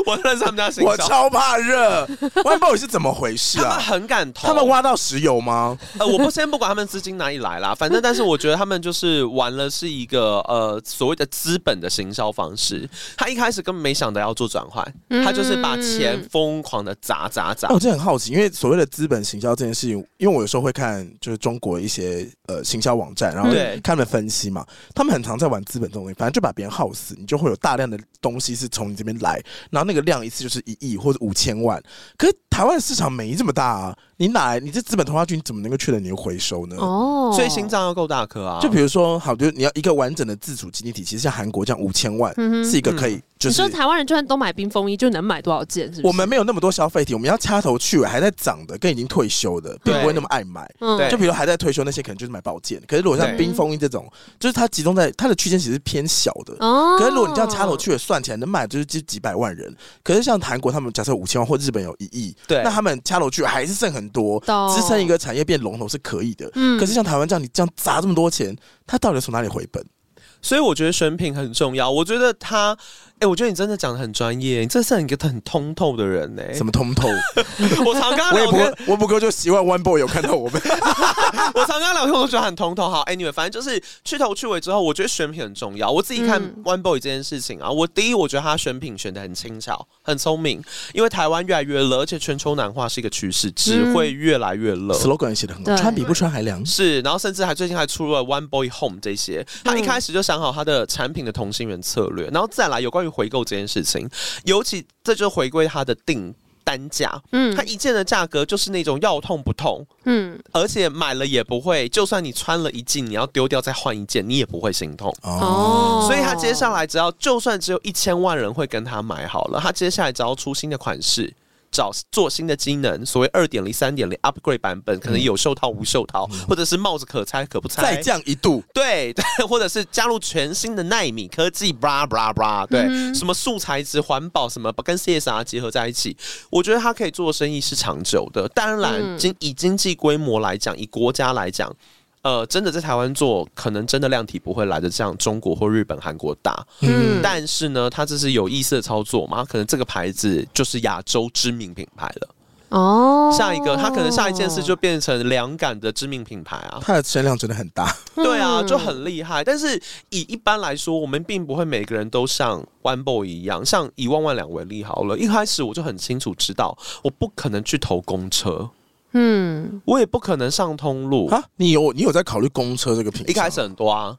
Speaker 3: 我认识他们家行
Speaker 1: 我
Speaker 3: 销，
Speaker 1: 超怕热，One Boy 是怎么回事
Speaker 3: 他们
Speaker 1: 啊？
Speaker 3: 很敢投，
Speaker 1: 他们挖到石油吗？
Speaker 3: 呃，我不先不管他们资金哪里来啦， (laughs) 反正但是我觉得他们就是玩了是一个呃所谓的资本的行销方式。他一开始根本没想着要做转换，
Speaker 1: 嗯
Speaker 2: 嗯
Speaker 3: 他就是把钱疯狂的砸砸砸
Speaker 1: 哎，。我真的很好奇，因为所谓的资本行销这件事情，因为我有时候会看就是中国一些呃行销网站，然后
Speaker 3: 对
Speaker 1: 看他们分析嘛，他们很常在玩资本这种东西，反正就把别人耗死，你就会有大量的东西是从你这边来，然后那个量一次就是一亿或者五千万，可是台湾市场没这么大啊，你哪来你这资本投下去，你怎么能够确认你会回收呢？
Speaker 2: 哦，
Speaker 3: 所以心脏要够大颗啊！
Speaker 1: 就比如说，好，就是你要一个完整的自主经济体，其实像韩国这样五千万、
Speaker 2: 嗯哼
Speaker 1: 是一个可以，就
Speaker 2: 你
Speaker 1: 是
Speaker 2: 说台湾人就算都买冰风衣，就能买多少件？是不是？
Speaker 1: 我们没有那么多消费体，我们要掐头去尾，还在涨的跟已经退休的，并不会
Speaker 3: 对
Speaker 1: 那么爱买。
Speaker 2: 嗯
Speaker 3: 对
Speaker 1: 就比如还在退休那些，可能就是买保健。可是如果像
Speaker 3: 对
Speaker 1: 冰封印这种，就是它集中在它的区间其实是偏小的。
Speaker 2: 哦，
Speaker 1: 可是如果你这样掐头，去尾算起来，能买就是几几百万人。可是像韩国他们假设五千万或日本有一亿，
Speaker 3: 对
Speaker 1: 那他们掐头去尾还是剩很多，
Speaker 2: 懂
Speaker 1: 支撑一，个产业变龙头是可以的。
Speaker 2: 哦嗯
Speaker 1: 可是像台湾这样，你这样砸这么多钱，它到底从哪里回本？
Speaker 3: 所以我觉得选品很重要。我觉得他，哎、我觉得你真的讲的很专业，你真的是一个很通透的人呢、欸
Speaker 1: 什么通
Speaker 3: (laughs)
Speaker 1: 透？
Speaker 3: 我常跟他
Speaker 1: 我也
Speaker 3: 聊
Speaker 1: 不
Speaker 3: 天，
Speaker 1: 过，我不过就希望 One Boy 有看到我
Speaker 3: (laughs)
Speaker 1: 们。
Speaker 3: 我常跟他聊天，我都觉得很通透。好，anyway，反正就是去头去尾之后，我觉得选品很重要。我自己看
Speaker 2: 嗯
Speaker 3: One Boy 这件事情啊，我第一，我觉得他选品选的很轻巧，很聪明，因为台湾越来越热，而且全球暖化是一个趋势，只
Speaker 1: 嗯
Speaker 3: 会越来越热。
Speaker 1: slogan 写的很好，
Speaker 2: 对
Speaker 1: 穿比不穿还凉。
Speaker 3: 是，然后甚至还最近还出了 One Boy Home 这些，他一开始就想好他的产品的同心圆策略，然后再来有关于回购这件事情，尤其这就回归他的定单价，
Speaker 2: 嗯
Speaker 3: 他一件的价格就是那种要痛不痛，
Speaker 2: 嗯，
Speaker 3: 而且买了也不会，就算你穿了一季，你要丢掉再换一件，你也不会心痛。
Speaker 2: 哦，
Speaker 3: 所以他接下来只要，就算只有一千万人会跟他买好了，他接下来只要出新的款式。找做新的机能，所谓二点零、三点零 upgrade 版本，可能有袖套、无袖套，或者是帽子可拆可不拆，
Speaker 1: 再降一度，
Speaker 3: 对 (laughs) 对，或者是加入全新的纳米科技，bra bra bra，对，
Speaker 2: 嗯
Speaker 3: 什么素材值、环保什么跟 CSR 结合在一起，我觉得它可以做的生意是长久的。当然，
Speaker 2: 嗯
Speaker 3: 经以经济规模来讲，以国家来讲。呃，真的在台湾做，可能真的量体不会来的像中国或日本、韩国大。
Speaker 2: 嗯
Speaker 3: 但是呢，它这是有意思的操作嘛？它可能这个牌子就是亚洲知名品牌了，
Speaker 2: 哦，
Speaker 3: 下一个，他可能下一件事就变成凉感的知名品牌啊。
Speaker 1: 它的声量真的很大，
Speaker 3: 对啊，
Speaker 2: 嗯
Speaker 3: 就很厉害。但是以一般来说，我们并不会每个人都像 One Boy 一样，像以万万两为例好了。一开始我就很清楚知道，我不可能去投公车，
Speaker 2: 嗯，
Speaker 3: 我也不可能上通路。
Speaker 1: 啊，你有你有在考虑公车这个品牌？
Speaker 3: 一开始很多啊，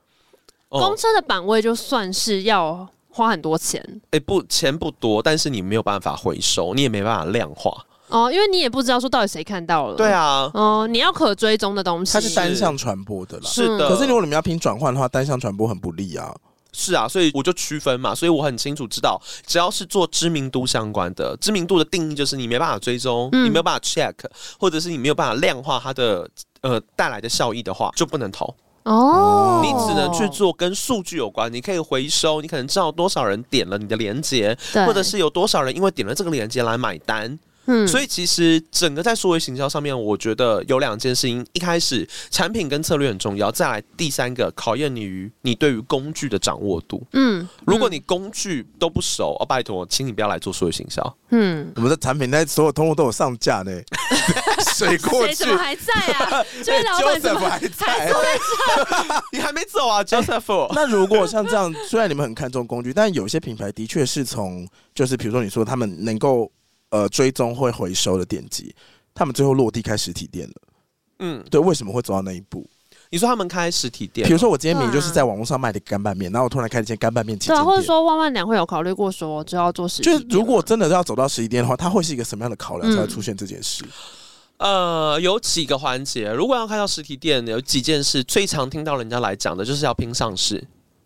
Speaker 3: 哦
Speaker 2: 公，车的版位就算是要花很多钱
Speaker 3: 哎、不，钱不多，但是你没有办法回收，你也没办法量化。
Speaker 2: 哦，因为你也不知道说到底谁看到了。
Speaker 3: 对，啊，
Speaker 2: 哦，你要可追踪的东西。
Speaker 1: 它是单向传播的啦。
Speaker 3: 是
Speaker 1: 嗯
Speaker 3: 的。
Speaker 1: 可是如果你们要拼转换的话，单向传播很不利啊。
Speaker 3: 是啊，所以我就区分嘛，所以我很清楚知道，只要是做知名度相关的，知名度的定义就是你没办法追踪，
Speaker 2: 嗯
Speaker 3: 你没有办法 check，或者是你没有办法量化它的呃带来的效益的话，就不能投。
Speaker 2: 哦，
Speaker 3: 你只能去做跟数据有关，你可以回收，你可能知道多少人点了你的链接，
Speaker 2: 对，
Speaker 3: 或者是有多少人因为点了这个链接来买单。
Speaker 2: 嗯
Speaker 3: 所以其实整个在数位行销上面，我觉得有两件事情，一开始产品跟策略很重要，再来第三个考验你于你对于工具的掌握度。
Speaker 2: 嗯，
Speaker 3: 如果你工具都不熟，哦，拜托，请你不要来做数位行 (laughs) 销。
Speaker 2: 嗯。
Speaker 1: 我们的产品在所有通路都有上架呢，水过
Speaker 2: 谁
Speaker 1: 去
Speaker 2: 怎。么还在
Speaker 3: (laughs)
Speaker 2: 啊？这位老板怎么
Speaker 1: Joseph 还在？
Speaker 3: 你还没走
Speaker 2: (laughs)
Speaker 3: 啊，Joseph？
Speaker 1: 那如果像这样，虽然你们很看重工具，但有些品牌的确是从，就是比如说你说他们能够呃追踪会回收的电机，他们最后落地开实体店了。
Speaker 3: 嗯，
Speaker 1: 对，为什么会走到那一步？
Speaker 3: 你说他们开实体店，
Speaker 1: 比如说我今天明明
Speaker 2: 对
Speaker 1: 就
Speaker 2: 啊
Speaker 1: 是在网络上卖的干拌面，然后我突然开了一间干拌面旗舰
Speaker 2: 对啊，或者
Speaker 1: 店。
Speaker 2: 说万万两会有考虑过说就要做实体
Speaker 1: 就
Speaker 2: 店
Speaker 1: 是
Speaker 2: 吗，
Speaker 1: 如果真的要走到实体店的话，它会是一个什么样的考量才会
Speaker 2: 嗯
Speaker 1: 出现这件事？
Speaker 3: 呃，有几个环节，如果要开到实体店，有几件事最常听到人家来讲的，就是要拼上市，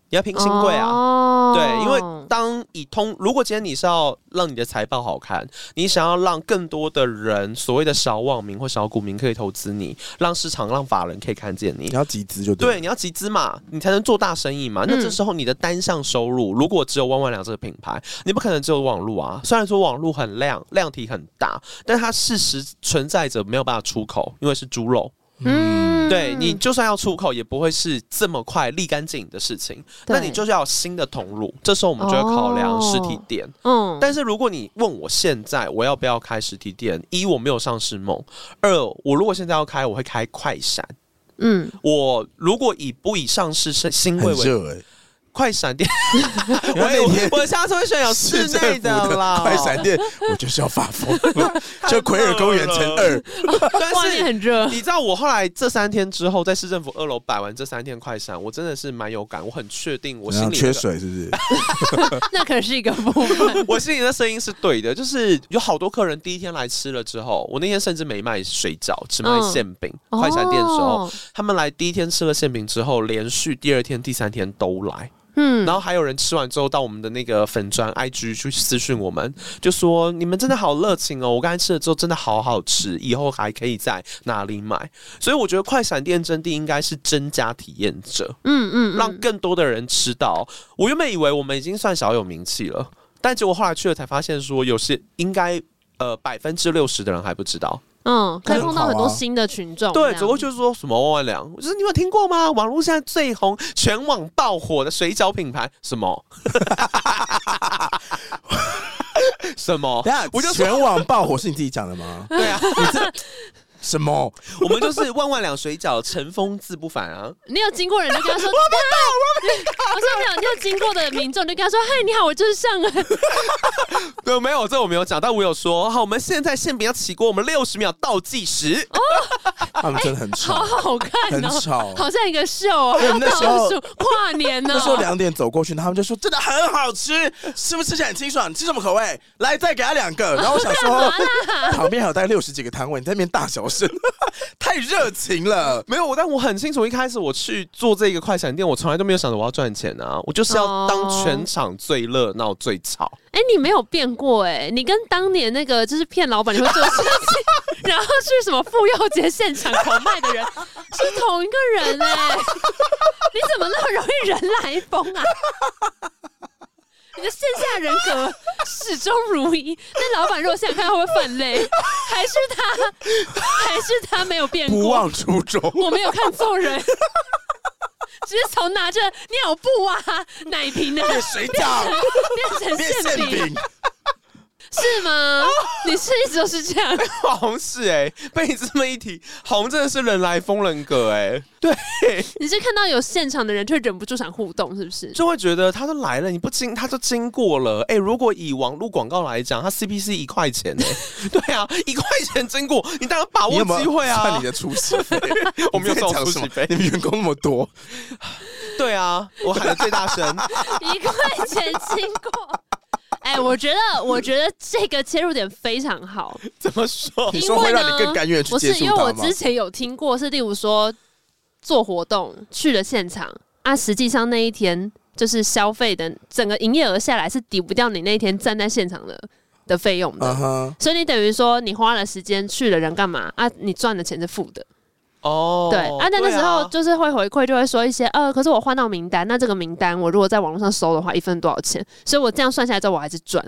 Speaker 3: 你要拼新贵啊。
Speaker 2: 哦
Speaker 3: 对，因为当以通，如果今天你是要让你的财报好看，你想要让更多的人，所谓的小网民或小股民可以投资你，让市场让法人可以看见你
Speaker 1: 你，要集资就对了。
Speaker 3: 对，你要集资嘛，你才能做大生意嘛。那这
Speaker 2: 嗯
Speaker 3: 时候你的单项收入，如果只有万万两这个品牌，你不可能只有网络啊。虽然说网络很亮，量体很大，但它事实存在着没有办法出口，因为是猪肉。
Speaker 2: 嗯
Speaker 3: 对你就算要出口，也不会是这么快立竿见影的事情。那你
Speaker 2: 对
Speaker 3: 就是要有新的通路，这时候我们就会考量实体
Speaker 2: 哦
Speaker 3: 店。
Speaker 2: 嗯，
Speaker 3: 但是如果你问我现在我要不要开实体店，一我没有上市梦，二我如果现在要开，我会开快闪。
Speaker 2: 嗯，
Speaker 3: 我如果以不以上市是新贵
Speaker 1: 很
Speaker 3: 为 (laughs)
Speaker 1: 热哎、
Speaker 3: 快闪店，我
Speaker 1: 原来那天
Speaker 3: 我我下次会选有室
Speaker 1: 政
Speaker 3: 内
Speaker 1: 府的
Speaker 3: 啦，
Speaker 1: 快闪店，我就是要发疯，就奎尔公园乘二，
Speaker 2: 哇，
Speaker 3: 但
Speaker 2: 你
Speaker 3: 是。
Speaker 2: 很热，
Speaker 3: (laughs) 你知道我后来这三天之后，在市政府二楼摆完这三天快闪，我真的是蛮有感，我很确定我心
Speaker 1: 然后
Speaker 3: 里
Speaker 1: 缺
Speaker 3: 的
Speaker 1: 水是不是？
Speaker 2: 那可是一个部分。
Speaker 3: 我心里的声音是对的，就是有好多客人第一天来吃了之后，我那天甚至没卖水饺，只卖馅饼。快闪店的时候，
Speaker 2: 哦，
Speaker 3: 他们来第一天吃了馅饼之后，连续第二天、第三天都来。
Speaker 2: 嗯，
Speaker 3: 然后还有人吃完之后到我们的那个粉砖 IG 去私讯我们，就说你们真的好热情哦！我刚才吃了之后真的好好吃，以后还可以在哪里买？所以我觉得快闪店真谛应该是增加体验者，
Speaker 2: 嗯嗯，嗯
Speaker 3: 让更多的人吃到。我原本以为我们已经算小有名气了，但结果后来去了才发现，说有些应该。呃，百分之六十的人还不知道，
Speaker 2: 嗯，可以碰到很
Speaker 1: 很好啊
Speaker 2: 多新的群众。
Speaker 3: 对，只
Speaker 2: 这
Speaker 3: 会
Speaker 2: 样
Speaker 3: 就是说什么哦万万良，我说你有听过吗？网络现在最红、全网爆火的水饺品牌什么？ (laughs) 什么？
Speaker 1: 等一下，
Speaker 3: 我就说？
Speaker 1: 全网爆火是你自己讲的吗
Speaker 3: 对啊，
Speaker 1: 什么？
Speaker 3: 我们就是万万良水饺，乘风自不凡啊！
Speaker 2: 你有经过人就跟他 (laughs)
Speaker 3: (laughs)
Speaker 2: 说，我不懂， (laughs) 我不懂。我说你有，你有经过的民众就跟他说，嗨，你好，我就是上恩。
Speaker 3: 对，没有这我没有讲，但我有说，好，我们现在馅饼要起锅，我们六十秒倒计时。
Speaker 1: 他们真的很吵
Speaker 2: (laughs) 好，好看
Speaker 1: 很
Speaker 2: 哦，
Speaker 1: 吵。
Speaker 2: 好像一个秀哦，
Speaker 1: 因为我哎们那时候
Speaker 2: 倒数跨年呢
Speaker 1: 那时。候两点走过去，然后他们就说真的很好吃，是不是吃起来很清爽？你吃什么口味？来，再给他两个。然后我想说，旁边还有大概六十几个摊位，你在那边大小声， (laughs) 太热情了。
Speaker 3: 没有，我但我很清楚，一开始我去做这个快闪店，我从来都没有想着我要赚钱啊，我就是要当
Speaker 2: 哦
Speaker 3: 全场最热闹、最吵。
Speaker 2: 哎、你没有变过哎、你跟当年那个就是骗老板你会做的事
Speaker 1: (laughs)
Speaker 2: 情，然后去什么妇幼节现场狂卖的人是同一个人哎、你怎么那么容易人来疯啊？你的线下人格始终如一，那老板如果想看他会不会犯累？还是他，还是他没有变
Speaker 1: 不
Speaker 2: 过？
Speaker 1: 忘初衷，
Speaker 2: 我没有看错人， (laughs) 只是从拿着尿布啊、奶瓶啊
Speaker 1: 水饺
Speaker 2: 变成
Speaker 1: 变
Speaker 2: 馅
Speaker 1: 馅
Speaker 2: 饼。
Speaker 1: 饼，
Speaker 2: 是吗？你是一直都是这样？
Speaker 3: (laughs) 好像是哎、被你这么一提，好像真的是人来疯人格哎、
Speaker 2: 你是看到有现场的人，却忍不住想互动，是不是？
Speaker 3: (laughs) 就会觉得他都来了，你不经他都经过了哎、如果以网络广告来讲，他 CPC 一块钱哎、 (laughs) 对啊，一块钱经过，你当然把
Speaker 1: 你
Speaker 3: 握
Speaker 1: 有没有
Speaker 3: 机会
Speaker 1: 算
Speaker 3: 啊
Speaker 1: 你。的出
Speaker 2: (laughs)
Speaker 1: 席费，
Speaker 3: (laughs) 我没有
Speaker 1: 你
Speaker 3: 找
Speaker 1: 在讲
Speaker 3: 出
Speaker 1: 什
Speaker 3: 席
Speaker 1: 么
Speaker 3: 费，
Speaker 1: 你们员工那么多，
Speaker 3: 对啊，我喊的最大声。
Speaker 2: 一块钱经过。哎、我觉得，我觉得这个切入点非常好。
Speaker 3: (laughs) 怎么说？
Speaker 1: 你说会让你更甘愿去
Speaker 2: 不
Speaker 1: 接
Speaker 2: 是
Speaker 1: 触
Speaker 2: 因为
Speaker 1: 他
Speaker 2: 我
Speaker 1: 吗
Speaker 2: 之？前有听过，是例如说做活动去了现场啊，实际上那一天就是消费的整个营业额下来是抵不掉你那一天站在现场的的费用的。
Speaker 1: 嗯哼，
Speaker 2: 所以你等于说你花了时间去了人干嘛啊？你赚的钱是负的，
Speaker 3: 哦，
Speaker 2: 对啊。那个时候就是会回馈，就会说一些呃，可是我换到名单，那这个名单我如果在网络上搜的话，一份多少钱？所以我这样算下来之后，我还是赚。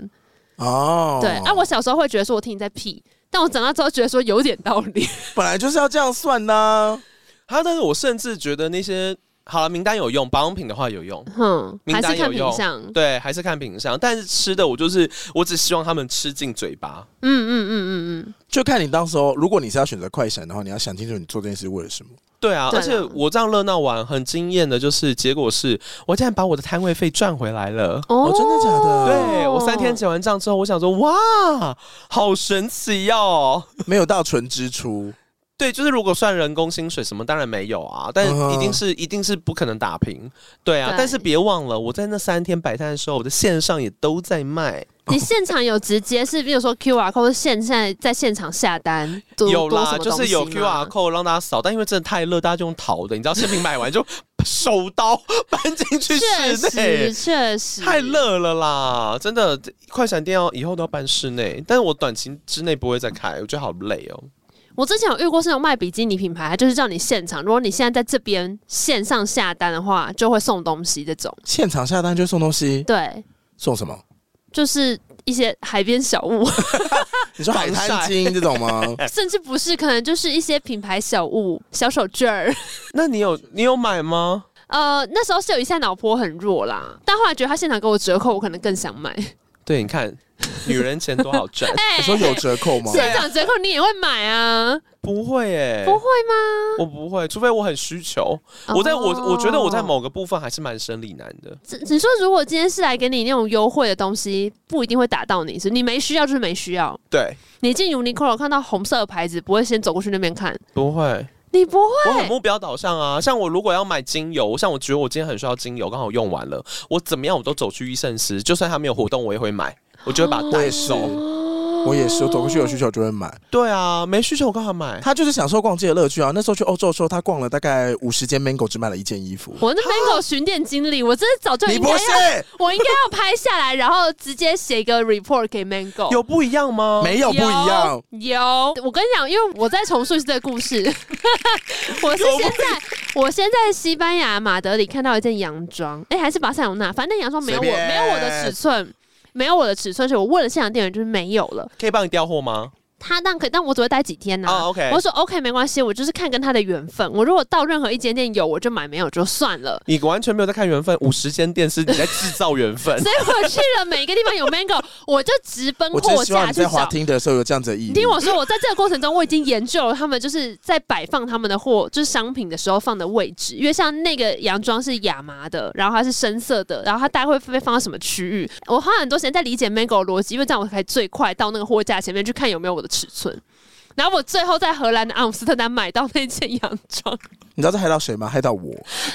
Speaker 1: 哦，
Speaker 2: 对啊，我小时候会觉得说我听你在屁，但我长大之后觉得说有点道理。
Speaker 1: 本来就是要这样算的啊。
Speaker 3: 他，但是我甚至觉得那些好了，名单有用，保养品的话有用。
Speaker 2: 哼，
Speaker 3: 名
Speaker 2: 还
Speaker 3: 单
Speaker 2: 是看
Speaker 3: 有
Speaker 2: 品
Speaker 3: 用
Speaker 2: 相。
Speaker 3: 对，还是看品相，但是吃的我就是，我只希望他们吃进嘴巴。
Speaker 2: 嗯嗯嗯嗯嗯，
Speaker 1: 就看你当时候，如果你是要选择快闪的话，你要想清楚你做这件事为了什么。
Speaker 3: 对啊，
Speaker 2: 对
Speaker 3: 而且
Speaker 2: 啦
Speaker 3: 我这样热闹完，很惊艳的就是，结果是我竟然把我的摊位费赚回来了。
Speaker 1: 哦真的假的
Speaker 3: 对
Speaker 2: 哦
Speaker 3: 我三 (laughs) 天结完账之后，我想说，哇，好神奇哦！
Speaker 1: 没有到纯支出，
Speaker 3: 对，就是如果算人工薪水什么，当然没有啊，但
Speaker 1: 嗯
Speaker 3: 一定是、一定是不可能打平，对啊。
Speaker 2: 对
Speaker 3: 但是别忘了，我在那三天摆摊的时候，我的线上也都在卖，
Speaker 2: 你现场有直接是，比如说 QR code 现在在现场下单，多
Speaker 3: 有
Speaker 2: 多
Speaker 3: 啦，
Speaker 2: 什么
Speaker 3: 就
Speaker 2: 东
Speaker 3: 是
Speaker 2: 西
Speaker 3: 有
Speaker 2: 吗
Speaker 3: QR code 让大家扫，但因为真的太热，大家就用淘的，你知道， (laughs) 视频买完就手刀搬进去
Speaker 2: 确
Speaker 3: 室内
Speaker 2: 实，确实
Speaker 3: 欸太。热了啦！真的，快闪店要以后都要搬室内，但是我短期之内不会再开，我觉得好累哦。
Speaker 2: 我之前有遇过是那种卖比基尼品牌，它就是叫你现场，如果你现在在这边线上下单的话，就会送东西这种。
Speaker 1: 现场下单就送东西，
Speaker 2: 对，
Speaker 1: 送什么？
Speaker 2: 就是一些海边小
Speaker 3: (laughs)
Speaker 2: 物，
Speaker 1: 你说海
Speaker 3: 防晒
Speaker 1: 滩
Speaker 2: (laughs)
Speaker 1: 巾这种吗？
Speaker 3: 哎
Speaker 2: 甚至不是，可能就是一些品牌小物、小手绢儿。
Speaker 3: 那你有你有买吗？
Speaker 2: 呃，那时候是有一下脑波很弱啦，但后来觉得他现场给我折扣，我可能更想
Speaker 3: (laughs)
Speaker 2: 买。，
Speaker 3: 对，你 (laughs) 看，女人钱多好赚
Speaker 2: 哎
Speaker 1: 你说有折扣吗？
Speaker 2: (laughs) 现场折扣你也会买啊？
Speaker 3: 不会哎、
Speaker 2: 不会吗？
Speaker 3: 我不会，除非我很需求。我在我我觉得我在某个部分还是蛮生理男的，
Speaker 2: 哦只只说，如果今天是来给你那种优惠的东西，不一定会打到你，是你没需要就是没需要。
Speaker 3: 对，
Speaker 2: 你进 Uniqlo 看到红色的牌子，不会先走过去那边看，
Speaker 3: 不会。
Speaker 2: 你不
Speaker 3: 我很
Speaker 2: 会。
Speaker 3: 目标导向啊，像我如果要买精油，像我觉得我今天很需要精油，刚好用完了，我怎么样我都走去医圣师，就算他没有活动，我也会买，哦我就会把它
Speaker 1: 我也
Speaker 3: 带
Speaker 1: 是
Speaker 3: 走。，
Speaker 1: 我也是，我走过去有需求就会买。
Speaker 3: 对啊，没需求我干嘛买？
Speaker 1: 他就是享受逛街的乐趣啊！那时候去欧洲的时候，他逛了大概五十间 Mango，只买了一件衣服。
Speaker 2: 我那 Mango 巡店经理，我真的早就
Speaker 1: 你
Speaker 2: 哦应该
Speaker 1: 不
Speaker 2: 要，
Speaker 1: 是
Speaker 2: 我应该要拍下来，然后直接写一个 report 给 Mango。
Speaker 3: 有不一样吗？
Speaker 1: 没有不一样，
Speaker 2: 哦有，我跟你讲，因为我在重述这个故事， (laughs) 我是现在我先在西班牙马德里看到一件洋装，哎、还是巴塞隆纳，反正那洋装没有我
Speaker 1: 随便
Speaker 2: 没有我的尺寸，没有我的尺寸，所以我问了现场店员就是没有了。
Speaker 3: 可以帮你调货吗？
Speaker 2: 他但可，但我只会待几天呢、
Speaker 3: 啊，OK
Speaker 1: 哦
Speaker 2: 我说 OK 没关系，我就是看跟他的缘分。我如果到任何一间店有，我就买，没有就算了。
Speaker 3: 你完全没有在看缘分，五十
Speaker 2: (laughs)
Speaker 3: 间店是你在制造缘分
Speaker 2: 所。以我去了每个地方有 mango，我就直
Speaker 1: (laughs)
Speaker 2: 奔
Speaker 1: 我真
Speaker 2: 货
Speaker 1: 希望
Speaker 2: 架
Speaker 1: 你
Speaker 2: 去
Speaker 1: 在滑
Speaker 2: 找。
Speaker 1: 听的时候有这样子的意义。
Speaker 2: 你听我说，我在这个过程中，我已经研究了他们就是在摆放他们的货，就是商品的时候放的位置。因为像那个洋装是亚麻的，然后它是深色的，然后它大概会被放到什么区域。我花很多时间在理解 Mango 的逻辑，因为这样我才最快到那个货架前面去看有没有我的尺寸。 (laughs) 然后我最后在荷兰的阿姆斯特丹买到那件洋装，
Speaker 1: 你知道这害到谁吗？害到我。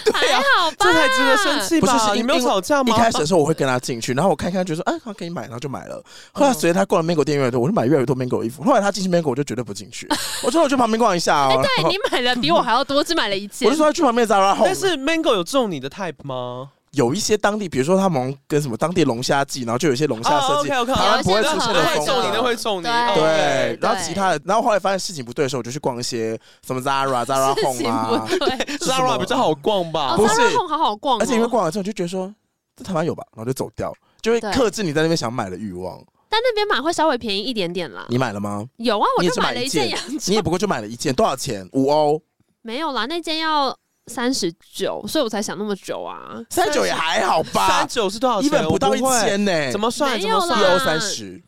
Speaker 3: 对啊
Speaker 2: 还，好吧？
Speaker 3: 这才值得生气吧？
Speaker 1: 不是是
Speaker 3: 你没有
Speaker 1: 因为
Speaker 3: 吵架
Speaker 1: 一
Speaker 3: 吗？
Speaker 1: 开始的时候我会跟他进去，然后我看一看，觉得说，哎，好可以买，然后就买了。后来随着他
Speaker 2: 嗯
Speaker 1: 逛了 Mango 店越来越多，我就买越来越多 Mango 衣服。后来他进去 Mango，我就绝对不
Speaker 2: (laughs)
Speaker 1: 进去，我说我去旁边逛一下啊。然
Speaker 2: 哎对
Speaker 1: 后 (laughs)
Speaker 2: 你买了比我还要多，只买了一件。
Speaker 1: 我就说他去旁边 Zara Home，
Speaker 3: 但是 Mango 有中你的 type 吗？
Speaker 1: 有一些当地，比如说他们跟什么当地龙虾季，然后就有一些龙虾设计，
Speaker 3: 哦，OK，OK，
Speaker 1: 台湾不会出现的
Speaker 3: 那会
Speaker 1: 风
Speaker 3: 中你，那
Speaker 1: 格。
Speaker 3: 会中你。
Speaker 2: 啊对
Speaker 3: 哦
Speaker 1: 对，然后
Speaker 2: 对
Speaker 1: 其他的，然后后来发现事情不对的时候，我就去逛一些什么 Zara、Zara
Speaker 2: 事情
Speaker 1: Home 啊
Speaker 2: 不，对，
Speaker 1: 是什么
Speaker 3: Zara 比较好逛吧？
Speaker 2: 哦，
Speaker 1: 不是
Speaker 2: Zara Home 好好逛、哦，
Speaker 1: 而且因为逛完之后你就觉得说，这台湾有吧，然后就走掉，就会
Speaker 2: 对
Speaker 1: 克制你在那边想买的欲望。
Speaker 2: 但那边买会稍微便宜一点点啦。
Speaker 1: 你买了吗？
Speaker 2: 有啊，我
Speaker 1: 你也
Speaker 2: 就是买
Speaker 1: 买
Speaker 2: 了
Speaker 1: 一
Speaker 2: 一件
Speaker 1: 件
Speaker 2: 洋
Speaker 1: 你也
Speaker 2: 装，
Speaker 1: 不过就买了一件，多少钱？五欧，
Speaker 2: (laughs) 没有啦，那件要三十九，所以我才想那么久啊。
Speaker 1: 三九也还好吧
Speaker 3: 三，九是多少
Speaker 1: 一
Speaker 3: 钱？
Speaker 1: 啊本不到
Speaker 3: 我
Speaker 1: 一
Speaker 3: 会
Speaker 1: 千呢、欸
Speaker 3: 怎么算？
Speaker 2: 没
Speaker 3: 怎
Speaker 2: 有
Speaker 3: 么
Speaker 2: 啦
Speaker 1: 一
Speaker 3: 算？
Speaker 1: 欧三十？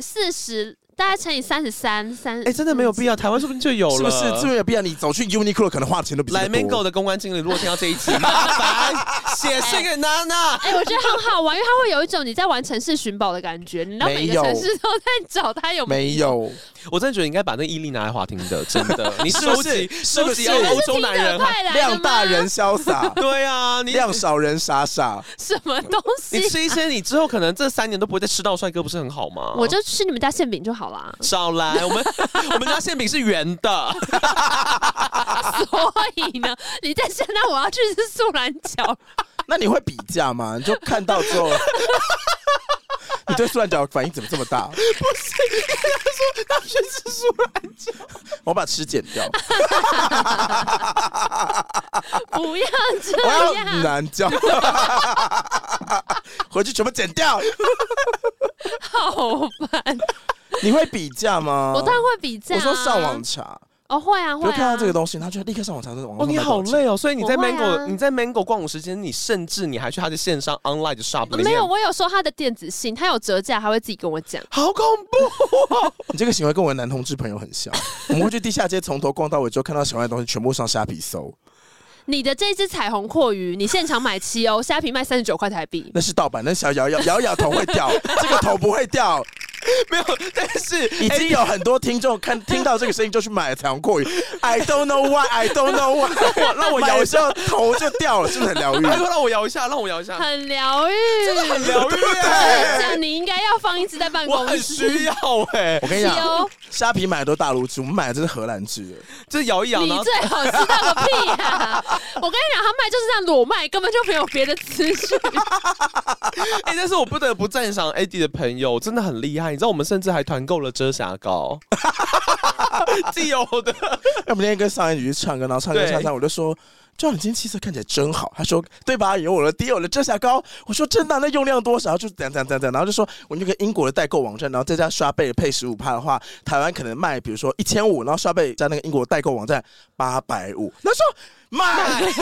Speaker 2: 四十，大概乘以三十三，三
Speaker 3: 哎、真的没有必要，台湾说不定就有
Speaker 1: 是
Speaker 3: 了。
Speaker 1: 不是？这边有必要你走去 Uniqlo 可能花的钱都比这个
Speaker 3: 来
Speaker 1: 多
Speaker 3: Mango 的公关经理，如果听到这一集，麻
Speaker 2: (laughs)
Speaker 3: 烦写信给娜娜。
Speaker 2: 哎、我觉得很好玩，因为它会有一种你在玩城市寻宝的感觉，你到每
Speaker 1: 没
Speaker 2: 个
Speaker 1: 有
Speaker 2: 城市都在找它有
Speaker 1: 没有？
Speaker 3: 我真的觉得你应该把那个伊利拿来滑听的，真
Speaker 1: (laughs)
Speaker 3: 的。你
Speaker 1: 是不
Speaker 3: 收集
Speaker 1: 是
Speaker 3: 收集
Speaker 1: 是不是
Speaker 3: 欧洲男人，
Speaker 2: 听，快来的吗
Speaker 1: 量大人潇洒
Speaker 3: (laughs) 对啊，你
Speaker 1: 量少人傻傻。
Speaker 2: 什么东
Speaker 3: 你
Speaker 2: 西？
Speaker 3: 吃一些，你之后可能这三年都不会再吃到帅哥，不是很好吗？
Speaker 2: 我就吃你们家馅饼就好啦。
Speaker 3: 少来，我们我们家馅饼是圆
Speaker 1: (laughs)
Speaker 3: 的，
Speaker 1: 啊
Speaker 2: 所以呢，你在现在我要去吃素兰角，
Speaker 1: 那你会比价吗？你就看到之后，
Speaker 3: (laughs)
Speaker 1: 你对塑料脚反应怎么这么大？
Speaker 3: 大学是素然角。
Speaker 1: 我把吃剪
Speaker 3: (laughs)
Speaker 1: 掉，
Speaker 2: 不要
Speaker 1: 我
Speaker 2: 这
Speaker 1: 要
Speaker 2: 样，
Speaker 1: 难
Speaker 3: (laughs)
Speaker 1: 教，回去全部剪掉。
Speaker 2: 好烦。
Speaker 1: 你会比价吗？
Speaker 2: 我当然会比价、啊，
Speaker 1: 哦我说上网查，
Speaker 2: 哦，会啊
Speaker 1: 就
Speaker 2: 会啊，
Speaker 1: 看到这个东西，然后就立刻上网查，这网
Speaker 3: 哦，你好累
Speaker 1: 哦。
Speaker 3: 哦，所以你在
Speaker 2: 我会
Speaker 3: Mango、
Speaker 2: 啊
Speaker 3: 你在 Mango 逛午时间，你甚至你还去他的线上 online 的 shop
Speaker 2: 呃
Speaker 3: 里面
Speaker 2: 没有，，我有收他的电子信，他有折价，还会自己跟我讲。
Speaker 3: 好恐怖、哦。
Speaker 1: 你这个行为跟我的男同志朋友很像，我们会去地下街从头逛到尾，之后看到喜欢的东西全部上虾皮搜，
Speaker 2: 你的这只彩虹阔鱼，你现场买七欧， (laughs) 虾皮卖三十九块台币。
Speaker 1: 那是盗版，那小摇摇摇摇头会掉，这个头不会掉。
Speaker 3: 没有，但是
Speaker 1: (laughs)
Speaker 3: 哎
Speaker 1: 已经有很多听众看 (laughs) 听到这个声音就去买彩虹阔鱼，I don't know why, I don't know why，
Speaker 3: 让我
Speaker 1: 买
Speaker 3: 摇一
Speaker 1: 的时
Speaker 3: 下，
Speaker 1: 候头就掉了，是不是很 (laughs) 疗愈？
Speaker 3: 拜托哎让我摇一下，让我摇一下，
Speaker 2: 很疗愈，
Speaker 3: 很疗愈耶，
Speaker 2: 这样你应该要放一只在办
Speaker 3: 我
Speaker 2: 公
Speaker 3: 很需
Speaker 2: 室。
Speaker 3: 要哎、
Speaker 1: 我跟
Speaker 2: 七
Speaker 1: 你讲，
Speaker 2: 欧，
Speaker 1: 虾皮买的都大陆制，我们买的这是荷兰制的，
Speaker 3: 就是摇一摇，
Speaker 2: 你
Speaker 3: 然后
Speaker 2: 最好知道个屁呀、我跟你讲，他卖就是这样裸卖，根本就没有别的资讯。
Speaker 3: (laughs) 哎、但是我不得不赞赏 AD 的朋友真的很厉害，你知道我们甚至还团购了遮瑕膏， (laughs) 既有的，
Speaker 1: 我们那天跟上一局去唱歌，然后唱歌
Speaker 3: 对
Speaker 1: 唱唱，我就说。就你今天气色看起来真好，他说对吧？有我的爹，有了遮瑕膏。我说真的啊，那用量多少？就怎样怎样怎样怎样，然后就说我那个英国的代购网站，然后再加刷贝配十五帕的话，台湾可能卖比如说一千五，然后刷贝加那个英国代购网站八百五。他说买，
Speaker 2: 哎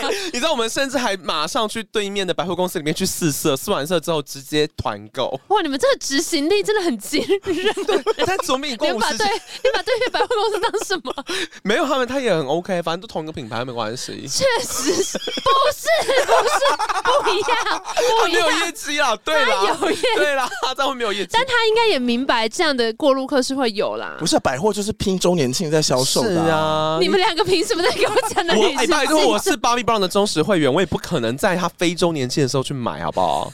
Speaker 3: 对你知道我们甚至还马上去对面的百货公司里面去试色，试完色之后直接团
Speaker 2: (laughs)
Speaker 3: 购，
Speaker 2: 哇，你们这个执行力真的很惊
Speaker 3: (laughs)
Speaker 2: 人，
Speaker 3: 但总比你
Speaker 2: 你
Speaker 3: 逛
Speaker 2: 们
Speaker 3: 五
Speaker 2: 把
Speaker 3: 十
Speaker 2: 对，你把对面百货公司当什么？
Speaker 3: 没有他们，他也很 OK，反正都同一个品牌没关系，
Speaker 2: 确实是，不是不是不一样，不一
Speaker 3: 没有
Speaker 2: 样。
Speaker 3: 业绩啦，对啦，
Speaker 2: 啊他有业绩
Speaker 3: 对啦，这样会没有业绩
Speaker 2: 但。他应该也明白这样的过路客是会有啦
Speaker 1: 不。是啊百货就是拼周年庆在销售
Speaker 3: 是
Speaker 1: 的、。
Speaker 3: 啊，
Speaker 2: 你们两个凭什么在给我讲男
Speaker 3: 我
Speaker 2: 女
Speaker 3: 哎、
Speaker 2: 之
Speaker 3: 拜托，我
Speaker 2: 间？
Speaker 3: 是 Bobby Brown 的忠实会员，我也不可能在他非周年庆的时候去买，好不好？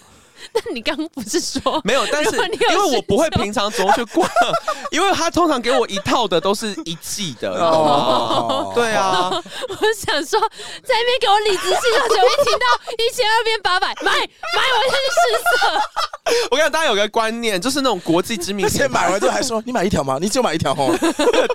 Speaker 2: 但 (laughs) 你刚刚不是说
Speaker 3: 没有，但是
Speaker 2: 如果你有
Speaker 3: 因为我不会
Speaker 2: 需求
Speaker 3: 平常总去逛， (laughs) 因为他通常给我一套的都是一季的，你知道吗
Speaker 1: 哦，
Speaker 3: 对啊，
Speaker 2: 我想说，在那边给我理直气壮，就一听到一千二变八百，买买，我先去试
Speaker 3: (laughs)
Speaker 2: 色。
Speaker 3: 我跟你讲，大家有个观念，就是那种国际知名 (laughs)
Speaker 1: 而且
Speaker 3: 品牌，
Speaker 1: 买完之后还说：“你买一条吗？你只有买一条哦。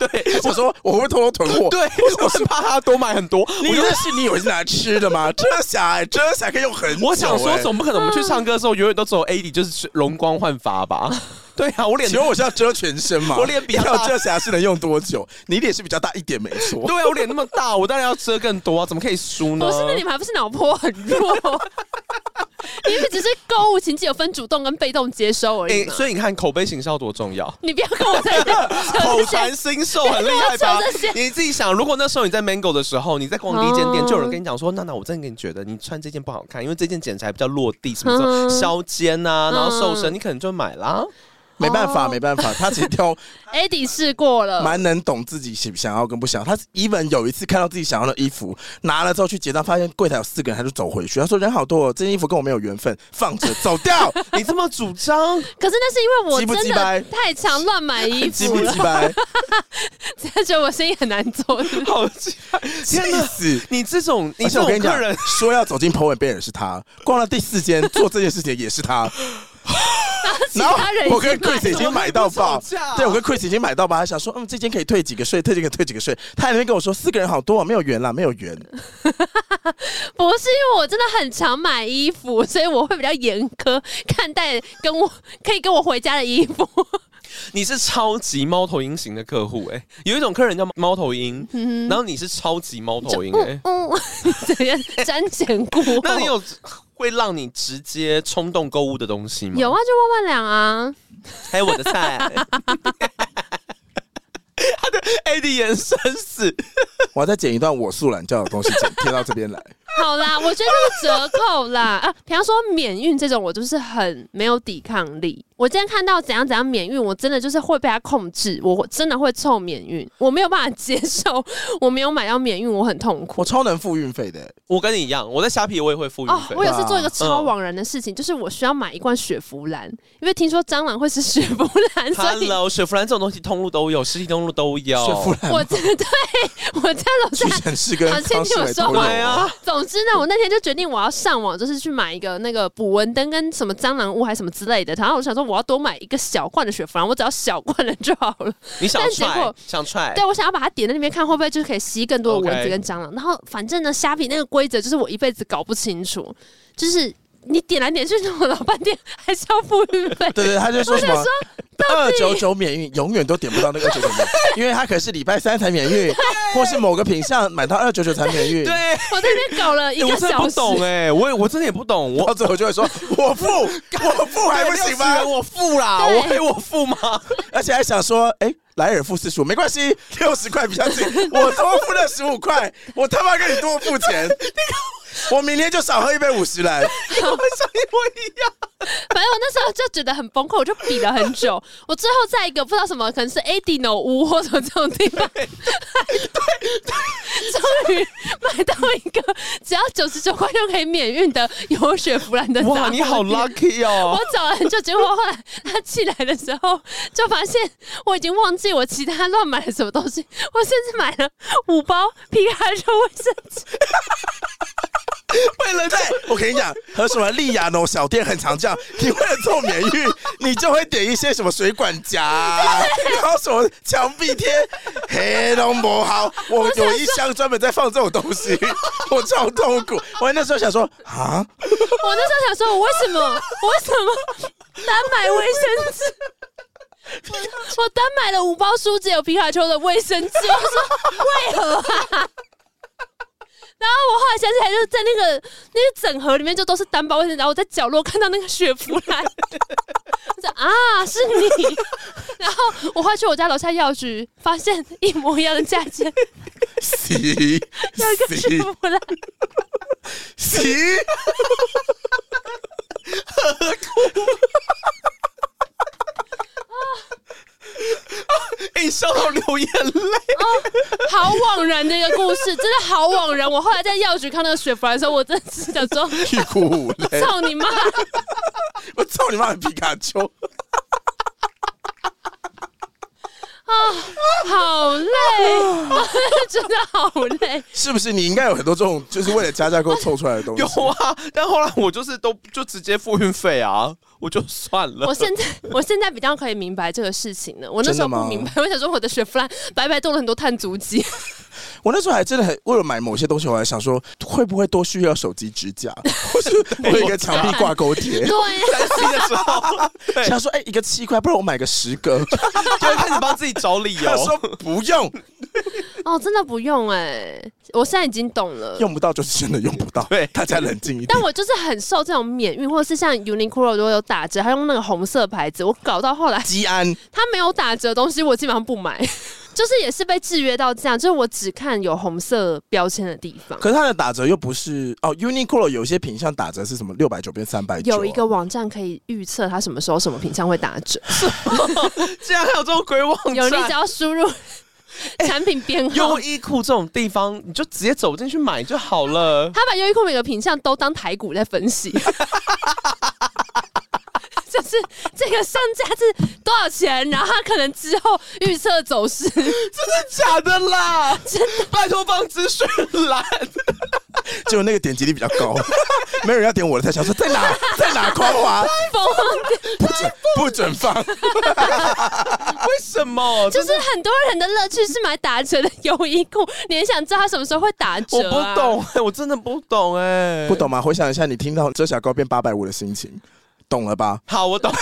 Speaker 3: 对”
Speaker 1: 我说：“我会不会偷偷囤货？”
Speaker 3: 对，我是怕他多买很多，
Speaker 1: 你
Speaker 3: 我就
Speaker 1: 那是你以为是拿吃的吗？遮瑕哎，遮瑕可以用很久、
Speaker 3: 我想说，
Speaker 1: 哎
Speaker 3: 总不可能我们去唱歌的时候，永远都只有 AD 就是容光焕发 (laughs) 吧？对啊，我脸
Speaker 1: 请问我是要遮全身吗？
Speaker 3: 我脸比较大
Speaker 1: 一条遮瑕是能用多久？你脸是比较大一点，没错。
Speaker 3: 对啊，我脸那么大，我当然要遮更多啊，怎么可以输呢？
Speaker 2: 不是，那你们还不是脑波很弱？你们只是购物情节有分主动跟被动接收而已
Speaker 3: 哎、
Speaker 2: 嘛。
Speaker 3: 所以你看口碑行销多重要。
Speaker 2: 你不要跟我在这扯
Speaker 3: (laughs) 口
Speaker 2: 这
Speaker 3: 传
Speaker 2: 些，
Speaker 3: 心授很厉害吧
Speaker 2: 你跟我扯这些？
Speaker 3: 你自己想，如果那时候你在 Mango 的时候，你在逛第一间店，
Speaker 1: 哦
Speaker 3: 就有人跟你讲说：“娜娜，我真的跟你觉得你穿这件不好看，因为这件剪裁比较落地，什么什么
Speaker 2: 嗯
Speaker 3: 削肩呐，然后瘦身，
Speaker 2: 嗯
Speaker 3: 你可能就买啦。
Speaker 1: 没办法，
Speaker 2: 哦
Speaker 1: 没办法，他其实挑
Speaker 2: a d 试过了，
Speaker 1: 蛮能懂自己想想要跟不想要。他 even 有一次看到自己想要的衣服，拿了之后去结账，发现柜台有四个人，他就走回去。他说：“人好多、哦，这件衣服跟我没有缘分，放着走
Speaker 3: (laughs)
Speaker 1: 掉。”
Speaker 3: 你这么主张，
Speaker 2: 可是那是因为
Speaker 1: 鸡不
Speaker 2: 我真
Speaker 1: 鸡掰
Speaker 2: 的太常乱买衣
Speaker 1: 鸡
Speaker 2: 服
Speaker 1: 不
Speaker 3: 啊
Speaker 2: 了
Speaker 1: 鸡，掰？
Speaker 2: (laughs) 他觉得我生意很难做。是不是
Speaker 3: 好气！
Speaker 1: (laughs) 气
Speaker 3: 天哪，
Speaker 1: 死！
Speaker 3: 你这种你
Speaker 1: 而且
Speaker 3: 这
Speaker 1: 我
Speaker 3: 种
Speaker 1: 跟你
Speaker 3: 客
Speaker 1: 讲
Speaker 3: 人，，
Speaker 1: 说要走进 p o e 被人是他，逛到第四间做这件事情也是他。
Speaker 2: (laughs)
Speaker 1: (laughs)
Speaker 2: 其
Speaker 1: 然后
Speaker 2: 他人
Speaker 1: 我跟
Speaker 2: 已经买
Speaker 1: Chris 已经买到爆
Speaker 3: 怎么可以不吵架，
Speaker 1: 对我跟 Chris 已经买到爆，他想说，嗯，这间可以退几个税，退这个退几个税。他还在那边跟我说，四个人好多、啊，没有缘啦，没有
Speaker 2: (laughs)
Speaker 1: 缘。
Speaker 2: 不是因为我真的很常买衣服，所以我会比较严苛看待跟我可以跟我回家的衣服。
Speaker 3: 你是超级猫头鹰型的客户哎、有一种客人叫猫头鹰，
Speaker 2: 嗯
Speaker 3: 然后你是超级猫头
Speaker 1: 哦
Speaker 3: 鹰哎、
Speaker 2: 嗯 (laughs) 嗯，你直接瞻前顾后。
Speaker 3: 那你有会让你直接冲动购物的东西吗？
Speaker 2: (laughs) 有啊，就万万两啊，
Speaker 3: 还有我的 (laughs) 菜。他的 A 的眼神死，
Speaker 1: 我要再剪一段我素懒教的东西剪贴到这
Speaker 2: (laughs)
Speaker 1: 边来。
Speaker 2: 好啦，我觉得是折扣啦啊，比方说免运这种，我就是很没有抵抗力。我今天看到怎样怎样免运，我真的就是会被他控制，我真的会凑免运，我没有办法接受，我没有买到免运，我很痛苦
Speaker 1: 我。超能付运费的、
Speaker 3: 我跟你一样，我在虾皮我也会付运
Speaker 2: 哦，
Speaker 3: 费。
Speaker 2: 我有次做一个超枉然的事情，就是我需要买一罐雪芙兰，因为听说蟑螂会吃雪芙兰，所以
Speaker 3: (laughs) Hello，雪佛兰这种东西通路都有，实体通路都有。
Speaker 1: 雪佛
Speaker 2: 哦我 (laughs)
Speaker 1: 兰
Speaker 2: 真的对我在楼
Speaker 1: 屈
Speaker 2: 下
Speaker 1: 臣氏跟
Speaker 2: 好
Speaker 1: 康士美
Speaker 2: 先听
Speaker 1: 都
Speaker 2: 我
Speaker 1: 有
Speaker 2: 说哎
Speaker 3: 对啊，
Speaker 2: 总之呢，我那天就决定我要上网，就是去买一个那个捕蚊灯跟什么蟑螂屋还是什么之类的。然后我想说，我要多买一个小罐的雪佛兰，我只要小罐的就好了。
Speaker 3: 你想
Speaker 2: 但结
Speaker 3: 踹
Speaker 2: 果
Speaker 3: 想踹，
Speaker 2: 对，我想要把它点在那边看，会不会就是可以吸更多的蚊
Speaker 3: OK
Speaker 2: 子跟蟑螂。然后反正呢，虾皮那个规则就是我一辈子搞不清楚，就是你点来点去弄了老半天，还是要付运
Speaker 1: (laughs)
Speaker 2: 费。
Speaker 1: 对对，他就说什么二九九免运，永远都点不到那个二九九，因为他可是礼拜三才
Speaker 2: (laughs)
Speaker 1: 免运，或是某个品项买到二九九才免运。
Speaker 3: 对，
Speaker 2: 我在那边搞了一
Speaker 3: 欸我
Speaker 2: 个
Speaker 3: 真的
Speaker 2: 小
Speaker 3: 不
Speaker 2: 时，
Speaker 3: 懂哎，我也我真的也不懂，我
Speaker 1: 到最后就会 (laughs) 说，我付，我付哦还不行
Speaker 3: 60元
Speaker 1: 吗？
Speaker 3: 我付啦，
Speaker 2: 对
Speaker 3: 我给我付吗？
Speaker 1: 而且还想说，哎、莱尔付四十五没关系， (laughs) 六十块比较 (laughs) 近，我多付了十五块，我他妈跟你多付钱，我明天就少喝一杯五十来。
Speaker 3: 我想一模一样。
Speaker 2: 反正我那时候就觉得很崩溃，我就比了很久。我最后在一个不知道什么，可能是 Adino 屋或者这种地方，终于买到一个只要九十九块就可以免运的有雪佛兰的 (laughs) 杂货
Speaker 3: 哇，你好
Speaker 2: 店
Speaker 3: lucky 哦
Speaker 2: 我！找了很久，结果后来他寄来的时候，就发现我已经忘记我其他乱买了什么东西，我甚至买了五包皮卡丘卫生纸，
Speaker 1: (laughs) 为了对， (laughs) 我跟你讲，和什么利亚农小店很常这 (laughs) 样。你为了做免运，你就会点一些什么水管夹、啊，然后什么墙壁 (laughs) 贴，黑龙不好。我有一箱专门在放这种东 (laughs) 西，我超痛苦。我那时候想说啊，
Speaker 2: 我那时候想说，我为什么，我为什么单买卫生纸？我我单买了五包书只有皮卡丘的卫生纸，我说为何啊？然后我后来想起来，就是在那个那个整盒里面就都是单包卫生纸，然后我在角落看到那个雪芙兰，我说啊是你。然后我后来去我家楼下药局，发现一模一样的价钱，
Speaker 1: 洗
Speaker 2: 有一个雪
Speaker 1: 洗
Speaker 2: 芙兰。
Speaker 1: 洗，
Speaker 3: (laughs) 哎，笑到流眼泪。
Speaker 2: 好枉然的一个故事，真的好枉然。我后来在药局看那个雪佛兰的时候，我真的是想
Speaker 1: (laughs)
Speaker 2: 说，
Speaker 1: 欲哭无泪。
Speaker 2: 操你妈！啊
Speaker 1: 我操你妈的皮卡丘！
Speaker 2: 好累， (laughs) 我真的好累。
Speaker 1: 是不是你应该有很多这种，就是为了加价购凑出来的东西？
Speaker 3: 有啊，但后来我就是都就直接付运费啊，我就算了。
Speaker 2: 我现在我现在比较可以明白这个事情了。我那时候
Speaker 1: 真的吗
Speaker 2: 不明白，我想说我的雪佛兰白白动了很多碳
Speaker 1: (laughs)
Speaker 2: 足迹，
Speaker 1: 我那时候还真的很为了买某些东西，我还想说会不会多需要手机支架，或是我一个墙壁挂钩贴
Speaker 2: (laughs) 对。啊呀、
Speaker 3: 三 C 的时候，对，
Speaker 1: 想说，哎、一个七块，不然我买个十个。
Speaker 3: 就会开始帮自己找理
Speaker 1: 他
Speaker 3: 由。
Speaker 1: 说不用，
Speaker 2: 哦，真的不用哎、我现在已经懂了。
Speaker 1: 用不到就是真的用不到。
Speaker 3: 对
Speaker 1: 大家冷静一点
Speaker 2: 但。我就是很受这种免运，或者是像 Uniqlo 如果有打折，他用那个红色牌子，我搞到后来
Speaker 1: 吉安，
Speaker 2: 他没有打折的东西，我基本上不买， (laughs) 就是也是被制约到这样，就是我只看有红色标签的地方。
Speaker 1: 可是它的打折又不是哦，Uniqlo 有一些品相打折是什么六百九变三百九，啊
Speaker 2: 有一个网站可以预测它什么时候什么品相会打折，
Speaker 3: 竟然还有这种鬼网
Speaker 2: 有你只
Speaker 3: 站。
Speaker 2: 要输入产品编号
Speaker 3: 优，衣库这种地方，你就直接走进去买就好了。
Speaker 2: 他把优衣库每个品相都当台股在分析， (laughs) 就是这个上架是多少钱，然后他可能之后预测走势，
Speaker 3: 假的啦，拜托放资讯
Speaker 2: (laughs)
Speaker 3: 栏，
Speaker 1: (laughs) 结果那个点击率比较
Speaker 3: (laughs)
Speaker 1: 高，没有人要点我的，他想说在哪在哪夸
Speaker 3: (laughs)
Speaker 1: 华，不准不准放。
Speaker 3: 为什么？
Speaker 2: 就是很多人的乐趣是买打折的优衣库，你很想知道它什么时候会打折、
Speaker 3: 我
Speaker 2: 啊。
Speaker 3: 不懂、哎我真的不懂哎、
Speaker 1: 不。懂吗？回想一下，你听到遮瑕膏变八百五的心情，懂了吧？
Speaker 3: 好，我懂。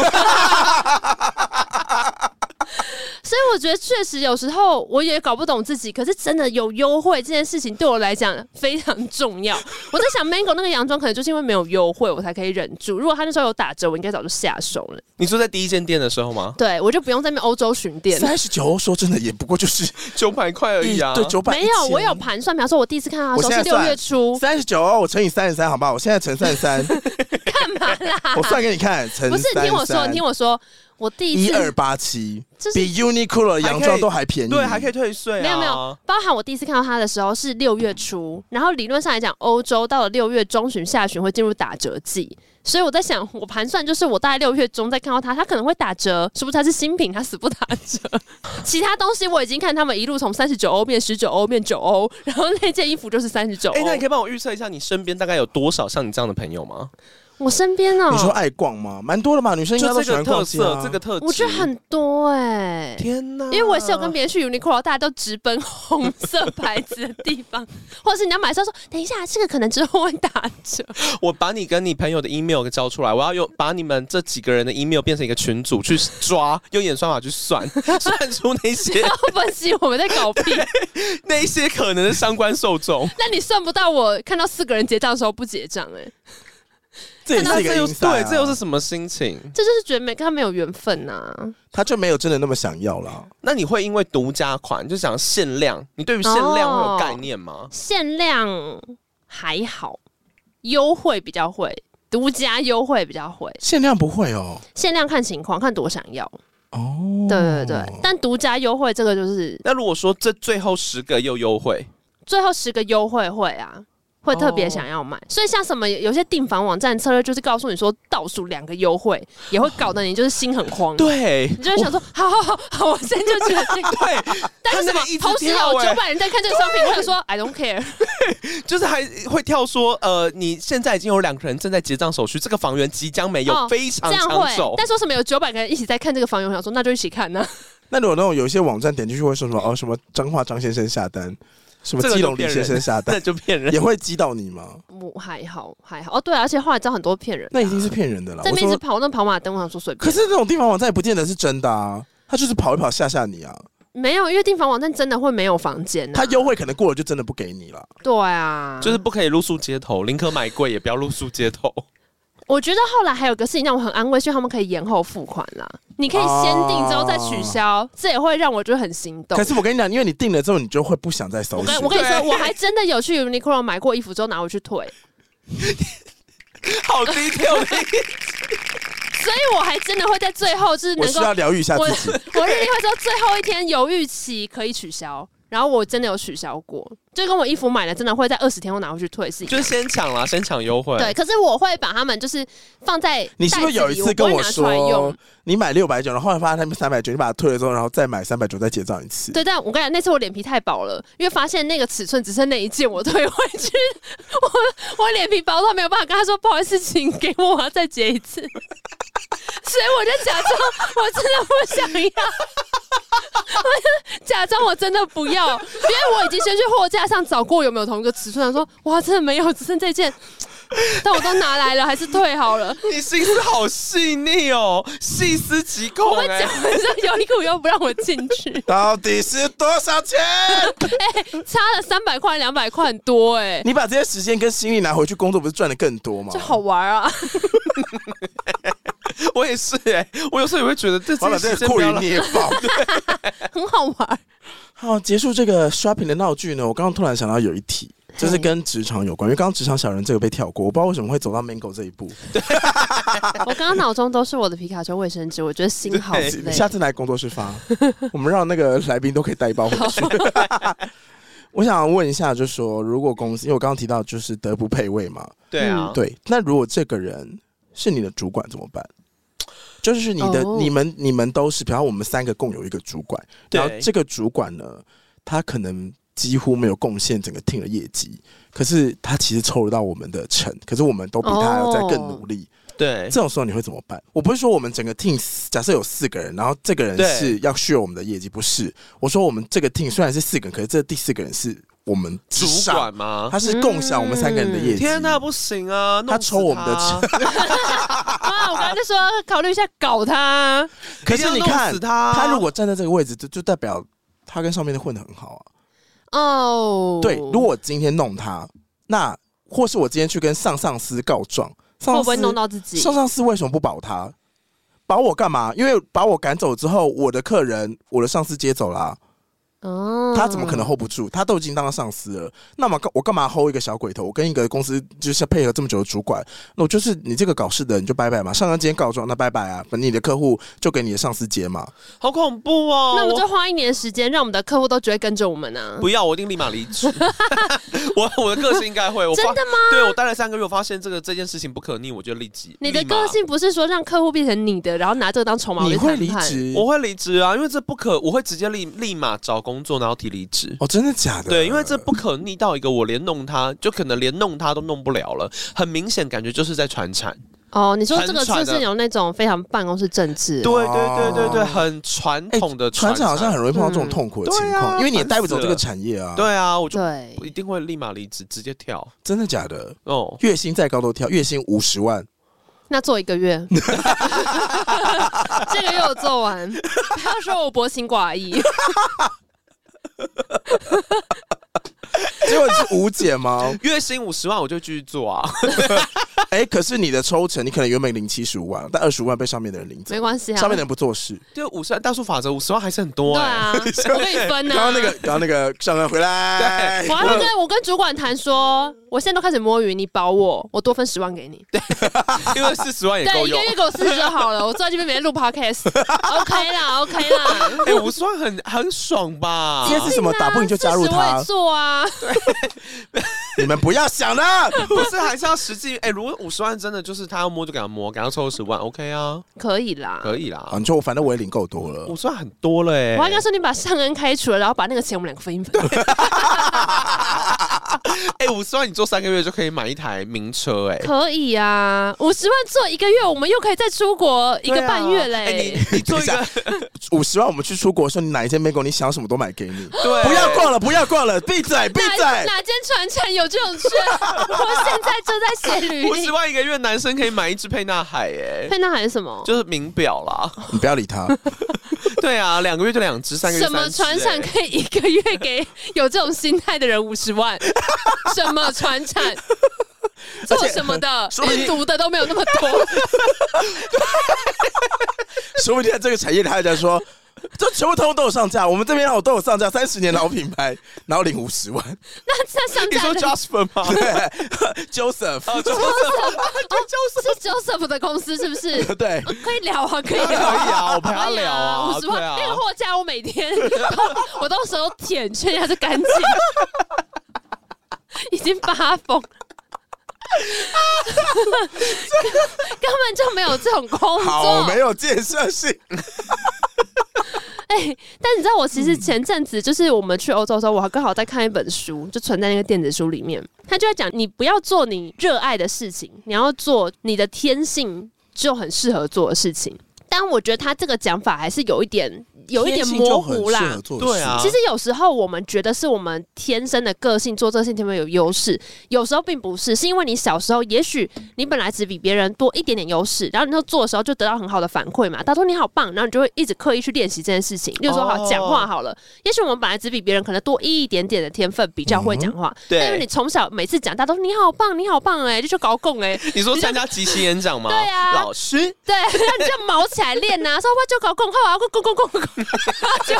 Speaker 2: 所以我觉得确实有时候我也搞不懂自己，可是真的有优惠这件事情对我来讲非常重要。我在想，Mango 那个洋装可能就是因为没有优惠，我才可以忍住。如果他那时候有打折，我应该早就下手了。
Speaker 3: (laughs) 你说在第一间店的时候吗？
Speaker 2: 对，我就不用在那边欧洲巡店了。
Speaker 1: 三十九，说真的也不过就是
Speaker 3: 九百块而
Speaker 1: 一
Speaker 3: 已啊，
Speaker 1: 对九百，
Speaker 2: 没有，我有盘算，比方说，我第一次看他的
Speaker 1: 我
Speaker 2: 时候是
Speaker 1: 现在
Speaker 2: 六
Speaker 1: 算
Speaker 2: 月初，
Speaker 1: 三十九，哦我乘以三十三，好不好？我现在乘三十
Speaker 3: (laughs)
Speaker 1: 三，
Speaker 2: 干嘛啦？
Speaker 1: 我算给你看，乘
Speaker 2: 不是，你听我说，你听
Speaker 1: 我
Speaker 2: 我说，我第一
Speaker 1: 一
Speaker 2: 次
Speaker 1: 二八七
Speaker 2: 就，是
Speaker 1: 比 Uniqlo 的洋装都还便宜，
Speaker 3: 对，还可以退税、啊，
Speaker 2: 没有没有，包含我第一次看到它的时候是六月初，然后理论上来讲，欧洲到了六月中旬、下旬会进入打折季，所以我在想，我盘算就是我大概六月中再看到它，它可能会打折，殊不知它是新品，它死不打折。 (laughs) 其他东西我已经看他们一路从三十九欧变十九欧变九欧，然后那件衣服就是三十九
Speaker 3: 哎、那你
Speaker 2: 欧。
Speaker 3: 可以帮我预测一下，你身边大概有多少像你这样的朋友吗？
Speaker 2: 我身边哦、
Speaker 1: 你说爱逛吗？蛮多的嘛，女生应该
Speaker 3: 就
Speaker 1: 都
Speaker 3: 这
Speaker 1: 喜欢
Speaker 3: 个特
Speaker 1: 逛街
Speaker 3: 色
Speaker 1: 啊，。
Speaker 3: 这个特质，
Speaker 2: 我觉得很多哎、
Speaker 3: 天哪！
Speaker 2: 因为我也是有跟别人去 Uniqlo，大家都直奔红色牌子的地方， (laughs) 或者是你要买的时候说，等一下，这个可能之后会打折。
Speaker 3: 我把你跟你朋友的 email 给交出来，我要用把你们这几个人的 email 变成一个群组去抓，用演算法去算， (laughs) 算出那些 (laughs)
Speaker 2: 要分析我们在搞屁，
Speaker 3: 那一些可能的相关受众。
Speaker 2: 那你算不到我看到四个人结账的时候不结账，哎，
Speaker 1: 这也
Speaker 2: 看到
Speaker 1: 是一
Speaker 3: 这
Speaker 1: 个
Speaker 3: 又
Speaker 1: inside 啊
Speaker 3: 对，这又是什么心情？
Speaker 2: 这就是觉得没跟他没有缘分啊呐、
Speaker 1: 他就没有真的那么想要啦。
Speaker 3: 那你会因为独家款就想限量，你对于限量会有概念吗？
Speaker 2: 限量还好，优惠比较会，独家优惠比较会，
Speaker 1: 限量不会哦，
Speaker 2: 限量看情况，看多想要。
Speaker 1: 哦，
Speaker 2: 对对对，但独家优惠这个就是
Speaker 3: 那如果说这最后十个又优惠，
Speaker 2: 最后十个优惠会啊，会特别想要买。所以像什么有些订房网站策略，就是告诉你说倒数两个优惠，也会搞得你就是心很慌。，
Speaker 3: 对
Speaker 2: 你就会想说，好好好好，我现在就觉得这个。
Speaker 3: 对，
Speaker 2: 但是
Speaker 3: 他那
Speaker 2: 什
Speaker 3: 个
Speaker 2: 么
Speaker 3: 一？直
Speaker 2: 同时
Speaker 3: 跳
Speaker 2: 有
Speaker 3: 欸
Speaker 2: 九百人在看这个商品，我想说 I don't care。
Speaker 3: 就是还会跳说，呃，你现在已经有两个人正在结账手续，这个房源即将没有，
Speaker 2: 哦
Speaker 3: 非常
Speaker 2: 这样
Speaker 3: 抢
Speaker 2: 会
Speaker 3: 手，。
Speaker 2: 但说什么有九百个人一起在看这个房源，我想说那就一起看呢、
Speaker 1: 那如果那种有一些网站点进去会说什么哦什么彰化张先生下单，什么
Speaker 3: 这个就
Speaker 1: 基隆李
Speaker 3: 骗人
Speaker 1: 先生下单
Speaker 3: (laughs) 那，就骗人。
Speaker 1: 也会击倒你吗？
Speaker 2: (laughs) 我还好还好哦，对啊、而且后来知道很多骗人
Speaker 1: 那
Speaker 2: 的啊、
Speaker 1: 一定是骗人的啦。
Speaker 2: 在
Speaker 1: 我
Speaker 2: 那边一直
Speaker 1: 说，
Speaker 2: 跑那跑马灯，我想说随便。
Speaker 1: 可是那种地方网站也不见得是真的啊，他就是跑一跑吓吓你啊，
Speaker 2: 没有，因为订房网站真的会没有房间、啊。
Speaker 1: 他优惠可能过了就真的不给你了。
Speaker 2: 对啊，
Speaker 3: 就是不可以露宿街头，宁可买贵也不要露宿街头。
Speaker 2: 我觉得后来还有个事情让我很安慰，是因为他们可以延后付款啦。你可以先订之后再取消，这也会让我觉得很心动
Speaker 1: 可。是我跟你讲，因为你定了之后，你就会不想再搜
Speaker 2: 我
Speaker 1: 寻
Speaker 2: 跟。我跟你说，
Speaker 3: 对
Speaker 2: 我还真的有去 Uniqlo 买过衣服之后拿回去退，
Speaker 3: 好低 (laughs) 调，
Speaker 2: 所以我还真的会在最后就是
Speaker 1: 我
Speaker 2: 能
Speaker 1: 需
Speaker 2: 够
Speaker 1: 要疗愈一下
Speaker 2: 我
Speaker 1: 自己。
Speaker 2: (laughs) 我认定会说最后一天犹豫期可以取消，然后我真的有取消过，就跟我衣服买了真的会在二十天后拿回去退是一样
Speaker 3: 就是先抢啦，先抢优惠。
Speaker 2: 对，，可是我会把它们就是放在
Speaker 1: 你是不是
Speaker 2: 袋子
Speaker 1: 有
Speaker 2: 里
Speaker 1: 一次跟
Speaker 2: 我不
Speaker 1: 我
Speaker 2: 会拿出来用
Speaker 1: 说，你买六百九，然后后来发现他们三百九，你把它退了之后，然后再买三百九再结账一次？
Speaker 2: 对，但我跟你讲，那次我脸皮太薄了，因为发现那个尺寸只剩那一件，我退回去，我我脸皮薄到没有办法跟他说不好意思，请给我，我要再结一次。 (laughs) 所以我就假装我真的不想要，我就假装我真的不要，因为我已经先去货架上找过有没有同一个尺寸，说哇真的没有，只剩这件，但我都拿来了，还是退好了。
Speaker 3: 你心思好细腻哦，细思极
Speaker 2: 我
Speaker 3: 恐
Speaker 2: 会
Speaker 3: 哎、
Speaker 2: 讲，我说优衣库又不让我进去，
Speaker 1: 到底是多少
Speaker 2: (laughs)
Speaker 1: 钱？
Speaker 2: 差了三百块、两百块很多哎、
Speaker 1: 你把这些时间跟心力拿回去工作，不是赚的更多吗
Speaker 2: 就？好玩啊！
Speaker 3: 我也是哎、我有时候也会觉得这
Speaker 1: (laughs) 我要把这
Speaker 3: 这
Speaker 1: 个
Speaker 3: 时间
Speaker 1: 库
Speaker 3: 不要
Speaker 1: 里
Speaker 3: 浪
Speaker 1: 捏爆。
Speaker 3: (laughs)
Speaker 2: 很好玩。
Speaker 1: 好，结束这个 shopping 的闹剧呢，我刚刚突然想到有一题，就是跟职场有关，因为刚刚职场小人这个被跳过，我不知道为什么会走到 Mango 这一步。
Speaker 2: 我刚刚脑中都是我的皮卡丘卫生纸，我觉得心好
Speaker 3: 对
Speaker 2: 累
Speaker 1: 你。下次来工作室发，我们让那个来宾都可以带一包回去。
Speaker 3: (laughs)
Speaker 1: 我想问一下，就是说，如果公司，因为我刚刚提到就是德不配位嘛，
Speaker 3: 对啊，
Speaker 2: 嗯
Speaker 1: 对，那如果这个人是你的主管怎么办？就是你的、
Speaker 2: 哦
Speaker 1: 你们、你们都是，比方我们三个共有一个主管，然后
Speaker 3: 对
Speaker 1: 这个主管呢，他可能几乎没有贡献整个 team 的业绩，可是他其实抽得到我们的成，可是我们都比他要再更努力。
Speaker 3: 哦对
Speaker 1: 这种时候你会怎么办？我不是说我们整个 team 四假设有四个人，然后这个人
Speaker 3: 对
Speaker 1: 是要 share 我们的业绩，不是？我说我们这个 team 虽然是四个人，可是这第四个人是我们之
Speaker 3: 主
Speaker 1: 上
Speaker 3: 管，吗？嗯
Speaker 1: 他是共享我们三个人的业绩。
Speaker 3: 天哪，不行啊！
Speaker 1: 他
Speaker 3: 弄死
Speaker 1: 抽我们的
Speaker 3: 他
Speaker 2: 啊，我刚刚就说考虑一下搞他，
Speaker 1: 可是
Speaker 3: 一定要
Speaker 1: 你
Speaker 3: 弄
Speaker 1: 看
Speaker 3: 死他
Speaker 1: 他如果站在这个位置，就就代表他跟上面的混的很好啊。
Speaker 2: 哦，
Speaker 1: 对，如果我今天弄他，那或是我今天去跟上上司告状，上上
Speaker 2: 会不
Speaker 1: 司
Speaker 2: 会弄到自己？
Speaker 1: 上上司为什么不保他？保我干嘛？因为把我赶走之后，我的客人，我的上司接走啦、啊
Speaker 2: 哦
Speaker 1: 他怎么可能 hold 不住？他都已经当了上司了，那么我干嘛 hold 一个小鬼头？我跟一个公司就是配合这么久的主管，那我就是你这个搞事的人就拜拜嘛。上上今天告状，那拜拜啊，反正你的客户就给你的上司接嘛。
Speaker 3: 好恐怖哦！
Speaker 2: 那我们就
Speaker 3: 我
Speaker 2: 花一年时间，让我们的客户都觉得跟着我们啊呢、
Speaker 3: 不要，我一定立马
Speaker 2: (laughs)
Speaker 3: 离职。我我的个性应该会，我
Speaker 2: 真
Speaker 3: 发
Speaker 2: 的吗？
Speaker 3: 对我待了三个月，我发现这个这件事情不可逆，我就立即。
Speaker 2: 你的
Speaker 3: 立马
Speaker 2: 个，性不是说让客户变成你的，然后拿这个当筹码
Speaker 1: 你
Speaker 2: 去
Speaker 1: 会
Speaker 2: 谈
Speaker 1: 离
Speaker 2: 判？
Speaker 1: 职？
Speaker 3: 我会离职啊，因为这不可，我会直接立立马找工作，然后提离职。
Speaker 1: 哦，真的假的？
Speaker 3: 对，因为这不可逆到一个，我连弄他就可能连弄他都弄不了了，很明显感觉就是在传产。
Speaker 2: 哦，你说这个
Speaker 3: 很喘
Speaker 2: 就
Speaker 3: 的
Speaker 2: 是有那种非常办公室政治，
Speaker 3: 对对对对
Speaker 1: 哦
Speaker 3: 对，很传统的
Speaker 1: 船哎长好像
Speaker 3: 产
Speaker 1: 很容易碰到这种痛苦的情况，
Speaker 3: 嗯
Speaker 1: 因为你也
Speaker 3: 对啊
Speaker 1: 带不走这个产业啊。，
Speaker 3: 对啊，我就
Speaker 2: 对
Speaker 3: 一定会立马离职，直接跳。
Speaker 1: 真的假的？
Speaker 3: 哦，？
Speaker 1: 月薪再高都跳，月薪五十
Speaker 2: (laughs)
Speaker 1: 万，
Speaker 2: 那做一个 (laughs) 月，这个月我做完，不要说我薄情寡义，
Speaker 1: 结果你是无解吗
Speaker 3: 月薪五十万我就继续做啊。 (laughs)
Speaker 1: 哎、可是你的抽成，你可能原本领七十五万，但二十五万被上面的人领走
Speaker 2: 没，关系啊，
Speaker 1: 上面的人不做事。
Speaker 3: 对，五十万大数法则，五十万还是很多
Speaker 1: (laughs)
Speaker 2: 对
Speaker 3: 哎、
Speaker 2: 啊， (laughs) 我跟你分呢、
Speaker 1: 刚刚
Speaker 2: 啊。
Speaker 1: 那个，刚刚那个上岸回来，
Speaker 2: 我还跟我跟主管谈说，我现在都开始摸鱼，你保我，我多分十万给你。
Speaker 3: 因为四十
Speaker 1: 哎
Speaker 3: 万也
Speaker 2: 对，
Speaker 3: 够
Speaker 2: 一
Speaker 3: 用
Speaker 2: 个。月给我四十就好了，我坐在这边每天
Speaker 1: (laughs)
Speaker 2: 录 podcast，OK 啦，OK 啦。
Speaker 3: 哎，五十万很很爽吧？
Speaker 1: 今天是什么？打不赢就加入
Speaker 2: 40我
Speaker 1: 他
Speaker 2: 也，做啊，
Speaker 1: 你们不要想了。
Speaker 2: (laughs)
Speaker 1: 啊
Speaker 3: 不是还是要实际？哎，如果五十万真的就是他要摸就给他摸，给他抽十万，OK 啊，
Speaker 2: 可以啦。
Speaker 3: 可以
Speaker 1: 啊，
Speaker 3: 啦。
Speaker 1: 你说我反正我也领够多了
Speaker 3: 五，十万很多了哎、
Speaker 2: 我还跟他说，你把上恩开除了，然后把那个钱我们两个分一分。
Speaker 3: 哎，五十万你做三个月就可以买一台名车哎、
Speaker 2: 可以啊，五十万做一个月，我们又可以再出国
Speaker 1: 啊
Speaker 2: 一个半月
Speaker 3: 哎、
Speaker 2: 嘞。
Speaker 3: 你你做
Speaker 2: (laughs)
Speaker 3: 一
Speaker 2: 啊
Speaker 3: 个
Speaker 1: 五十万我们去出国的时候，你哪一天没给我，你想什么都买给你。
Speaker 3: 对，啊
Speaker 1: 不要逛了，不要逛了，闭嘴，
Speaker 2: (laughs)
Speaker 1: 闭
Speaker 2: 哪
Speaker 1: 嘴。
Speaker 2: 哪间船产有这种券？我现在就在写履
Speaker 3: 五
Speaker 2: 历 (laughs)
Speaker 3: 十。万一个月，男生可以买一只沛纳海哎、
Speaker 2: 佩纳还是什么？
Speaker 3: 就是名表啦，
Speaker 1: 你不要理他。
Speaker 3: 对啊，两个月就两只，三个月
Speaker 2: 什么
Speaker 3: 三只、
Speaker 2: 船 (laughs)
Speaker 3: 哎
Speaker 2: 产可以一个月给有这种心态的人五十
Speaker 3: (laughs)
Speaker 2: 万？什么船产？做什么
Speaker 3: (laughs)
Speaker 2: 的
Speaker 1: 说不？定
Speaker 2: 读的都没有那么多。
Speaker 1: (laughs) 说不定在这个产业里还有人说， (laughs) 这全部通通都有上架，我们这边我都有上架，三十年老品
Speaker 2: (laughs)
Speaker 1: 牌，然后领五十万。
Speaker 2: 那这上
Speaker 3: 你
Speaker 2: 架
Speaker 3: 说
Speaker 2: 的
Speaker 3: Jasper 吗？
Speaker 2: 哦
Speaker 1: 对 (laughs) ，Joseph， (laughs)
Speaker 3: 哦，Joseph， (laughs)
Speaker 2: 是 Joseph 的公司是不是？
Speaker 1: 对，
Speaker 2: 可以聊啊，可以
Speaker 3: (laughs) 可以
Speaker 2: 聊。
Speaker 3: 啊，我陪他
Speaker 2: 可以
Speaker 3: 聊啊，
Speaker 2: 哎五十
Speaker 3: 对
Speaker 2: 万
Speaker 3: 啊
Speaker 2: 那个货架，我每天 (laughs) 我到时候舔，确定它是干
Speaker 3: (laughs)
Speaker 2: 净。已经发疯，
Speaker 3: (laughs)
Speaker 2: (laughs) 根根本就没有这种工
Speaker 1: 好
Speaker 2: 作。
Speaker 1: 没有建设性。
Speaker 2: 哎、但你知道，我其实
Speaker 1: 嗯
Speaker 2: 前阵子就是我们去欧洲的时候，我还刚好在看一本书，就存在那个电子书里面，他就在讲，你不要做你热爱的事情，你要做你的天性就很适合做的事情。但我觉得他这个讲法还是有一点有一点模糊
Speaker 1: 天性就很适
Speaker 2: 啦
Speaker 1: 合。做
Speaker 3: 对啊
Speaker 1: 事
Speaker 2: 其实有时候我们觉得是我们天生的个性做这个事情特别有优势，有时候并不是，是因为你小时候也许你本来只比别人多一点点优势，然后你就做的时候就得到很好的反馈嘛，他说你好棒，然后你就会一直刻意去练习这件事情。例如说好
Speaker 3: 哦
Speaker 2: 讲话好了，也许我们本来只比别人可能多一点点的天分，比较会讲话，但因为你
Speaker 3: 对，
Speaker 2: 从小每次讲，大家都说你好棒，你好棒哎、这就搞拱哎、
Speaker 3: 你说参加即席演讲吗？
Speaker 2: 对啊
Speaker 3: 老师，
Speaker 2: 对， (laughs) 然后你就毛起来练呐、说哇就搞共好啊，共共共共共，然后 (laughs) 就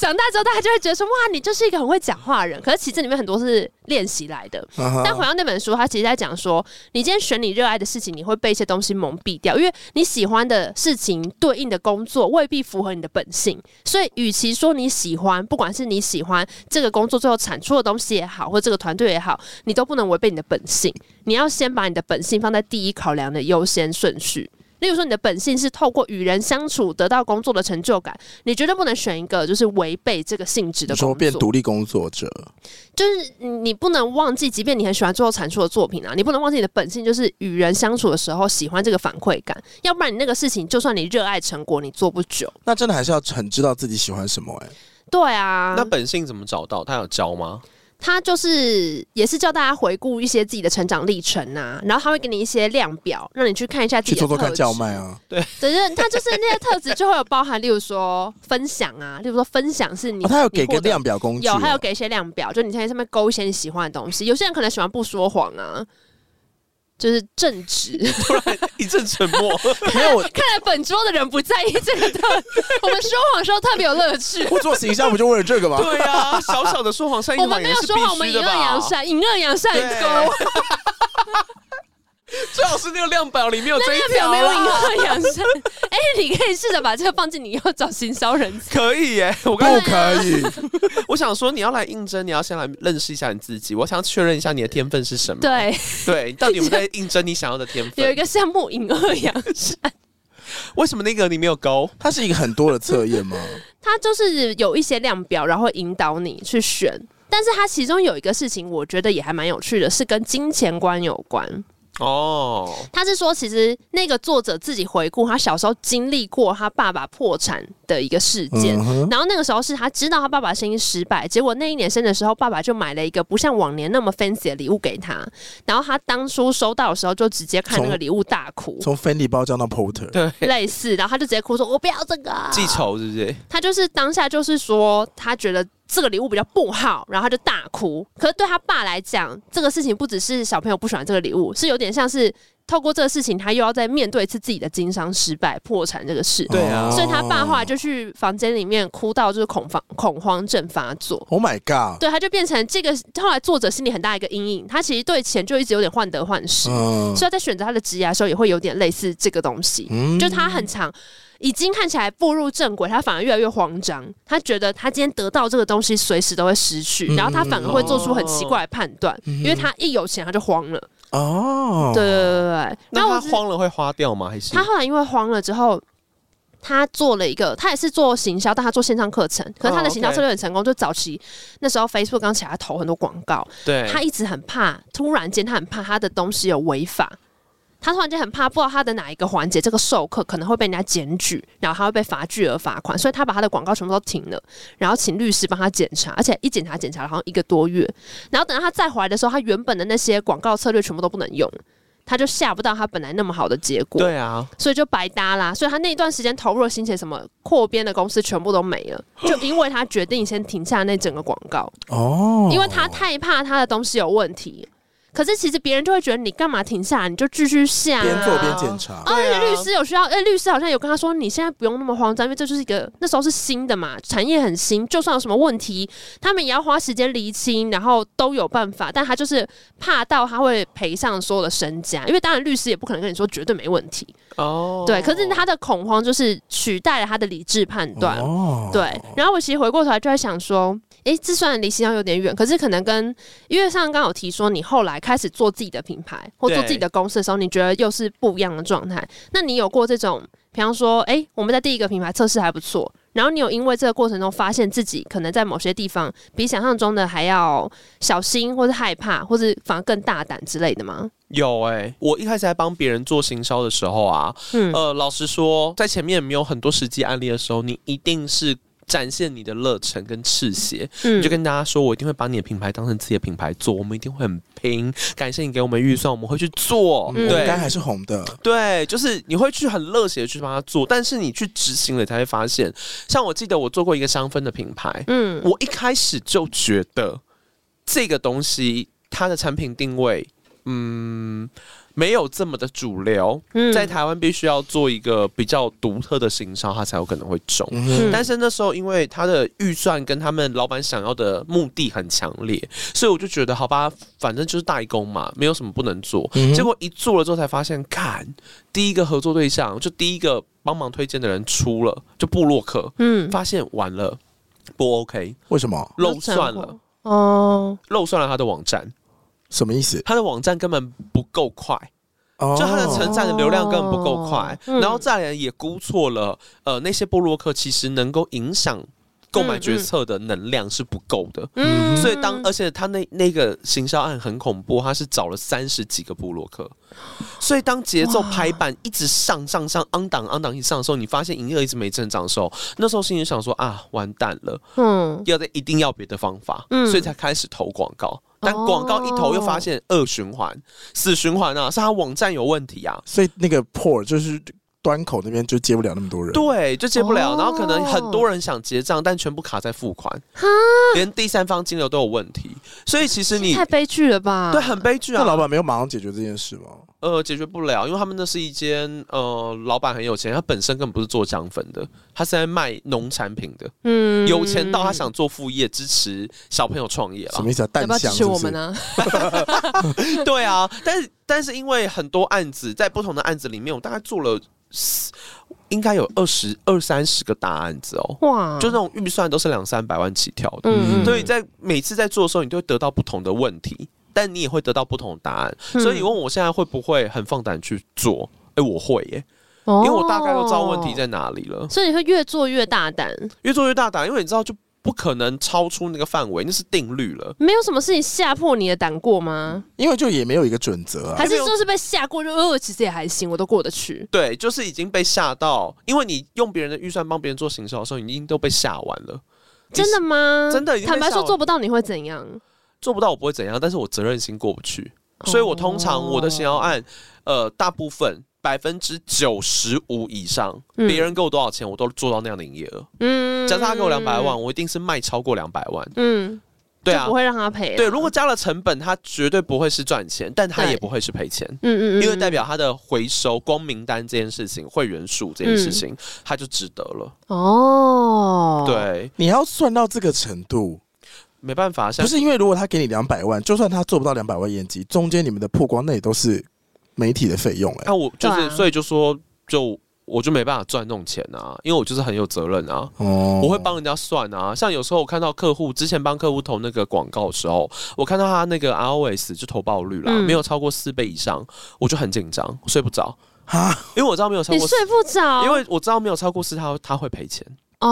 Speaker 2: 长大之后，大家就会觉得说哇，你就是一个很会讲话的人。可是其实里面很多是练习来的。
Speaker 1: 嗯哼
Speaker 2: 但回到那本书，它其实在讲说，你今天选你热爱的事情，你会被一些东西蒙蔽掉，因为你喜欢的事情对应的工作未必符合你的本性。所以，与其说你喜欢，不管是你喜欢这个工作最后产出的东西也好，或这个团队也好，你都不能违背你的本性。你要先把你的本性放在第一考量的优先顺序。例如说，你的本性是透过与人相处得到工作的成就感，你绝对不能选一个就是违背这个性质的
Speaker 1: 你
Speaker 2: 工
Speaker 1: 说
Speaker 2: 作。
Speaker 1: 变独立工作者，
Speaker 2: 就是你你不能忘记，即便你很喜欢最后产出的作品啊，你不能忘记你的本性就是与人相处的时候喜欢这个反馈感，要不然你那个事情，就算你热爱成果，你做不久。
Speaker 1: 那真的还是要很知道自己喜欢什么哎、
Speaker 2: 对啊
Speaker 3: 那，本性怎么找到？他有教吗？
Speaker 2: 他就是也是叫大家回顾一些自己的成长历程啊，然后他会给你一些量表，让你去看一下自己
Speaker 1: 去
Speaker 2: 的
Speaker 1: 做做看
Speaker 2: 特质
Speaker 1: 叫卖。啊，
Speaker 2: 只是他就是那些特质就会有包含，例如说分享啊，例如说分享是你，
Speaker 1: 哦他有给
Speaker 2: 你获
Speaker 1: 个
Speaker 2: 得
Speaker 1: 量表工具哦，
Speaker 2: 有，还有给一些量表，就你现在上面勾一些你喜欢的东西。有些人可能喜欢不说谎啊，就是正直。
Speaker 3: (laughs) 突然一阵沉默。
Speaker 1: 没有我
Speaker 2: 看来本桌的人不在意这个特，我们说谎的时候特别有乐趣。
Speaker 1: 我做形象不就为了这个
Speaker 2: (laughs)
Speaker 1: 吗？
Speaker 3: (laughs) 对啊，小小的说谎善意
Speaker 2: 我
Speaker 3: 谎
Speaker 2: 们没
Speaker 3: 言
Speaker 2: 有
Speaker 3: 是
Speaker 2: 说谎，我
Speaker 3: 必
Speaker 2: 们
Speaker 3: 须
Speaker 2: 隐
Speaker 3: 的
Speaker 2: 恶
Speaker 3: 吧
Speaker 2: 扬？善，隐恶扬善
Speaker 3: 对
Speaker 2: 够了。
Speaker 3: 最好是那个量表里面有这一
Speaker 2: 那表
Speaker 3: 条啊
Speaker 2: 没有隐
Speaker 3: 啦。
Speaker 2: 恶扬善。哎，你可以试着把这个放进你要找行销人才。
Speaker 3: (laughs) 可以耶！我
Speaker 1: 不
Speaker 3: 刚
Speaker 1: 可以，
Speaker 3: 我想说，你要来应征，你要先来认识一下你自己。我想要确认一下你的天分是什么。
Speaker 2: 对，
Speaker 3: 对，到底有没有在应征你想要的天
Speaker 2: 有一
Speaker 3: 分？
Speaker 2: 个项目隐恶扬善，
Speaker 3: 为什么那个你没有勾？
Speaker 1: 它是一个很多的测验吗？
Speaker 2: (laughs) 它就是有一些量表，然后引导你去选。但是它其中有一个事情，我觉得也还蛮有趣的，是跟金钱观有关。
Speaker 3: 哦，
Speaker 2: 他是说，其实那个作者自己回顾他小时候经历过他爸爸破产的一个事件。
Speaker 1: 嗯哼，
Speaker 2: 然后那个时候是他知道他爸爸生意失败，结果那一年生的时候，爸爸就买了一个不像往年那么 fancy 的礼物给他。然后他当初收到的时候，就直接看那个礼物大哭，
Speaker 1: 从 Fendi 包装到 Porter，
Speaker 3: 对，
Speaker 2: 类似，然后他就直接哭说：“我不要这个。”啊
Speaker 3: 记仇是不是？
Speaker 2: 他就是当下就是说，他觉得这个礼物比较不好，然后他就大哭。可是对他爸来讲，这个事情不只是小朋友不喜欢这个礼物，是有点像是透过这个事情，他又要再面对一次自己的经商失败、破产这个事。
Speaker 3: 对啊
Speaker 2: 所以他爸后来就去房间里面哭到就是恐慌恐慌症发作。
Speaker 1: Oh my God，
Speaker 2: 对，他就变成这个后来作者心里很大一个阴影，他其实对钱就一直有点患得患失，
Speaker 1: 嗯
Speaker 2: 所以他在选择他的职业的时候也会有点类似这个东西。
Speaker 1: 嗯
Speaker 2: 就他很长，已经看起来步入正轨，他反而越来越慌张。他觉得他今天得到这个东西，随时都会失去，
Speaker 1: 嗯
Speaker 2: 然后他反而会做出很奇怪的判断，因为他一有钱他就慌了。
Speaker 1: 哦，
Speaker 2: 对对对对对，
Speaker 3: 那
Speaker 2: 我
Speaker 3: 他
Speaker 2: 只是，
Speaker 3: 慌了会花掉吗？还是
Speaker 2: 他后来因为慌了之后。他做了一个，他也是做行销，但他做线上课程。可是他
Speaker 3: 哦
Speaker 2: 的
Speaker 3: ，OK
Speaker 2: 行销策略很成功，就早期那时候 Facebook 刚起来，他投很多广告，
Speaker 3: 对
Speaker 2: 他一直很怕，突然间他很怕他的东西有违法，他突然间很怕，不知道他的哪一个环节这个授课可能会被人家检举，然后他会被罚巨额罚款，所以他把他的广告全部都停了，然后请律师帮他检查，而且一检查检查了好像一个多月，然后等到他再回来的时候，他原本的那些广告策略全部都不能用。他就下不到他本来那么好的结果，
Speaker 3: 对啊，
Speaker 2: 所以就白搭啦。所以他那一段时间投入的心血，什么扩编的公司全部都没了，就因为他决定先停下那整个广告。
Speaker 1: 哦，
Speaker 2: 因为他太怕他的东西有问题。可是其实别人就会觉得你干嘛停下来，你就继续下、啊。
Speaker 1: 边做边检查，
Speaker 2: 哦，
Speaker 3: 对
Speaker 2: 那
Speaker 3: 啊
Speaker 2: 个律师有需要，哎、律师好像有跟他说，你现在不用那么慌张，因为这就是一个那时候是新的嘛，产业很新，就算有什么问题，他们也要花时间厘清，然后都有办法。但他就是怕到他会赔上所有的身家，因为当然律师也不可能跟你说绝对没问题，
Speaker 3: 哦，
Speaker 2: 对。可是他的恐慌就是取代了他的理智判断，
Speaker 1: 哦，
Speaker 2: 对，然后我其实回过头来就在想说，诶，这虽然离西安有点远，可是可能跟因为上刚有提说，你后来开始做自己的品牌或做
Speaker 3: 对
Speaker 2: 自己的公司的时候，你觉得又是不一样的状态。那你有过这种，比方说，诶，我们在第一个品牌测试还不错，然后你有因为这个过程中发现自己可能在某些地方比想象中的还要小心，或是害怕，或是反而更大胆之类的吗？
Speaker 3: 有哎、我一开始在帮别人做行销的时候啊，
Speaker 2: 嗯，
Speaker 3: 呃，老实说，在前面没有很多实际案例的时候，你一定是。展现你的热忱跟赤血，
Speaker 2: 嗯
Speaker 3: 你就跟大家说，我一定会把你的品牌当成自己的品牌做，我们一定会很拼。感谢你给我们预算，我们会去做。
Speaker 1: 嗯我们
Speaker 3: 对
Speaker 1: 刚还是红的，
Speaker 3: 对，就是你会去很热血的去帮他做，但是你去执行了，你才会发现。像我记得我做过一个香氛的品牌，
Speaker 2: 嗯
Speaker 3: 我一开始就觉得这个东西它的产品定位，嗯，没有这么的主流，
Speaker 2: 嗯
Speaker 3: 在台湾必须要做一个比较独特的行销，它才有可能会中。
Speaker 1: 嗯哼，
Speaker 3: 但是那时候，因为他的预算跟他们老板想要的目的很强烈，所以我就觉得好吧，反正就是代工嘛，没有什么不能做。
Speaker 1: 嗯哼
Speaker 3: 结果一做了之后才发现，看第一个合作对象，就第一个帮忙推荐的人出了，就布洛克，
Speaker 2: 嗯，
Speaker 3: 发现完了不 OK，
Speaker 1: 为什么？
Speaker 3: 漏算了，
Speaker 2: 哦，
Speaker 3: 漏算了他的网站，
Speaker 1: 什么意思？哦
Speaker 3: 他的网站根本不够快，
Speaker 1: 就
Speaker 3: 就它的成站的流量根本不够快
Speaker 2: 哦，嗯
Speaker 3: 然后再来也估错了，呃，那些布洛克其实能够影响购买决策的能量是不够的。
Speaker 1: 嗯
Speaker 3: 所以当而且他那那个行销案很恐怖，他是找了三十几个部落客，所以当节奏排版一直上上上昂档昂档一上的时候，你发现营业额一直没增长的时候，那时候心里想说啊，完蛋了，
Speaker 2: 嗯，
Speaker 3: 要再一定要别的方法，
Speaker 2: 嗯哦
Speaker 3: 所以才开始投广告。但广告一投又发现恶循环、死循环啊，是他网站有问题啊，
Speaker 1: 所以那个 port 就是端口那边就接不了那么多人。
Speaker 3: 对，啊就接不了，
Speaker 2: 哦
Speaker 3: 然后可能很多人想结账，但全部卡在付款，连第三方金流都有问题，所以其实你
Speaker 2: 太悲剧了吧？
Speaker 3: 对很悲剧
Speaker 1: 那
Speaker 3: 啊，
Speaker 1: 老板没有马上解决这件事吗？
Speaker 3: 呃解决不了，因为他们那是一间呃老板很有钱，他本身根本不是做香粉的，他是在卖农产品的，
Speaker 2: 嗯
Speaker 3: 有钱到他想做副业支持小朋友创业
Speaker 1: 什
Speaker 3: 了
Speaker 1: 么，意思
Speaker 4: 要
Speaker 1: 啊？淡
Speaker 4: 不要支
Speaker 1: 香
Speaker 4: 持
Speaker 1: 是不
Speaker 4: 我
Speaker 1: 是
Speaker 4: 们？呢？
Speaker 3: 对啊，但是但是因为很多案子在不同的案子里面，我大概做了四应该有二十二三十个大案子哦。
Speaker 2: 哇，
Speaker 3: 就那种预算都是两三百万起跳的，
Speaker 1: 嗯
Speaker 3: 所以在每次在做的时候，你都会得到不同的问题，但你也会得到不同的答案。
Speaker 2: 嗯
Speaker 3: 所以你问我现在会不会很放胆去做？哎、我会耶，
Speaker 2: 因
Speaker 3: 因为我大概都知道问题，在哪里了，
Speaker 2: 哦所以你会越做越大胆，
Speaker 3: 越做越大胆，因为你知道就不可能超出那个范围，那是定律了。
Speaker 2: 没有什么事情吓破你的胆过吗？
Speaker 1: 因为就也没有一个准
Speaker 3: 呃
Speaker 1: 则啊
Speaker 2: 还。是说是被吓过就呃，其实也还行，我都过得去。
Speaker 3: 对，就是已经被吓到，因为你用别人的预算帮别人做行销的时候，你已经都被吓完了。你
Speaker 2: 真的吗？
Speaker 3: 真的已经被
Speaker 2: 坦白
Speaker 3: 吓
Speaker 2: 说
Speaker 3: 完
Speaker 2: 做不到你会怎样？
Speaker 3: 做不到我不会怎样，但是我责任心过不去，所以我通常我的行销案，呃，大部分百分之九十五以上，
Speaker 2: 嗯
Speaker 3: 别人给我多少钱，我都做到那样的营业额。
Speaker 2: 嗯
Speaker 3: 假设他给我两百万，，我一定是卖超过两百万。
Speaker 2: 嗯，
Speaker 3: 对
Speaker 2: 就
Speaker 3: 啊
Speaker 2: 不，会让他赔啦。
Speaker 3: 对，如果加了成本，他绝对不会是赚钱，但他
Speaker 2: 对
Speaker 3: 也不会是赔钱。
Speaker 2: 嗯嗯嗯，
Speaker 3: 因为代表他的回收光名单这件事情、会员数这件事情，他就值得了。
Speaker 2: 嗯哦，，
Speaker 3: 对，
Speaker 1: 你要算到这个程度，
Speaker 3: 没办法，像
Speaker 1: 不是因为如果他给你两百万，就算他做不到两百万业绩，中间你们的曝光那也都是媒体的费用哎、
Speaker 3: 那我就
Speaker 2: 对
Speaker 3: 是，
Speaker 2: 啊
Speaker 3: 所以就说，就我就没办法赚那种钱啊，因为我就是很有责任啊。
Speaker 1: 哦，
Speaker 3: 我会帮人家算啊，像有时候我看到客户之前帮客户投那个广告的时候，我看到他那个 ROS 就投报率啦，
Speaker 2: 嗯
Speaker 3: 没有超过四倍以上，我就很紧张，睡不着，
Speaker 1: 哈，
Speaker 3: 因为我知道没有超
Speaker 2: 你
Speaker 3: 过四，
Speaker 2: 睡不着，
Speaker 3: 因为我知道没有超过四，他他会赔钱。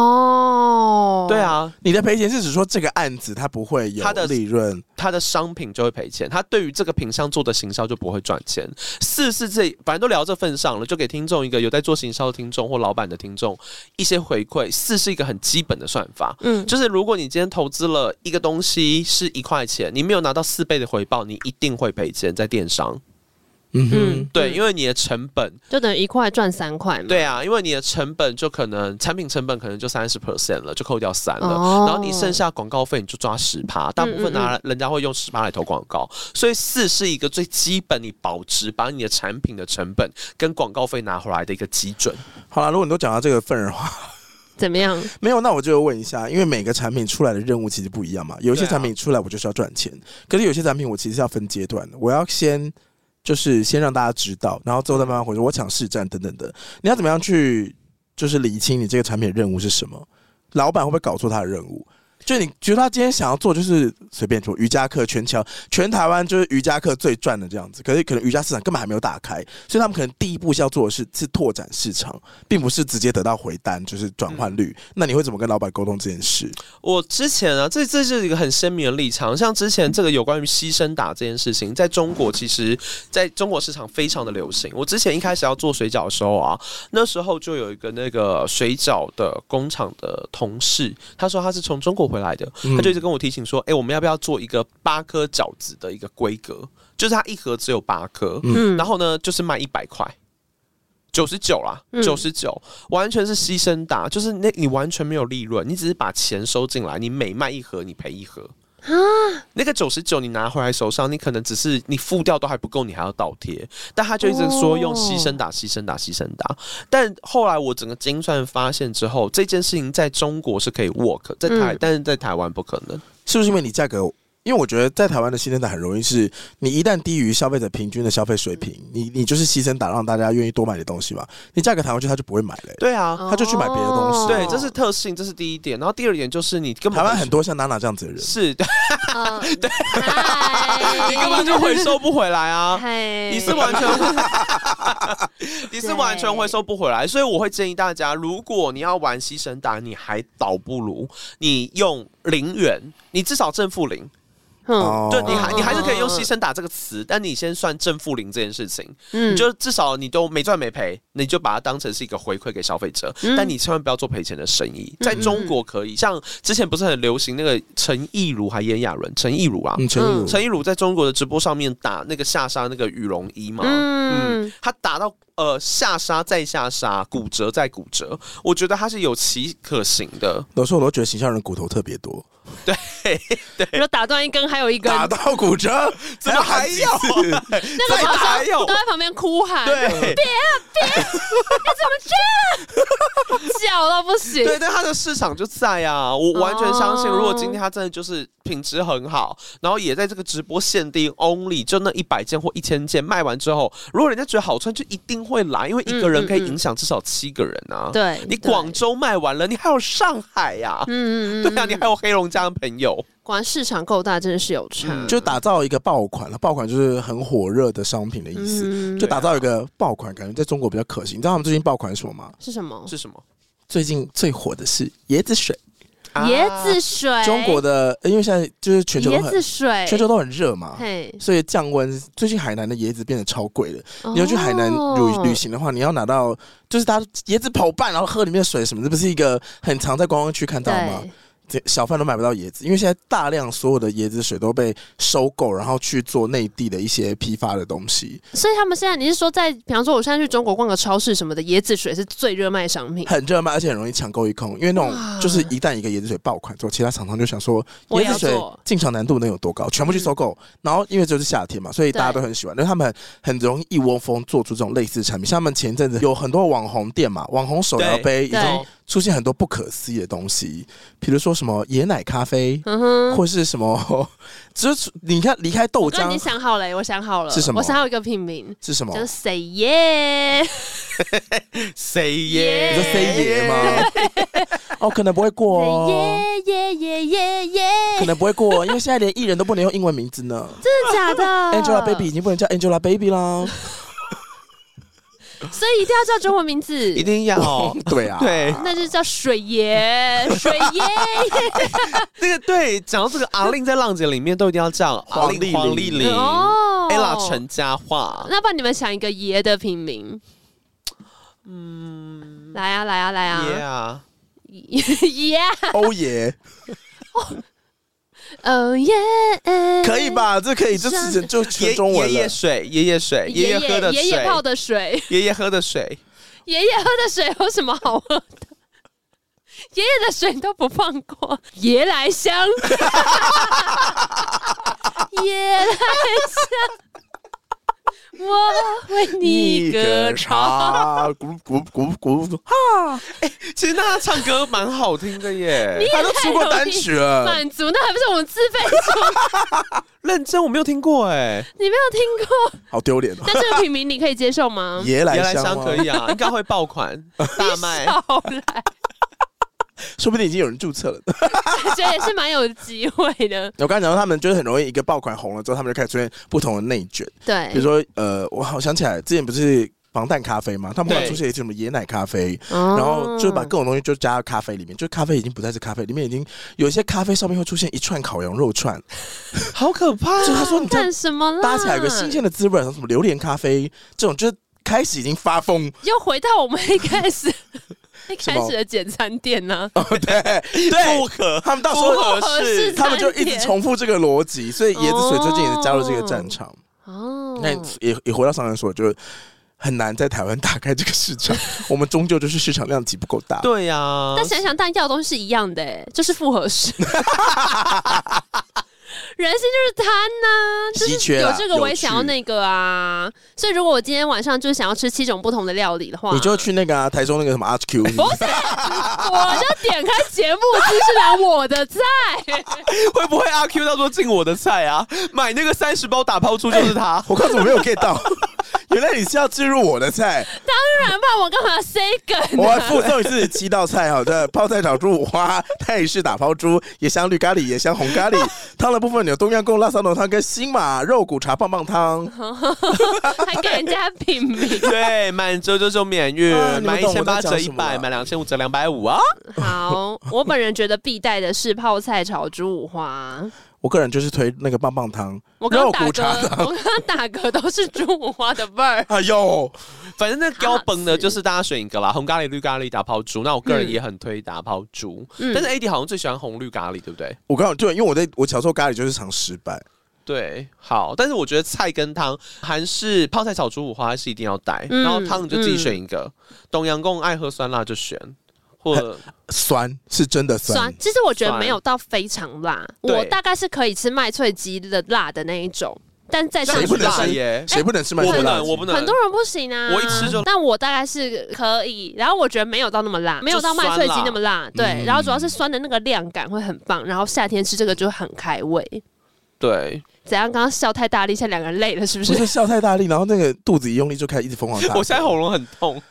Speaker 2: 哦，
Speaker 3: 对，啊，
Speaker 1: 你的赔钱是指说这个案子它不会有
Speaker 3: 它的
Speaker 1: 利润，
Speaker 3: 他的商品就会赔钱，他对于这个品相做的行销就不会赚钱。四是这，反正都聊这份上了，就给听众一个有在做行销的听众或老板的听众一些回馈。四是一个很基本的算法，
Speaker 2: 嗯，
Speaker 3: 就是如果你今天投资了一个东西是一块钱，你没有拿到四倍的回报，你一定会赔钱在电商。
Speaker 1: 嗯
Speaker 2: 嗯
Speaker 1: 哼，
Speaker 3: 对，
Speaker 2: 嗯
Speaker 3: 因为你的成本，
Speaker 2: 就等于一块赚三块嘛。
Speaker 3: 对啊，因为你的成本就可能产品成本可能就三十 percent 了，就扣掉三了。
Speaker 2: 哦
Speaker 3: 然后你剩下广告费，你就抓十趴，大部分拿来人家会用十趴来投广告，所以四是一个最基本，你保值把你的产品的成本跟广告费拿回来的一个基准。
Speaker 1: 好了，如果你都讲到这个份儿的话，
Speaker 2: 哦怎么样？
Speaker 1: 没有，那我就问一下，因为每个产品出来的任务其实不一样嘛，有一些
Speaker 3: 对啊
Speaker 1: 产品出来我就是要赚钱，可是有些产品我其实是要分阶段的，我要先就是先让大家知道，然后之后再慢慢回说我抢市占等等的，你要怎么样去就是理清你这个产品的任务是什么？老板会不会搞错他的任务？就你觉得他今天想要做就是随便做瑜伽课，全球全台湾就是瑜伽课最赚的这样子，可是可能瑜伽市场根本还没有打开，所以他们可能第一步是要做的是是拓展市场，并不是直接得到回单，就是转换率。那你会怎么跟老板沟通这件事？
Speaker 3: 我之前啊，这这是一个很鲜明的立场。像之前这个有关于牺牲打这件事情，在中国其实在中国市场非常的流行。我之前一开始要做水饺的时候啊，那时候就有一个那个水饺的工厂的同事，他说他是从中国回来的，他就一直跟我提醒说，哎、我们要不要做一个八颗饺子的一个规格？就是它一盒只有八颗，
Speaker 2: 嗯，
Speaker 3: 然
Speaker 2: 后
Speaker 3: 后呢，就是卖一百块，九十九啦，
Speaker 2: 嗯
Speaker 3: 九十九，完全是牺牲打，就是那你完全没有利润，你只是把钱收进来，你每卖一盒你赔一盒
Speaker 2: 啊
Speaker 3: 那个九十九你拿回来手上，你可能只是你付掉都还不够，你还要倒贴，但他就一直说用牺牲打、牺牲打、牺牲打。但后来我整个精算发现之后，这件事情在中国是可以 work，在台、
Speaker 2: 嗯
Speaker 3: 但是在台湾不可能。
Speaker 1: 是不是因为你价格因为我觉得在台湾的牺牲打很容易是，你一旦低于消费者平均的消费水平，你你就是牺牲打让大家愿意多买你的东西嘛。你价格谈回去，他就不会买了、欸
Speaker 3: 对啊，
Speaker 1: 他就去买别的东西
Speaker 2: 哦
Speaker 3: 对，这是特性，这是第一点。然后第二点就是你根本
Speaker 1: 台湾很多像娜娜这样子的人，
Speaker 3: 是，对
Speaker 2: 嗯嗨
Speaker 3: 你根本就回收不回来啊。
Speaker 2: 嗨，
Speaker 3: 你是完全， (laughs) 你是完全回收不回来，所以我会建议大家，如果你要玩牺牲打，你还倒不如你用零元，你至少正负零，
Speaker 2: 嗯
Speaker 1: 哦
Speaker 3: 对，你还你还是可以用
Speaker 2: 嗯嗯嗯
Speaker 3: 牺牲打这个词，但你先算正负零这件事情，
Speaker 2: 嗯
Speaker 3: 你就至少你都没赚没赔，你就把它当成是一个回馈给消费者，
Speaker 2: 嗯
Speaker 3: 但你千万不要做赔钱的生意。
Speaker 2: 嗯
Speaker 3: 在中国可以，像之前不是很流行那个陈亦儒还炎亚纶，陈亦儒啊，
Speaker 1: 嗯，陈
Speaker 2: 嗯
Speaker 1: 宇
Speaker 3: 陈亦儒在中国的直播上面打那个下杀那个羽绒衣嘛，
Speaker 2: 嗯
Speaker 3: 嗯，他打到呃下杀再下杀，骨折再骨折，我觉得他是有其可行的。
Speaker 1: 有时候我都觉得形象人骨头特别多，
Speaker 2: 如果打断一根还有一根，
Speaker 1: 打到骨折，
Speaker 3: 怎么
Speaker 1: 还
Speaker 3: 还
Speaker 1: 有
Speaker 3: 有
Speaker 2: 那个
Speaker 3: 再打
Speaker 2: 好像
Speaker 3: 又
Speaker 2: 都在旁边哭喊，
Speaker 3: 对
Speaker 2: 叫到不行，
Speaker 3: 对，但他的市场就在啊，我完全相信，
Speaker 2: 哦
Speaker 3: 如果今天他真的就是品质很好，然后也在这个直播限定 only 就那一百件或一千件卖完之后，如果人家觉得好穿，就一定会来，因为一个人可以影响至少七个人啊。
Speaker 2: 嗯对，
Speaker 3: 你
Speaker 2: 对
Speaker 3: 广州卖完了，你还有上海呀、
Speaker 2: 嗯嗯嗯，
Speaker 3: 对啊，
Speaker 2: 嗯
Speaker 3: 你还有黑龙江的朋友，
Speaker 2: 果然市场够大，真的是有差
Speaker 3: 嗯。
Speaker 1: 就打造一个爆款了。爆款就是很火热的商品的意思，
Speaker 2: 嗯
Speaker 1: 就打造一个爆款，感觉在中国比较可行。你知道他们最近爆款是什么吗？
Speaker 2: 是什么？
Speaker 3: 是什么？
Speaker 1: 最近最火的是椰子水，
Speaker 3: 啊
Speaker 2: 椰子水，
Speaker 1: 中国的，因为现在就是全球都
Speaker 2: 椰
Speaker 1: 很
Speaker 2: 子水，
Speaker 1: 全球都很热嘛，
Speaker 2: 嘿，
Speaker 1: 所以降温。最近海南的椰子变得超贵了。你要去海南
Speaker 2: 哦
Speaker 1: 旅旅行的话，你要拿到就是它椰子跑拌，然后喝里面的水什么的，这不是一个很常在观光区看到吗？
Speaker 2: 对
Speaker 1: 这小贩都买不到椰子，因为现在大量所有的椰子水都被收购，然后去做内地的一些批发的东西，
Speaker 2: 所以他们现在，你是说在，比方说，我现在去中国逛个超市什么的，椰子水是最热卖商品。
Speaker 1: 很热卖，而且很容易抢购一空。因为那
Speaker 2: 哇
Speaker 1: 种就是一旦一个椰子水爆款之后，其他厂商就想说
Speaker 2: 我也
Speaker 1: 椰
Speaker 2: 要
Speaker 1: 子水
Speaker 2: 做嗯
Speaker 1: 进场难度能有多高，全部去收购。然后因为就是夏天嘛，所以大家都很喜欢，因为他们很容易一窝蜂做出这种类似的产品。像他们前阵子有很多网红店嘛，网红手摇杯已经
Speaker 2: 对
Speaker 3: 哦
Speaker 2: 对
Speaker 1: 出现很多不可思议的东西，比如说什么椰奶咖啡，
Speaker 2: 嗯哼，
Speaker 1: 或是什么， (laughs) 就是你看离开豆
Speaker 2: 我刚已
Speaker 1: 浆
Speaker 2: 经想好了，我想好了，
Speaker 1: 是什么哦
Speaker 2: 我想好一个品名，
Speaker 1: 是什么
Speaker 2: 叫？做 “say yeah”。
Speaker 3: 谁
Speaker 2: 耶
Speaker 1: 你
Speaker 3: 耶？
Speaker 1: 说飞爷吗？哦，可能不会过哦，
Speaker 2: 耶耶耶耶耶！
Speaker 1: 可能不会过哦，因为现在连艺人都不能用英文名字呢。
Speaker 2: 真的假的
Speaker 1: Angelababy 已经不能叫 Angelababy 啦。
Speaker 2: 所以一定要叫中文名字，
Speaker 3: 一定要
Speaker 1: (laughs) 对啊，
Speaker 3: 对
Speaker 2: 那就叫水爷，水爷。
Speaker 3: 那个对，讲到这个阿令在浪姐里面都一定要叫阿
Speaker 1: 黄
Speaker 3: 令
Speaker 1: 丽
Speaker 3: 黄丽
Speaker 1: 玲
Speaker 3: 玲、
Speaker 2: 哦
Speaker 3: ella 陈嘉桦，
Speaker 2: 那不然你们想一个爷的品名？嗯，来啊，来啊，来
Speaker 3: 耶
Speaker 2: 啊！
Speaker 3: 啊，
Speaker 2: (laughs) 爷，
Speaker 1: 欧耶，
Speaker 2: 哦耶，
Speaker 1: 可以？吧？这可以，这是就
Speaker 3: 爷
Speaker 1: 全中文
Speaker 3: 爷
Speaker 1: 了
Speaker 3: 爷。水，爷爷水，爷
Speaker 2: 爷
Speaker 3: 爷喝的
Speaker 2: 爷爷
Speaker 3: 水，
Speaker 2: 泡的水，
Speaker 3: 爷爷喝的水，
Speaker 2: (laughs) 爷爷喝的水有什么好喝的？ (laughs) 爷爷的水都不放过，爷来香， (laughs) 爷来香，我为你歌唱。
Speaker 1: 茶，咕咕咕咕，咕
Speaker 3: 其实那他唱歌蛮好听的耶。
Speaker 1: 他都出过单曲了。
Speaker 2: 满足，那还不是我们自费 (laughs) 出？
Speaker 3: 认真，我没有听过哎。
Speaker 2: 你没有听过？
Speaker 1: 好丢脸哦！
Speaker 2: 那这个品名你可以接受 (laughs) 吗？
Speaker 1: 爷
Speaker 3: 爷来
Speaker 1: 来
Speaker 3: 香
Speaker 1: 香
Speaker 3: 可
Speaker 1: 吗？
Speaker 3: 以啊，应该会爆款大卖。
Speaker 2: 少 (laughs) 来，
Speaker 1: 说不定已经有人注册 (laughs) 了。
Speaker 2: 我觉得也是蛮有机会的。
Speaker 1: 我刚才讲到，他们就是很容易一个爆款红了之后，他们就开始出现不同的内卷。
Speaker 2: 对，
Speaker 1: 比如说，呃，我好想起来，之前不是防弹咖啡吗？他们后来
Speaker 3: 对
Speaker 1: 出现一些什么椰奶咖啡，
Speaker 2: 哦，
Speaker 1: 然后就把各种东西就加到咖啡里面，就咖啡已经不再是咖啡，里面已经有一些咖啡上面会出现一串烤羊肉串，
Speaker 3: 好可怕！
Speaker 1: 就他说你这样
Speaker 2: 干什么啦？
Speaker 1: 搭起来有个新，鲜的滋味，然后什么榴莲咖啡这种，就是开始已经发疯，
Speaker 2: 又回到我们一
Speaker 1: (laughs)
Speaker 2: 开始一
Speaker 1: 什
Speaker 2: 开
Speaker 1: 么
Speaker 2: 始的简餐店啊呢、
Speaker 1: 哦对
Speaker 3: 不可
Speaker 1: 他们到时
Speaker 3: 不
Speaker 1: 候
Speaker 3: 合
Speaker 2: 合适
Speaker 3: 适
Speaker 1: 他们就一直重复这个逻辑，所以椰子水最近也是加入这个战场。
Speaker 2: 哦，
Speaker 1: 那也也回到上人所，就是很难在台湾打开这个市场，我们终究就是市场量级不够大。
Speaker 3: 对呀，
Speaker 1: 哦 (laughs)
Speaker 2: 但想想，但要的东西是一样的、欸，就是复合式。人心就是贪呐、就
Speaker 1: 稀缺
Speaker 2: 是
Speaker 1: 啦
Speaker 2: 有这个我也想要
Speaker 1: 有趣
Speaker 2: 那个啊。所以如果我今天晚上就是想要吃七种不同的料理的话，
Speaker 1: 你就去那个、啊、台中那个什么 HQ，
Speaker 2: 不是，我就点开节目资讯栏我的菜，
Speaker 3: (laughs) 会不会阿 Q 到时候进我的菜啊？买那个三十包打抛出就是他。
Speaker 1: 我靠，怎么没有 get 到？ (laughs) 原来你是要置入我的菜，
Speaker 2: 不然不然我干嘛 say
Speaker 3: (laughs)
Speaker 2: 梗
Speaker 1: 我
Speaker 2: 呢、
Speaker 1: 还附送一次七道菜好的泡菜炒猪五花、泰式打抛猪、椰香绿咖喱、椰香红咖
Speaker 3: (laughs)
Speaker 1: 喱。汤的部分有东阳贡辣烧浓汤跟新马肉骨茶棒棒
Speaker 3: (laughs)
Speaker 1: 汤。
Speaker 2: (laughs) 还给人家品名？
Speaker 3: 对，满折九九免运
Speaker 1: 啊，你们
Speaker 3: 满一
Speaker 1: 懂
Speaker 3: 千
Speaker 1: 我
Speaker 3: 八
Speaker 1: 在
Speaker 3: 折
Speaker 1: 讲
Speaker 3: 一
Speaker 1: 什么啊了
Speaker 3: 百，满两千五折两百五啊！
Speaker 2: 好，我本人觉得必带的是泡菜炒猪五花。
Speaker 1: 我个人就是推那个棒棒汤。
Speaker 2: 我刚打
Speaker 1: 肉骨茶
Speaker 2: 嗝，我刚打嗝都是猪五花的味儿。
Speaker 1: (laughs) 哎呦，
Speaker 3: 反正那高崩
Speaker 2: 哈
Speaker 3: 的
Speaker 2: 刺
Speaker 3: 就是大家选一个
Speaker 1: 啊
Speaker 3: 啦，红咖喱、绿咖喱、打抛猪。那我个人
Speaker 2: 嗯
Speaker 3: 也很推打抛猪，
Speaker 2: 嗯
Speaker 3: 但是 AD 好像最喜欢红绿咖喱，对不对？
Speaker 1: 我刚好对，因为我在我小时候咖喱就是常失败。
Speaker 3: 对，好，但是我觉得菜跟汤，韩式泡菜炒猪五花是一定要带，
Speaker 2: 嗯
Speaker 3: 然后汤你就自己选一个。
Speaker 1: 嗯
Speaker 3: 东阳贡爱喝酸辣就选，或者
Speaker 1: 酸是真的酸，
Speaker 2: 酸，其实我觉得
Speaker 3: 酸
Speaker 2: 没有到非常辣，
Speaker 3: 对
Speaker 2: 我大概是可以吃麦脆鸡的辣的那一种，但再上
Speaker 1: 哎谁
Speaker 3: 很
Speaker 2: 去
Speaker 1: 不能
Speaker 3: 辣
Speaker 2: 辣
Speaker 1: 吃
Speaker 3: 耶？
Speaker 1: (laughs) 谁不能吃麦
Speaker 3: 哎我
Speaker 1: 脆
Speaker 3: 不
Speaker 1: 辣
Speaker 3: 能，
Speaker 1: 鸡？
Speaker 3: 我不能，
Speaker 2: 很多人不行啊，
Speaker 3: 我一吃就
Speaker 2: 但我大概是可以，然后我觉得没有到那么辣，没有到麦脆鸡那么辣，对，
Speaker 1: 嗯
Speaker 2: 然后主要是酸的那个量感会很棒，然后夏天吃这个就很开胃。
Speaker 3: 对，
Speaker 2: 怎样？刚刚笑太大力，现在两个人累了是不
Speaker 1: 不
Speaker 2: 是？
Speaker 1: 是笑太大力，然后那个肚子一用力就开始一直疯狂
Speaker 3: (laughs)
Speaker 1: 大。
Speaker 3: 我现在喉咙很痛，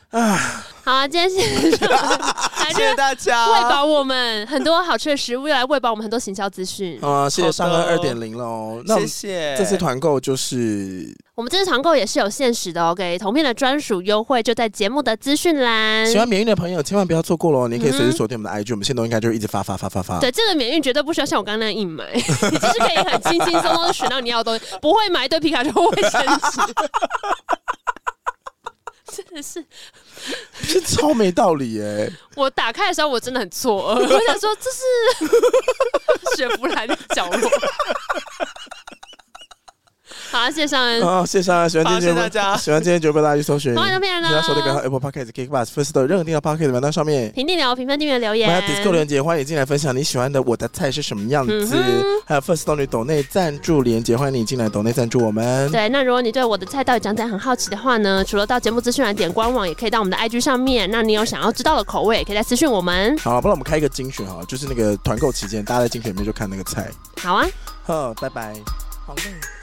Speaker 2: 好啊，今天 (laughs) 先还
Speaker 3: 谢谢
Speaker 2: 是
Speaker 3: 大家。
Speaker 2: 喂饱我们很多好吃的食物，又来喂饱我们很多行销资讯。
Speaker 1: 啊，谢谢上恩
Speaker 3: 好
Speaker 1: 二
Speaker 3: 的
Speaker 1: 点零喽。那我
Speaker 3: 谢
Speaker 1: 们
Speaker 3: 谢。
Speaker 1: 这次团购就是
Speaker 2: 我们这次团购也是有限时的哦，给同片的专属优惠就在节目的资讯栏。
Speaker 1: 喜欢免运的朋友千万不要错过哦喽！你可以随
Speaker 2: 嗯
Speaker 1: 时
Speaker 2: 哼
Speaker 1: 锁定我们的 IG，、我们现在都应该就一直发发发发发。
Speaker 2: 对，这个免运绝对不需要像我刚刚那
Speaker 1: (laughs)
Speaker 2: 样硬买，你就是可以很轻轻松松的选到你要的东西，不会买一堆皮卡丘卫
Speaker 1: (laughs)
Speaker 2: 生纸。真的是，
Speaker 1: 这超没道理耶、
Speaker 2: 我打开的时候我真的很错
Speaker 1: (laughs)
Speaker 2: 愕，我想说这是 (laughs) 雪佛兰的角
Speaker 1: (laughs)
Speaker 2: 落。好、啊，谢谢上恩，
Speaker 1: 啊、谢谢上恩，喜欢
Speaker 3: 好
Speaker 1: 今天
Speaker 3: 谢谢大
Speaker 1: 节
Speaker 3: 家
Speaker 1: 目，喜欢今天节目，大家去搜寻。
Speaker 2: 同样的片呢
Speaker 1: 其他收听刚好 Apple Podcast、Kickbox、First Story 任何地方 Podcast 的名单上面。
Speaker 2: 评定聊、评分、订阅、留
Speaker 1: 我
Speaker 2: 言
Speaker 1: 们还有 Discord 连接，欢迎你进来分享你喜欢的我的菜是什么样子。
Speaker 2: 嗯
Speaker 1: 还有 First Story 抖内赞助连接，欢迎你进来抖内赞助我们。
Speaker 2: (laughs) 对，那如果你对我的菜到底长怎样很好奇的话呢，除了到节目资讯栏点官网，也可以到我们的 IG 上面。那你有想要知道的口味，也可以来私讯我们。
Speaker 1: 好，不然我们开一个精选好了，就是那个团购期间，大家在精选里面就看那个菜。
Speaker 2: 好啊。
Speaker 1: 好，拜拜。好累。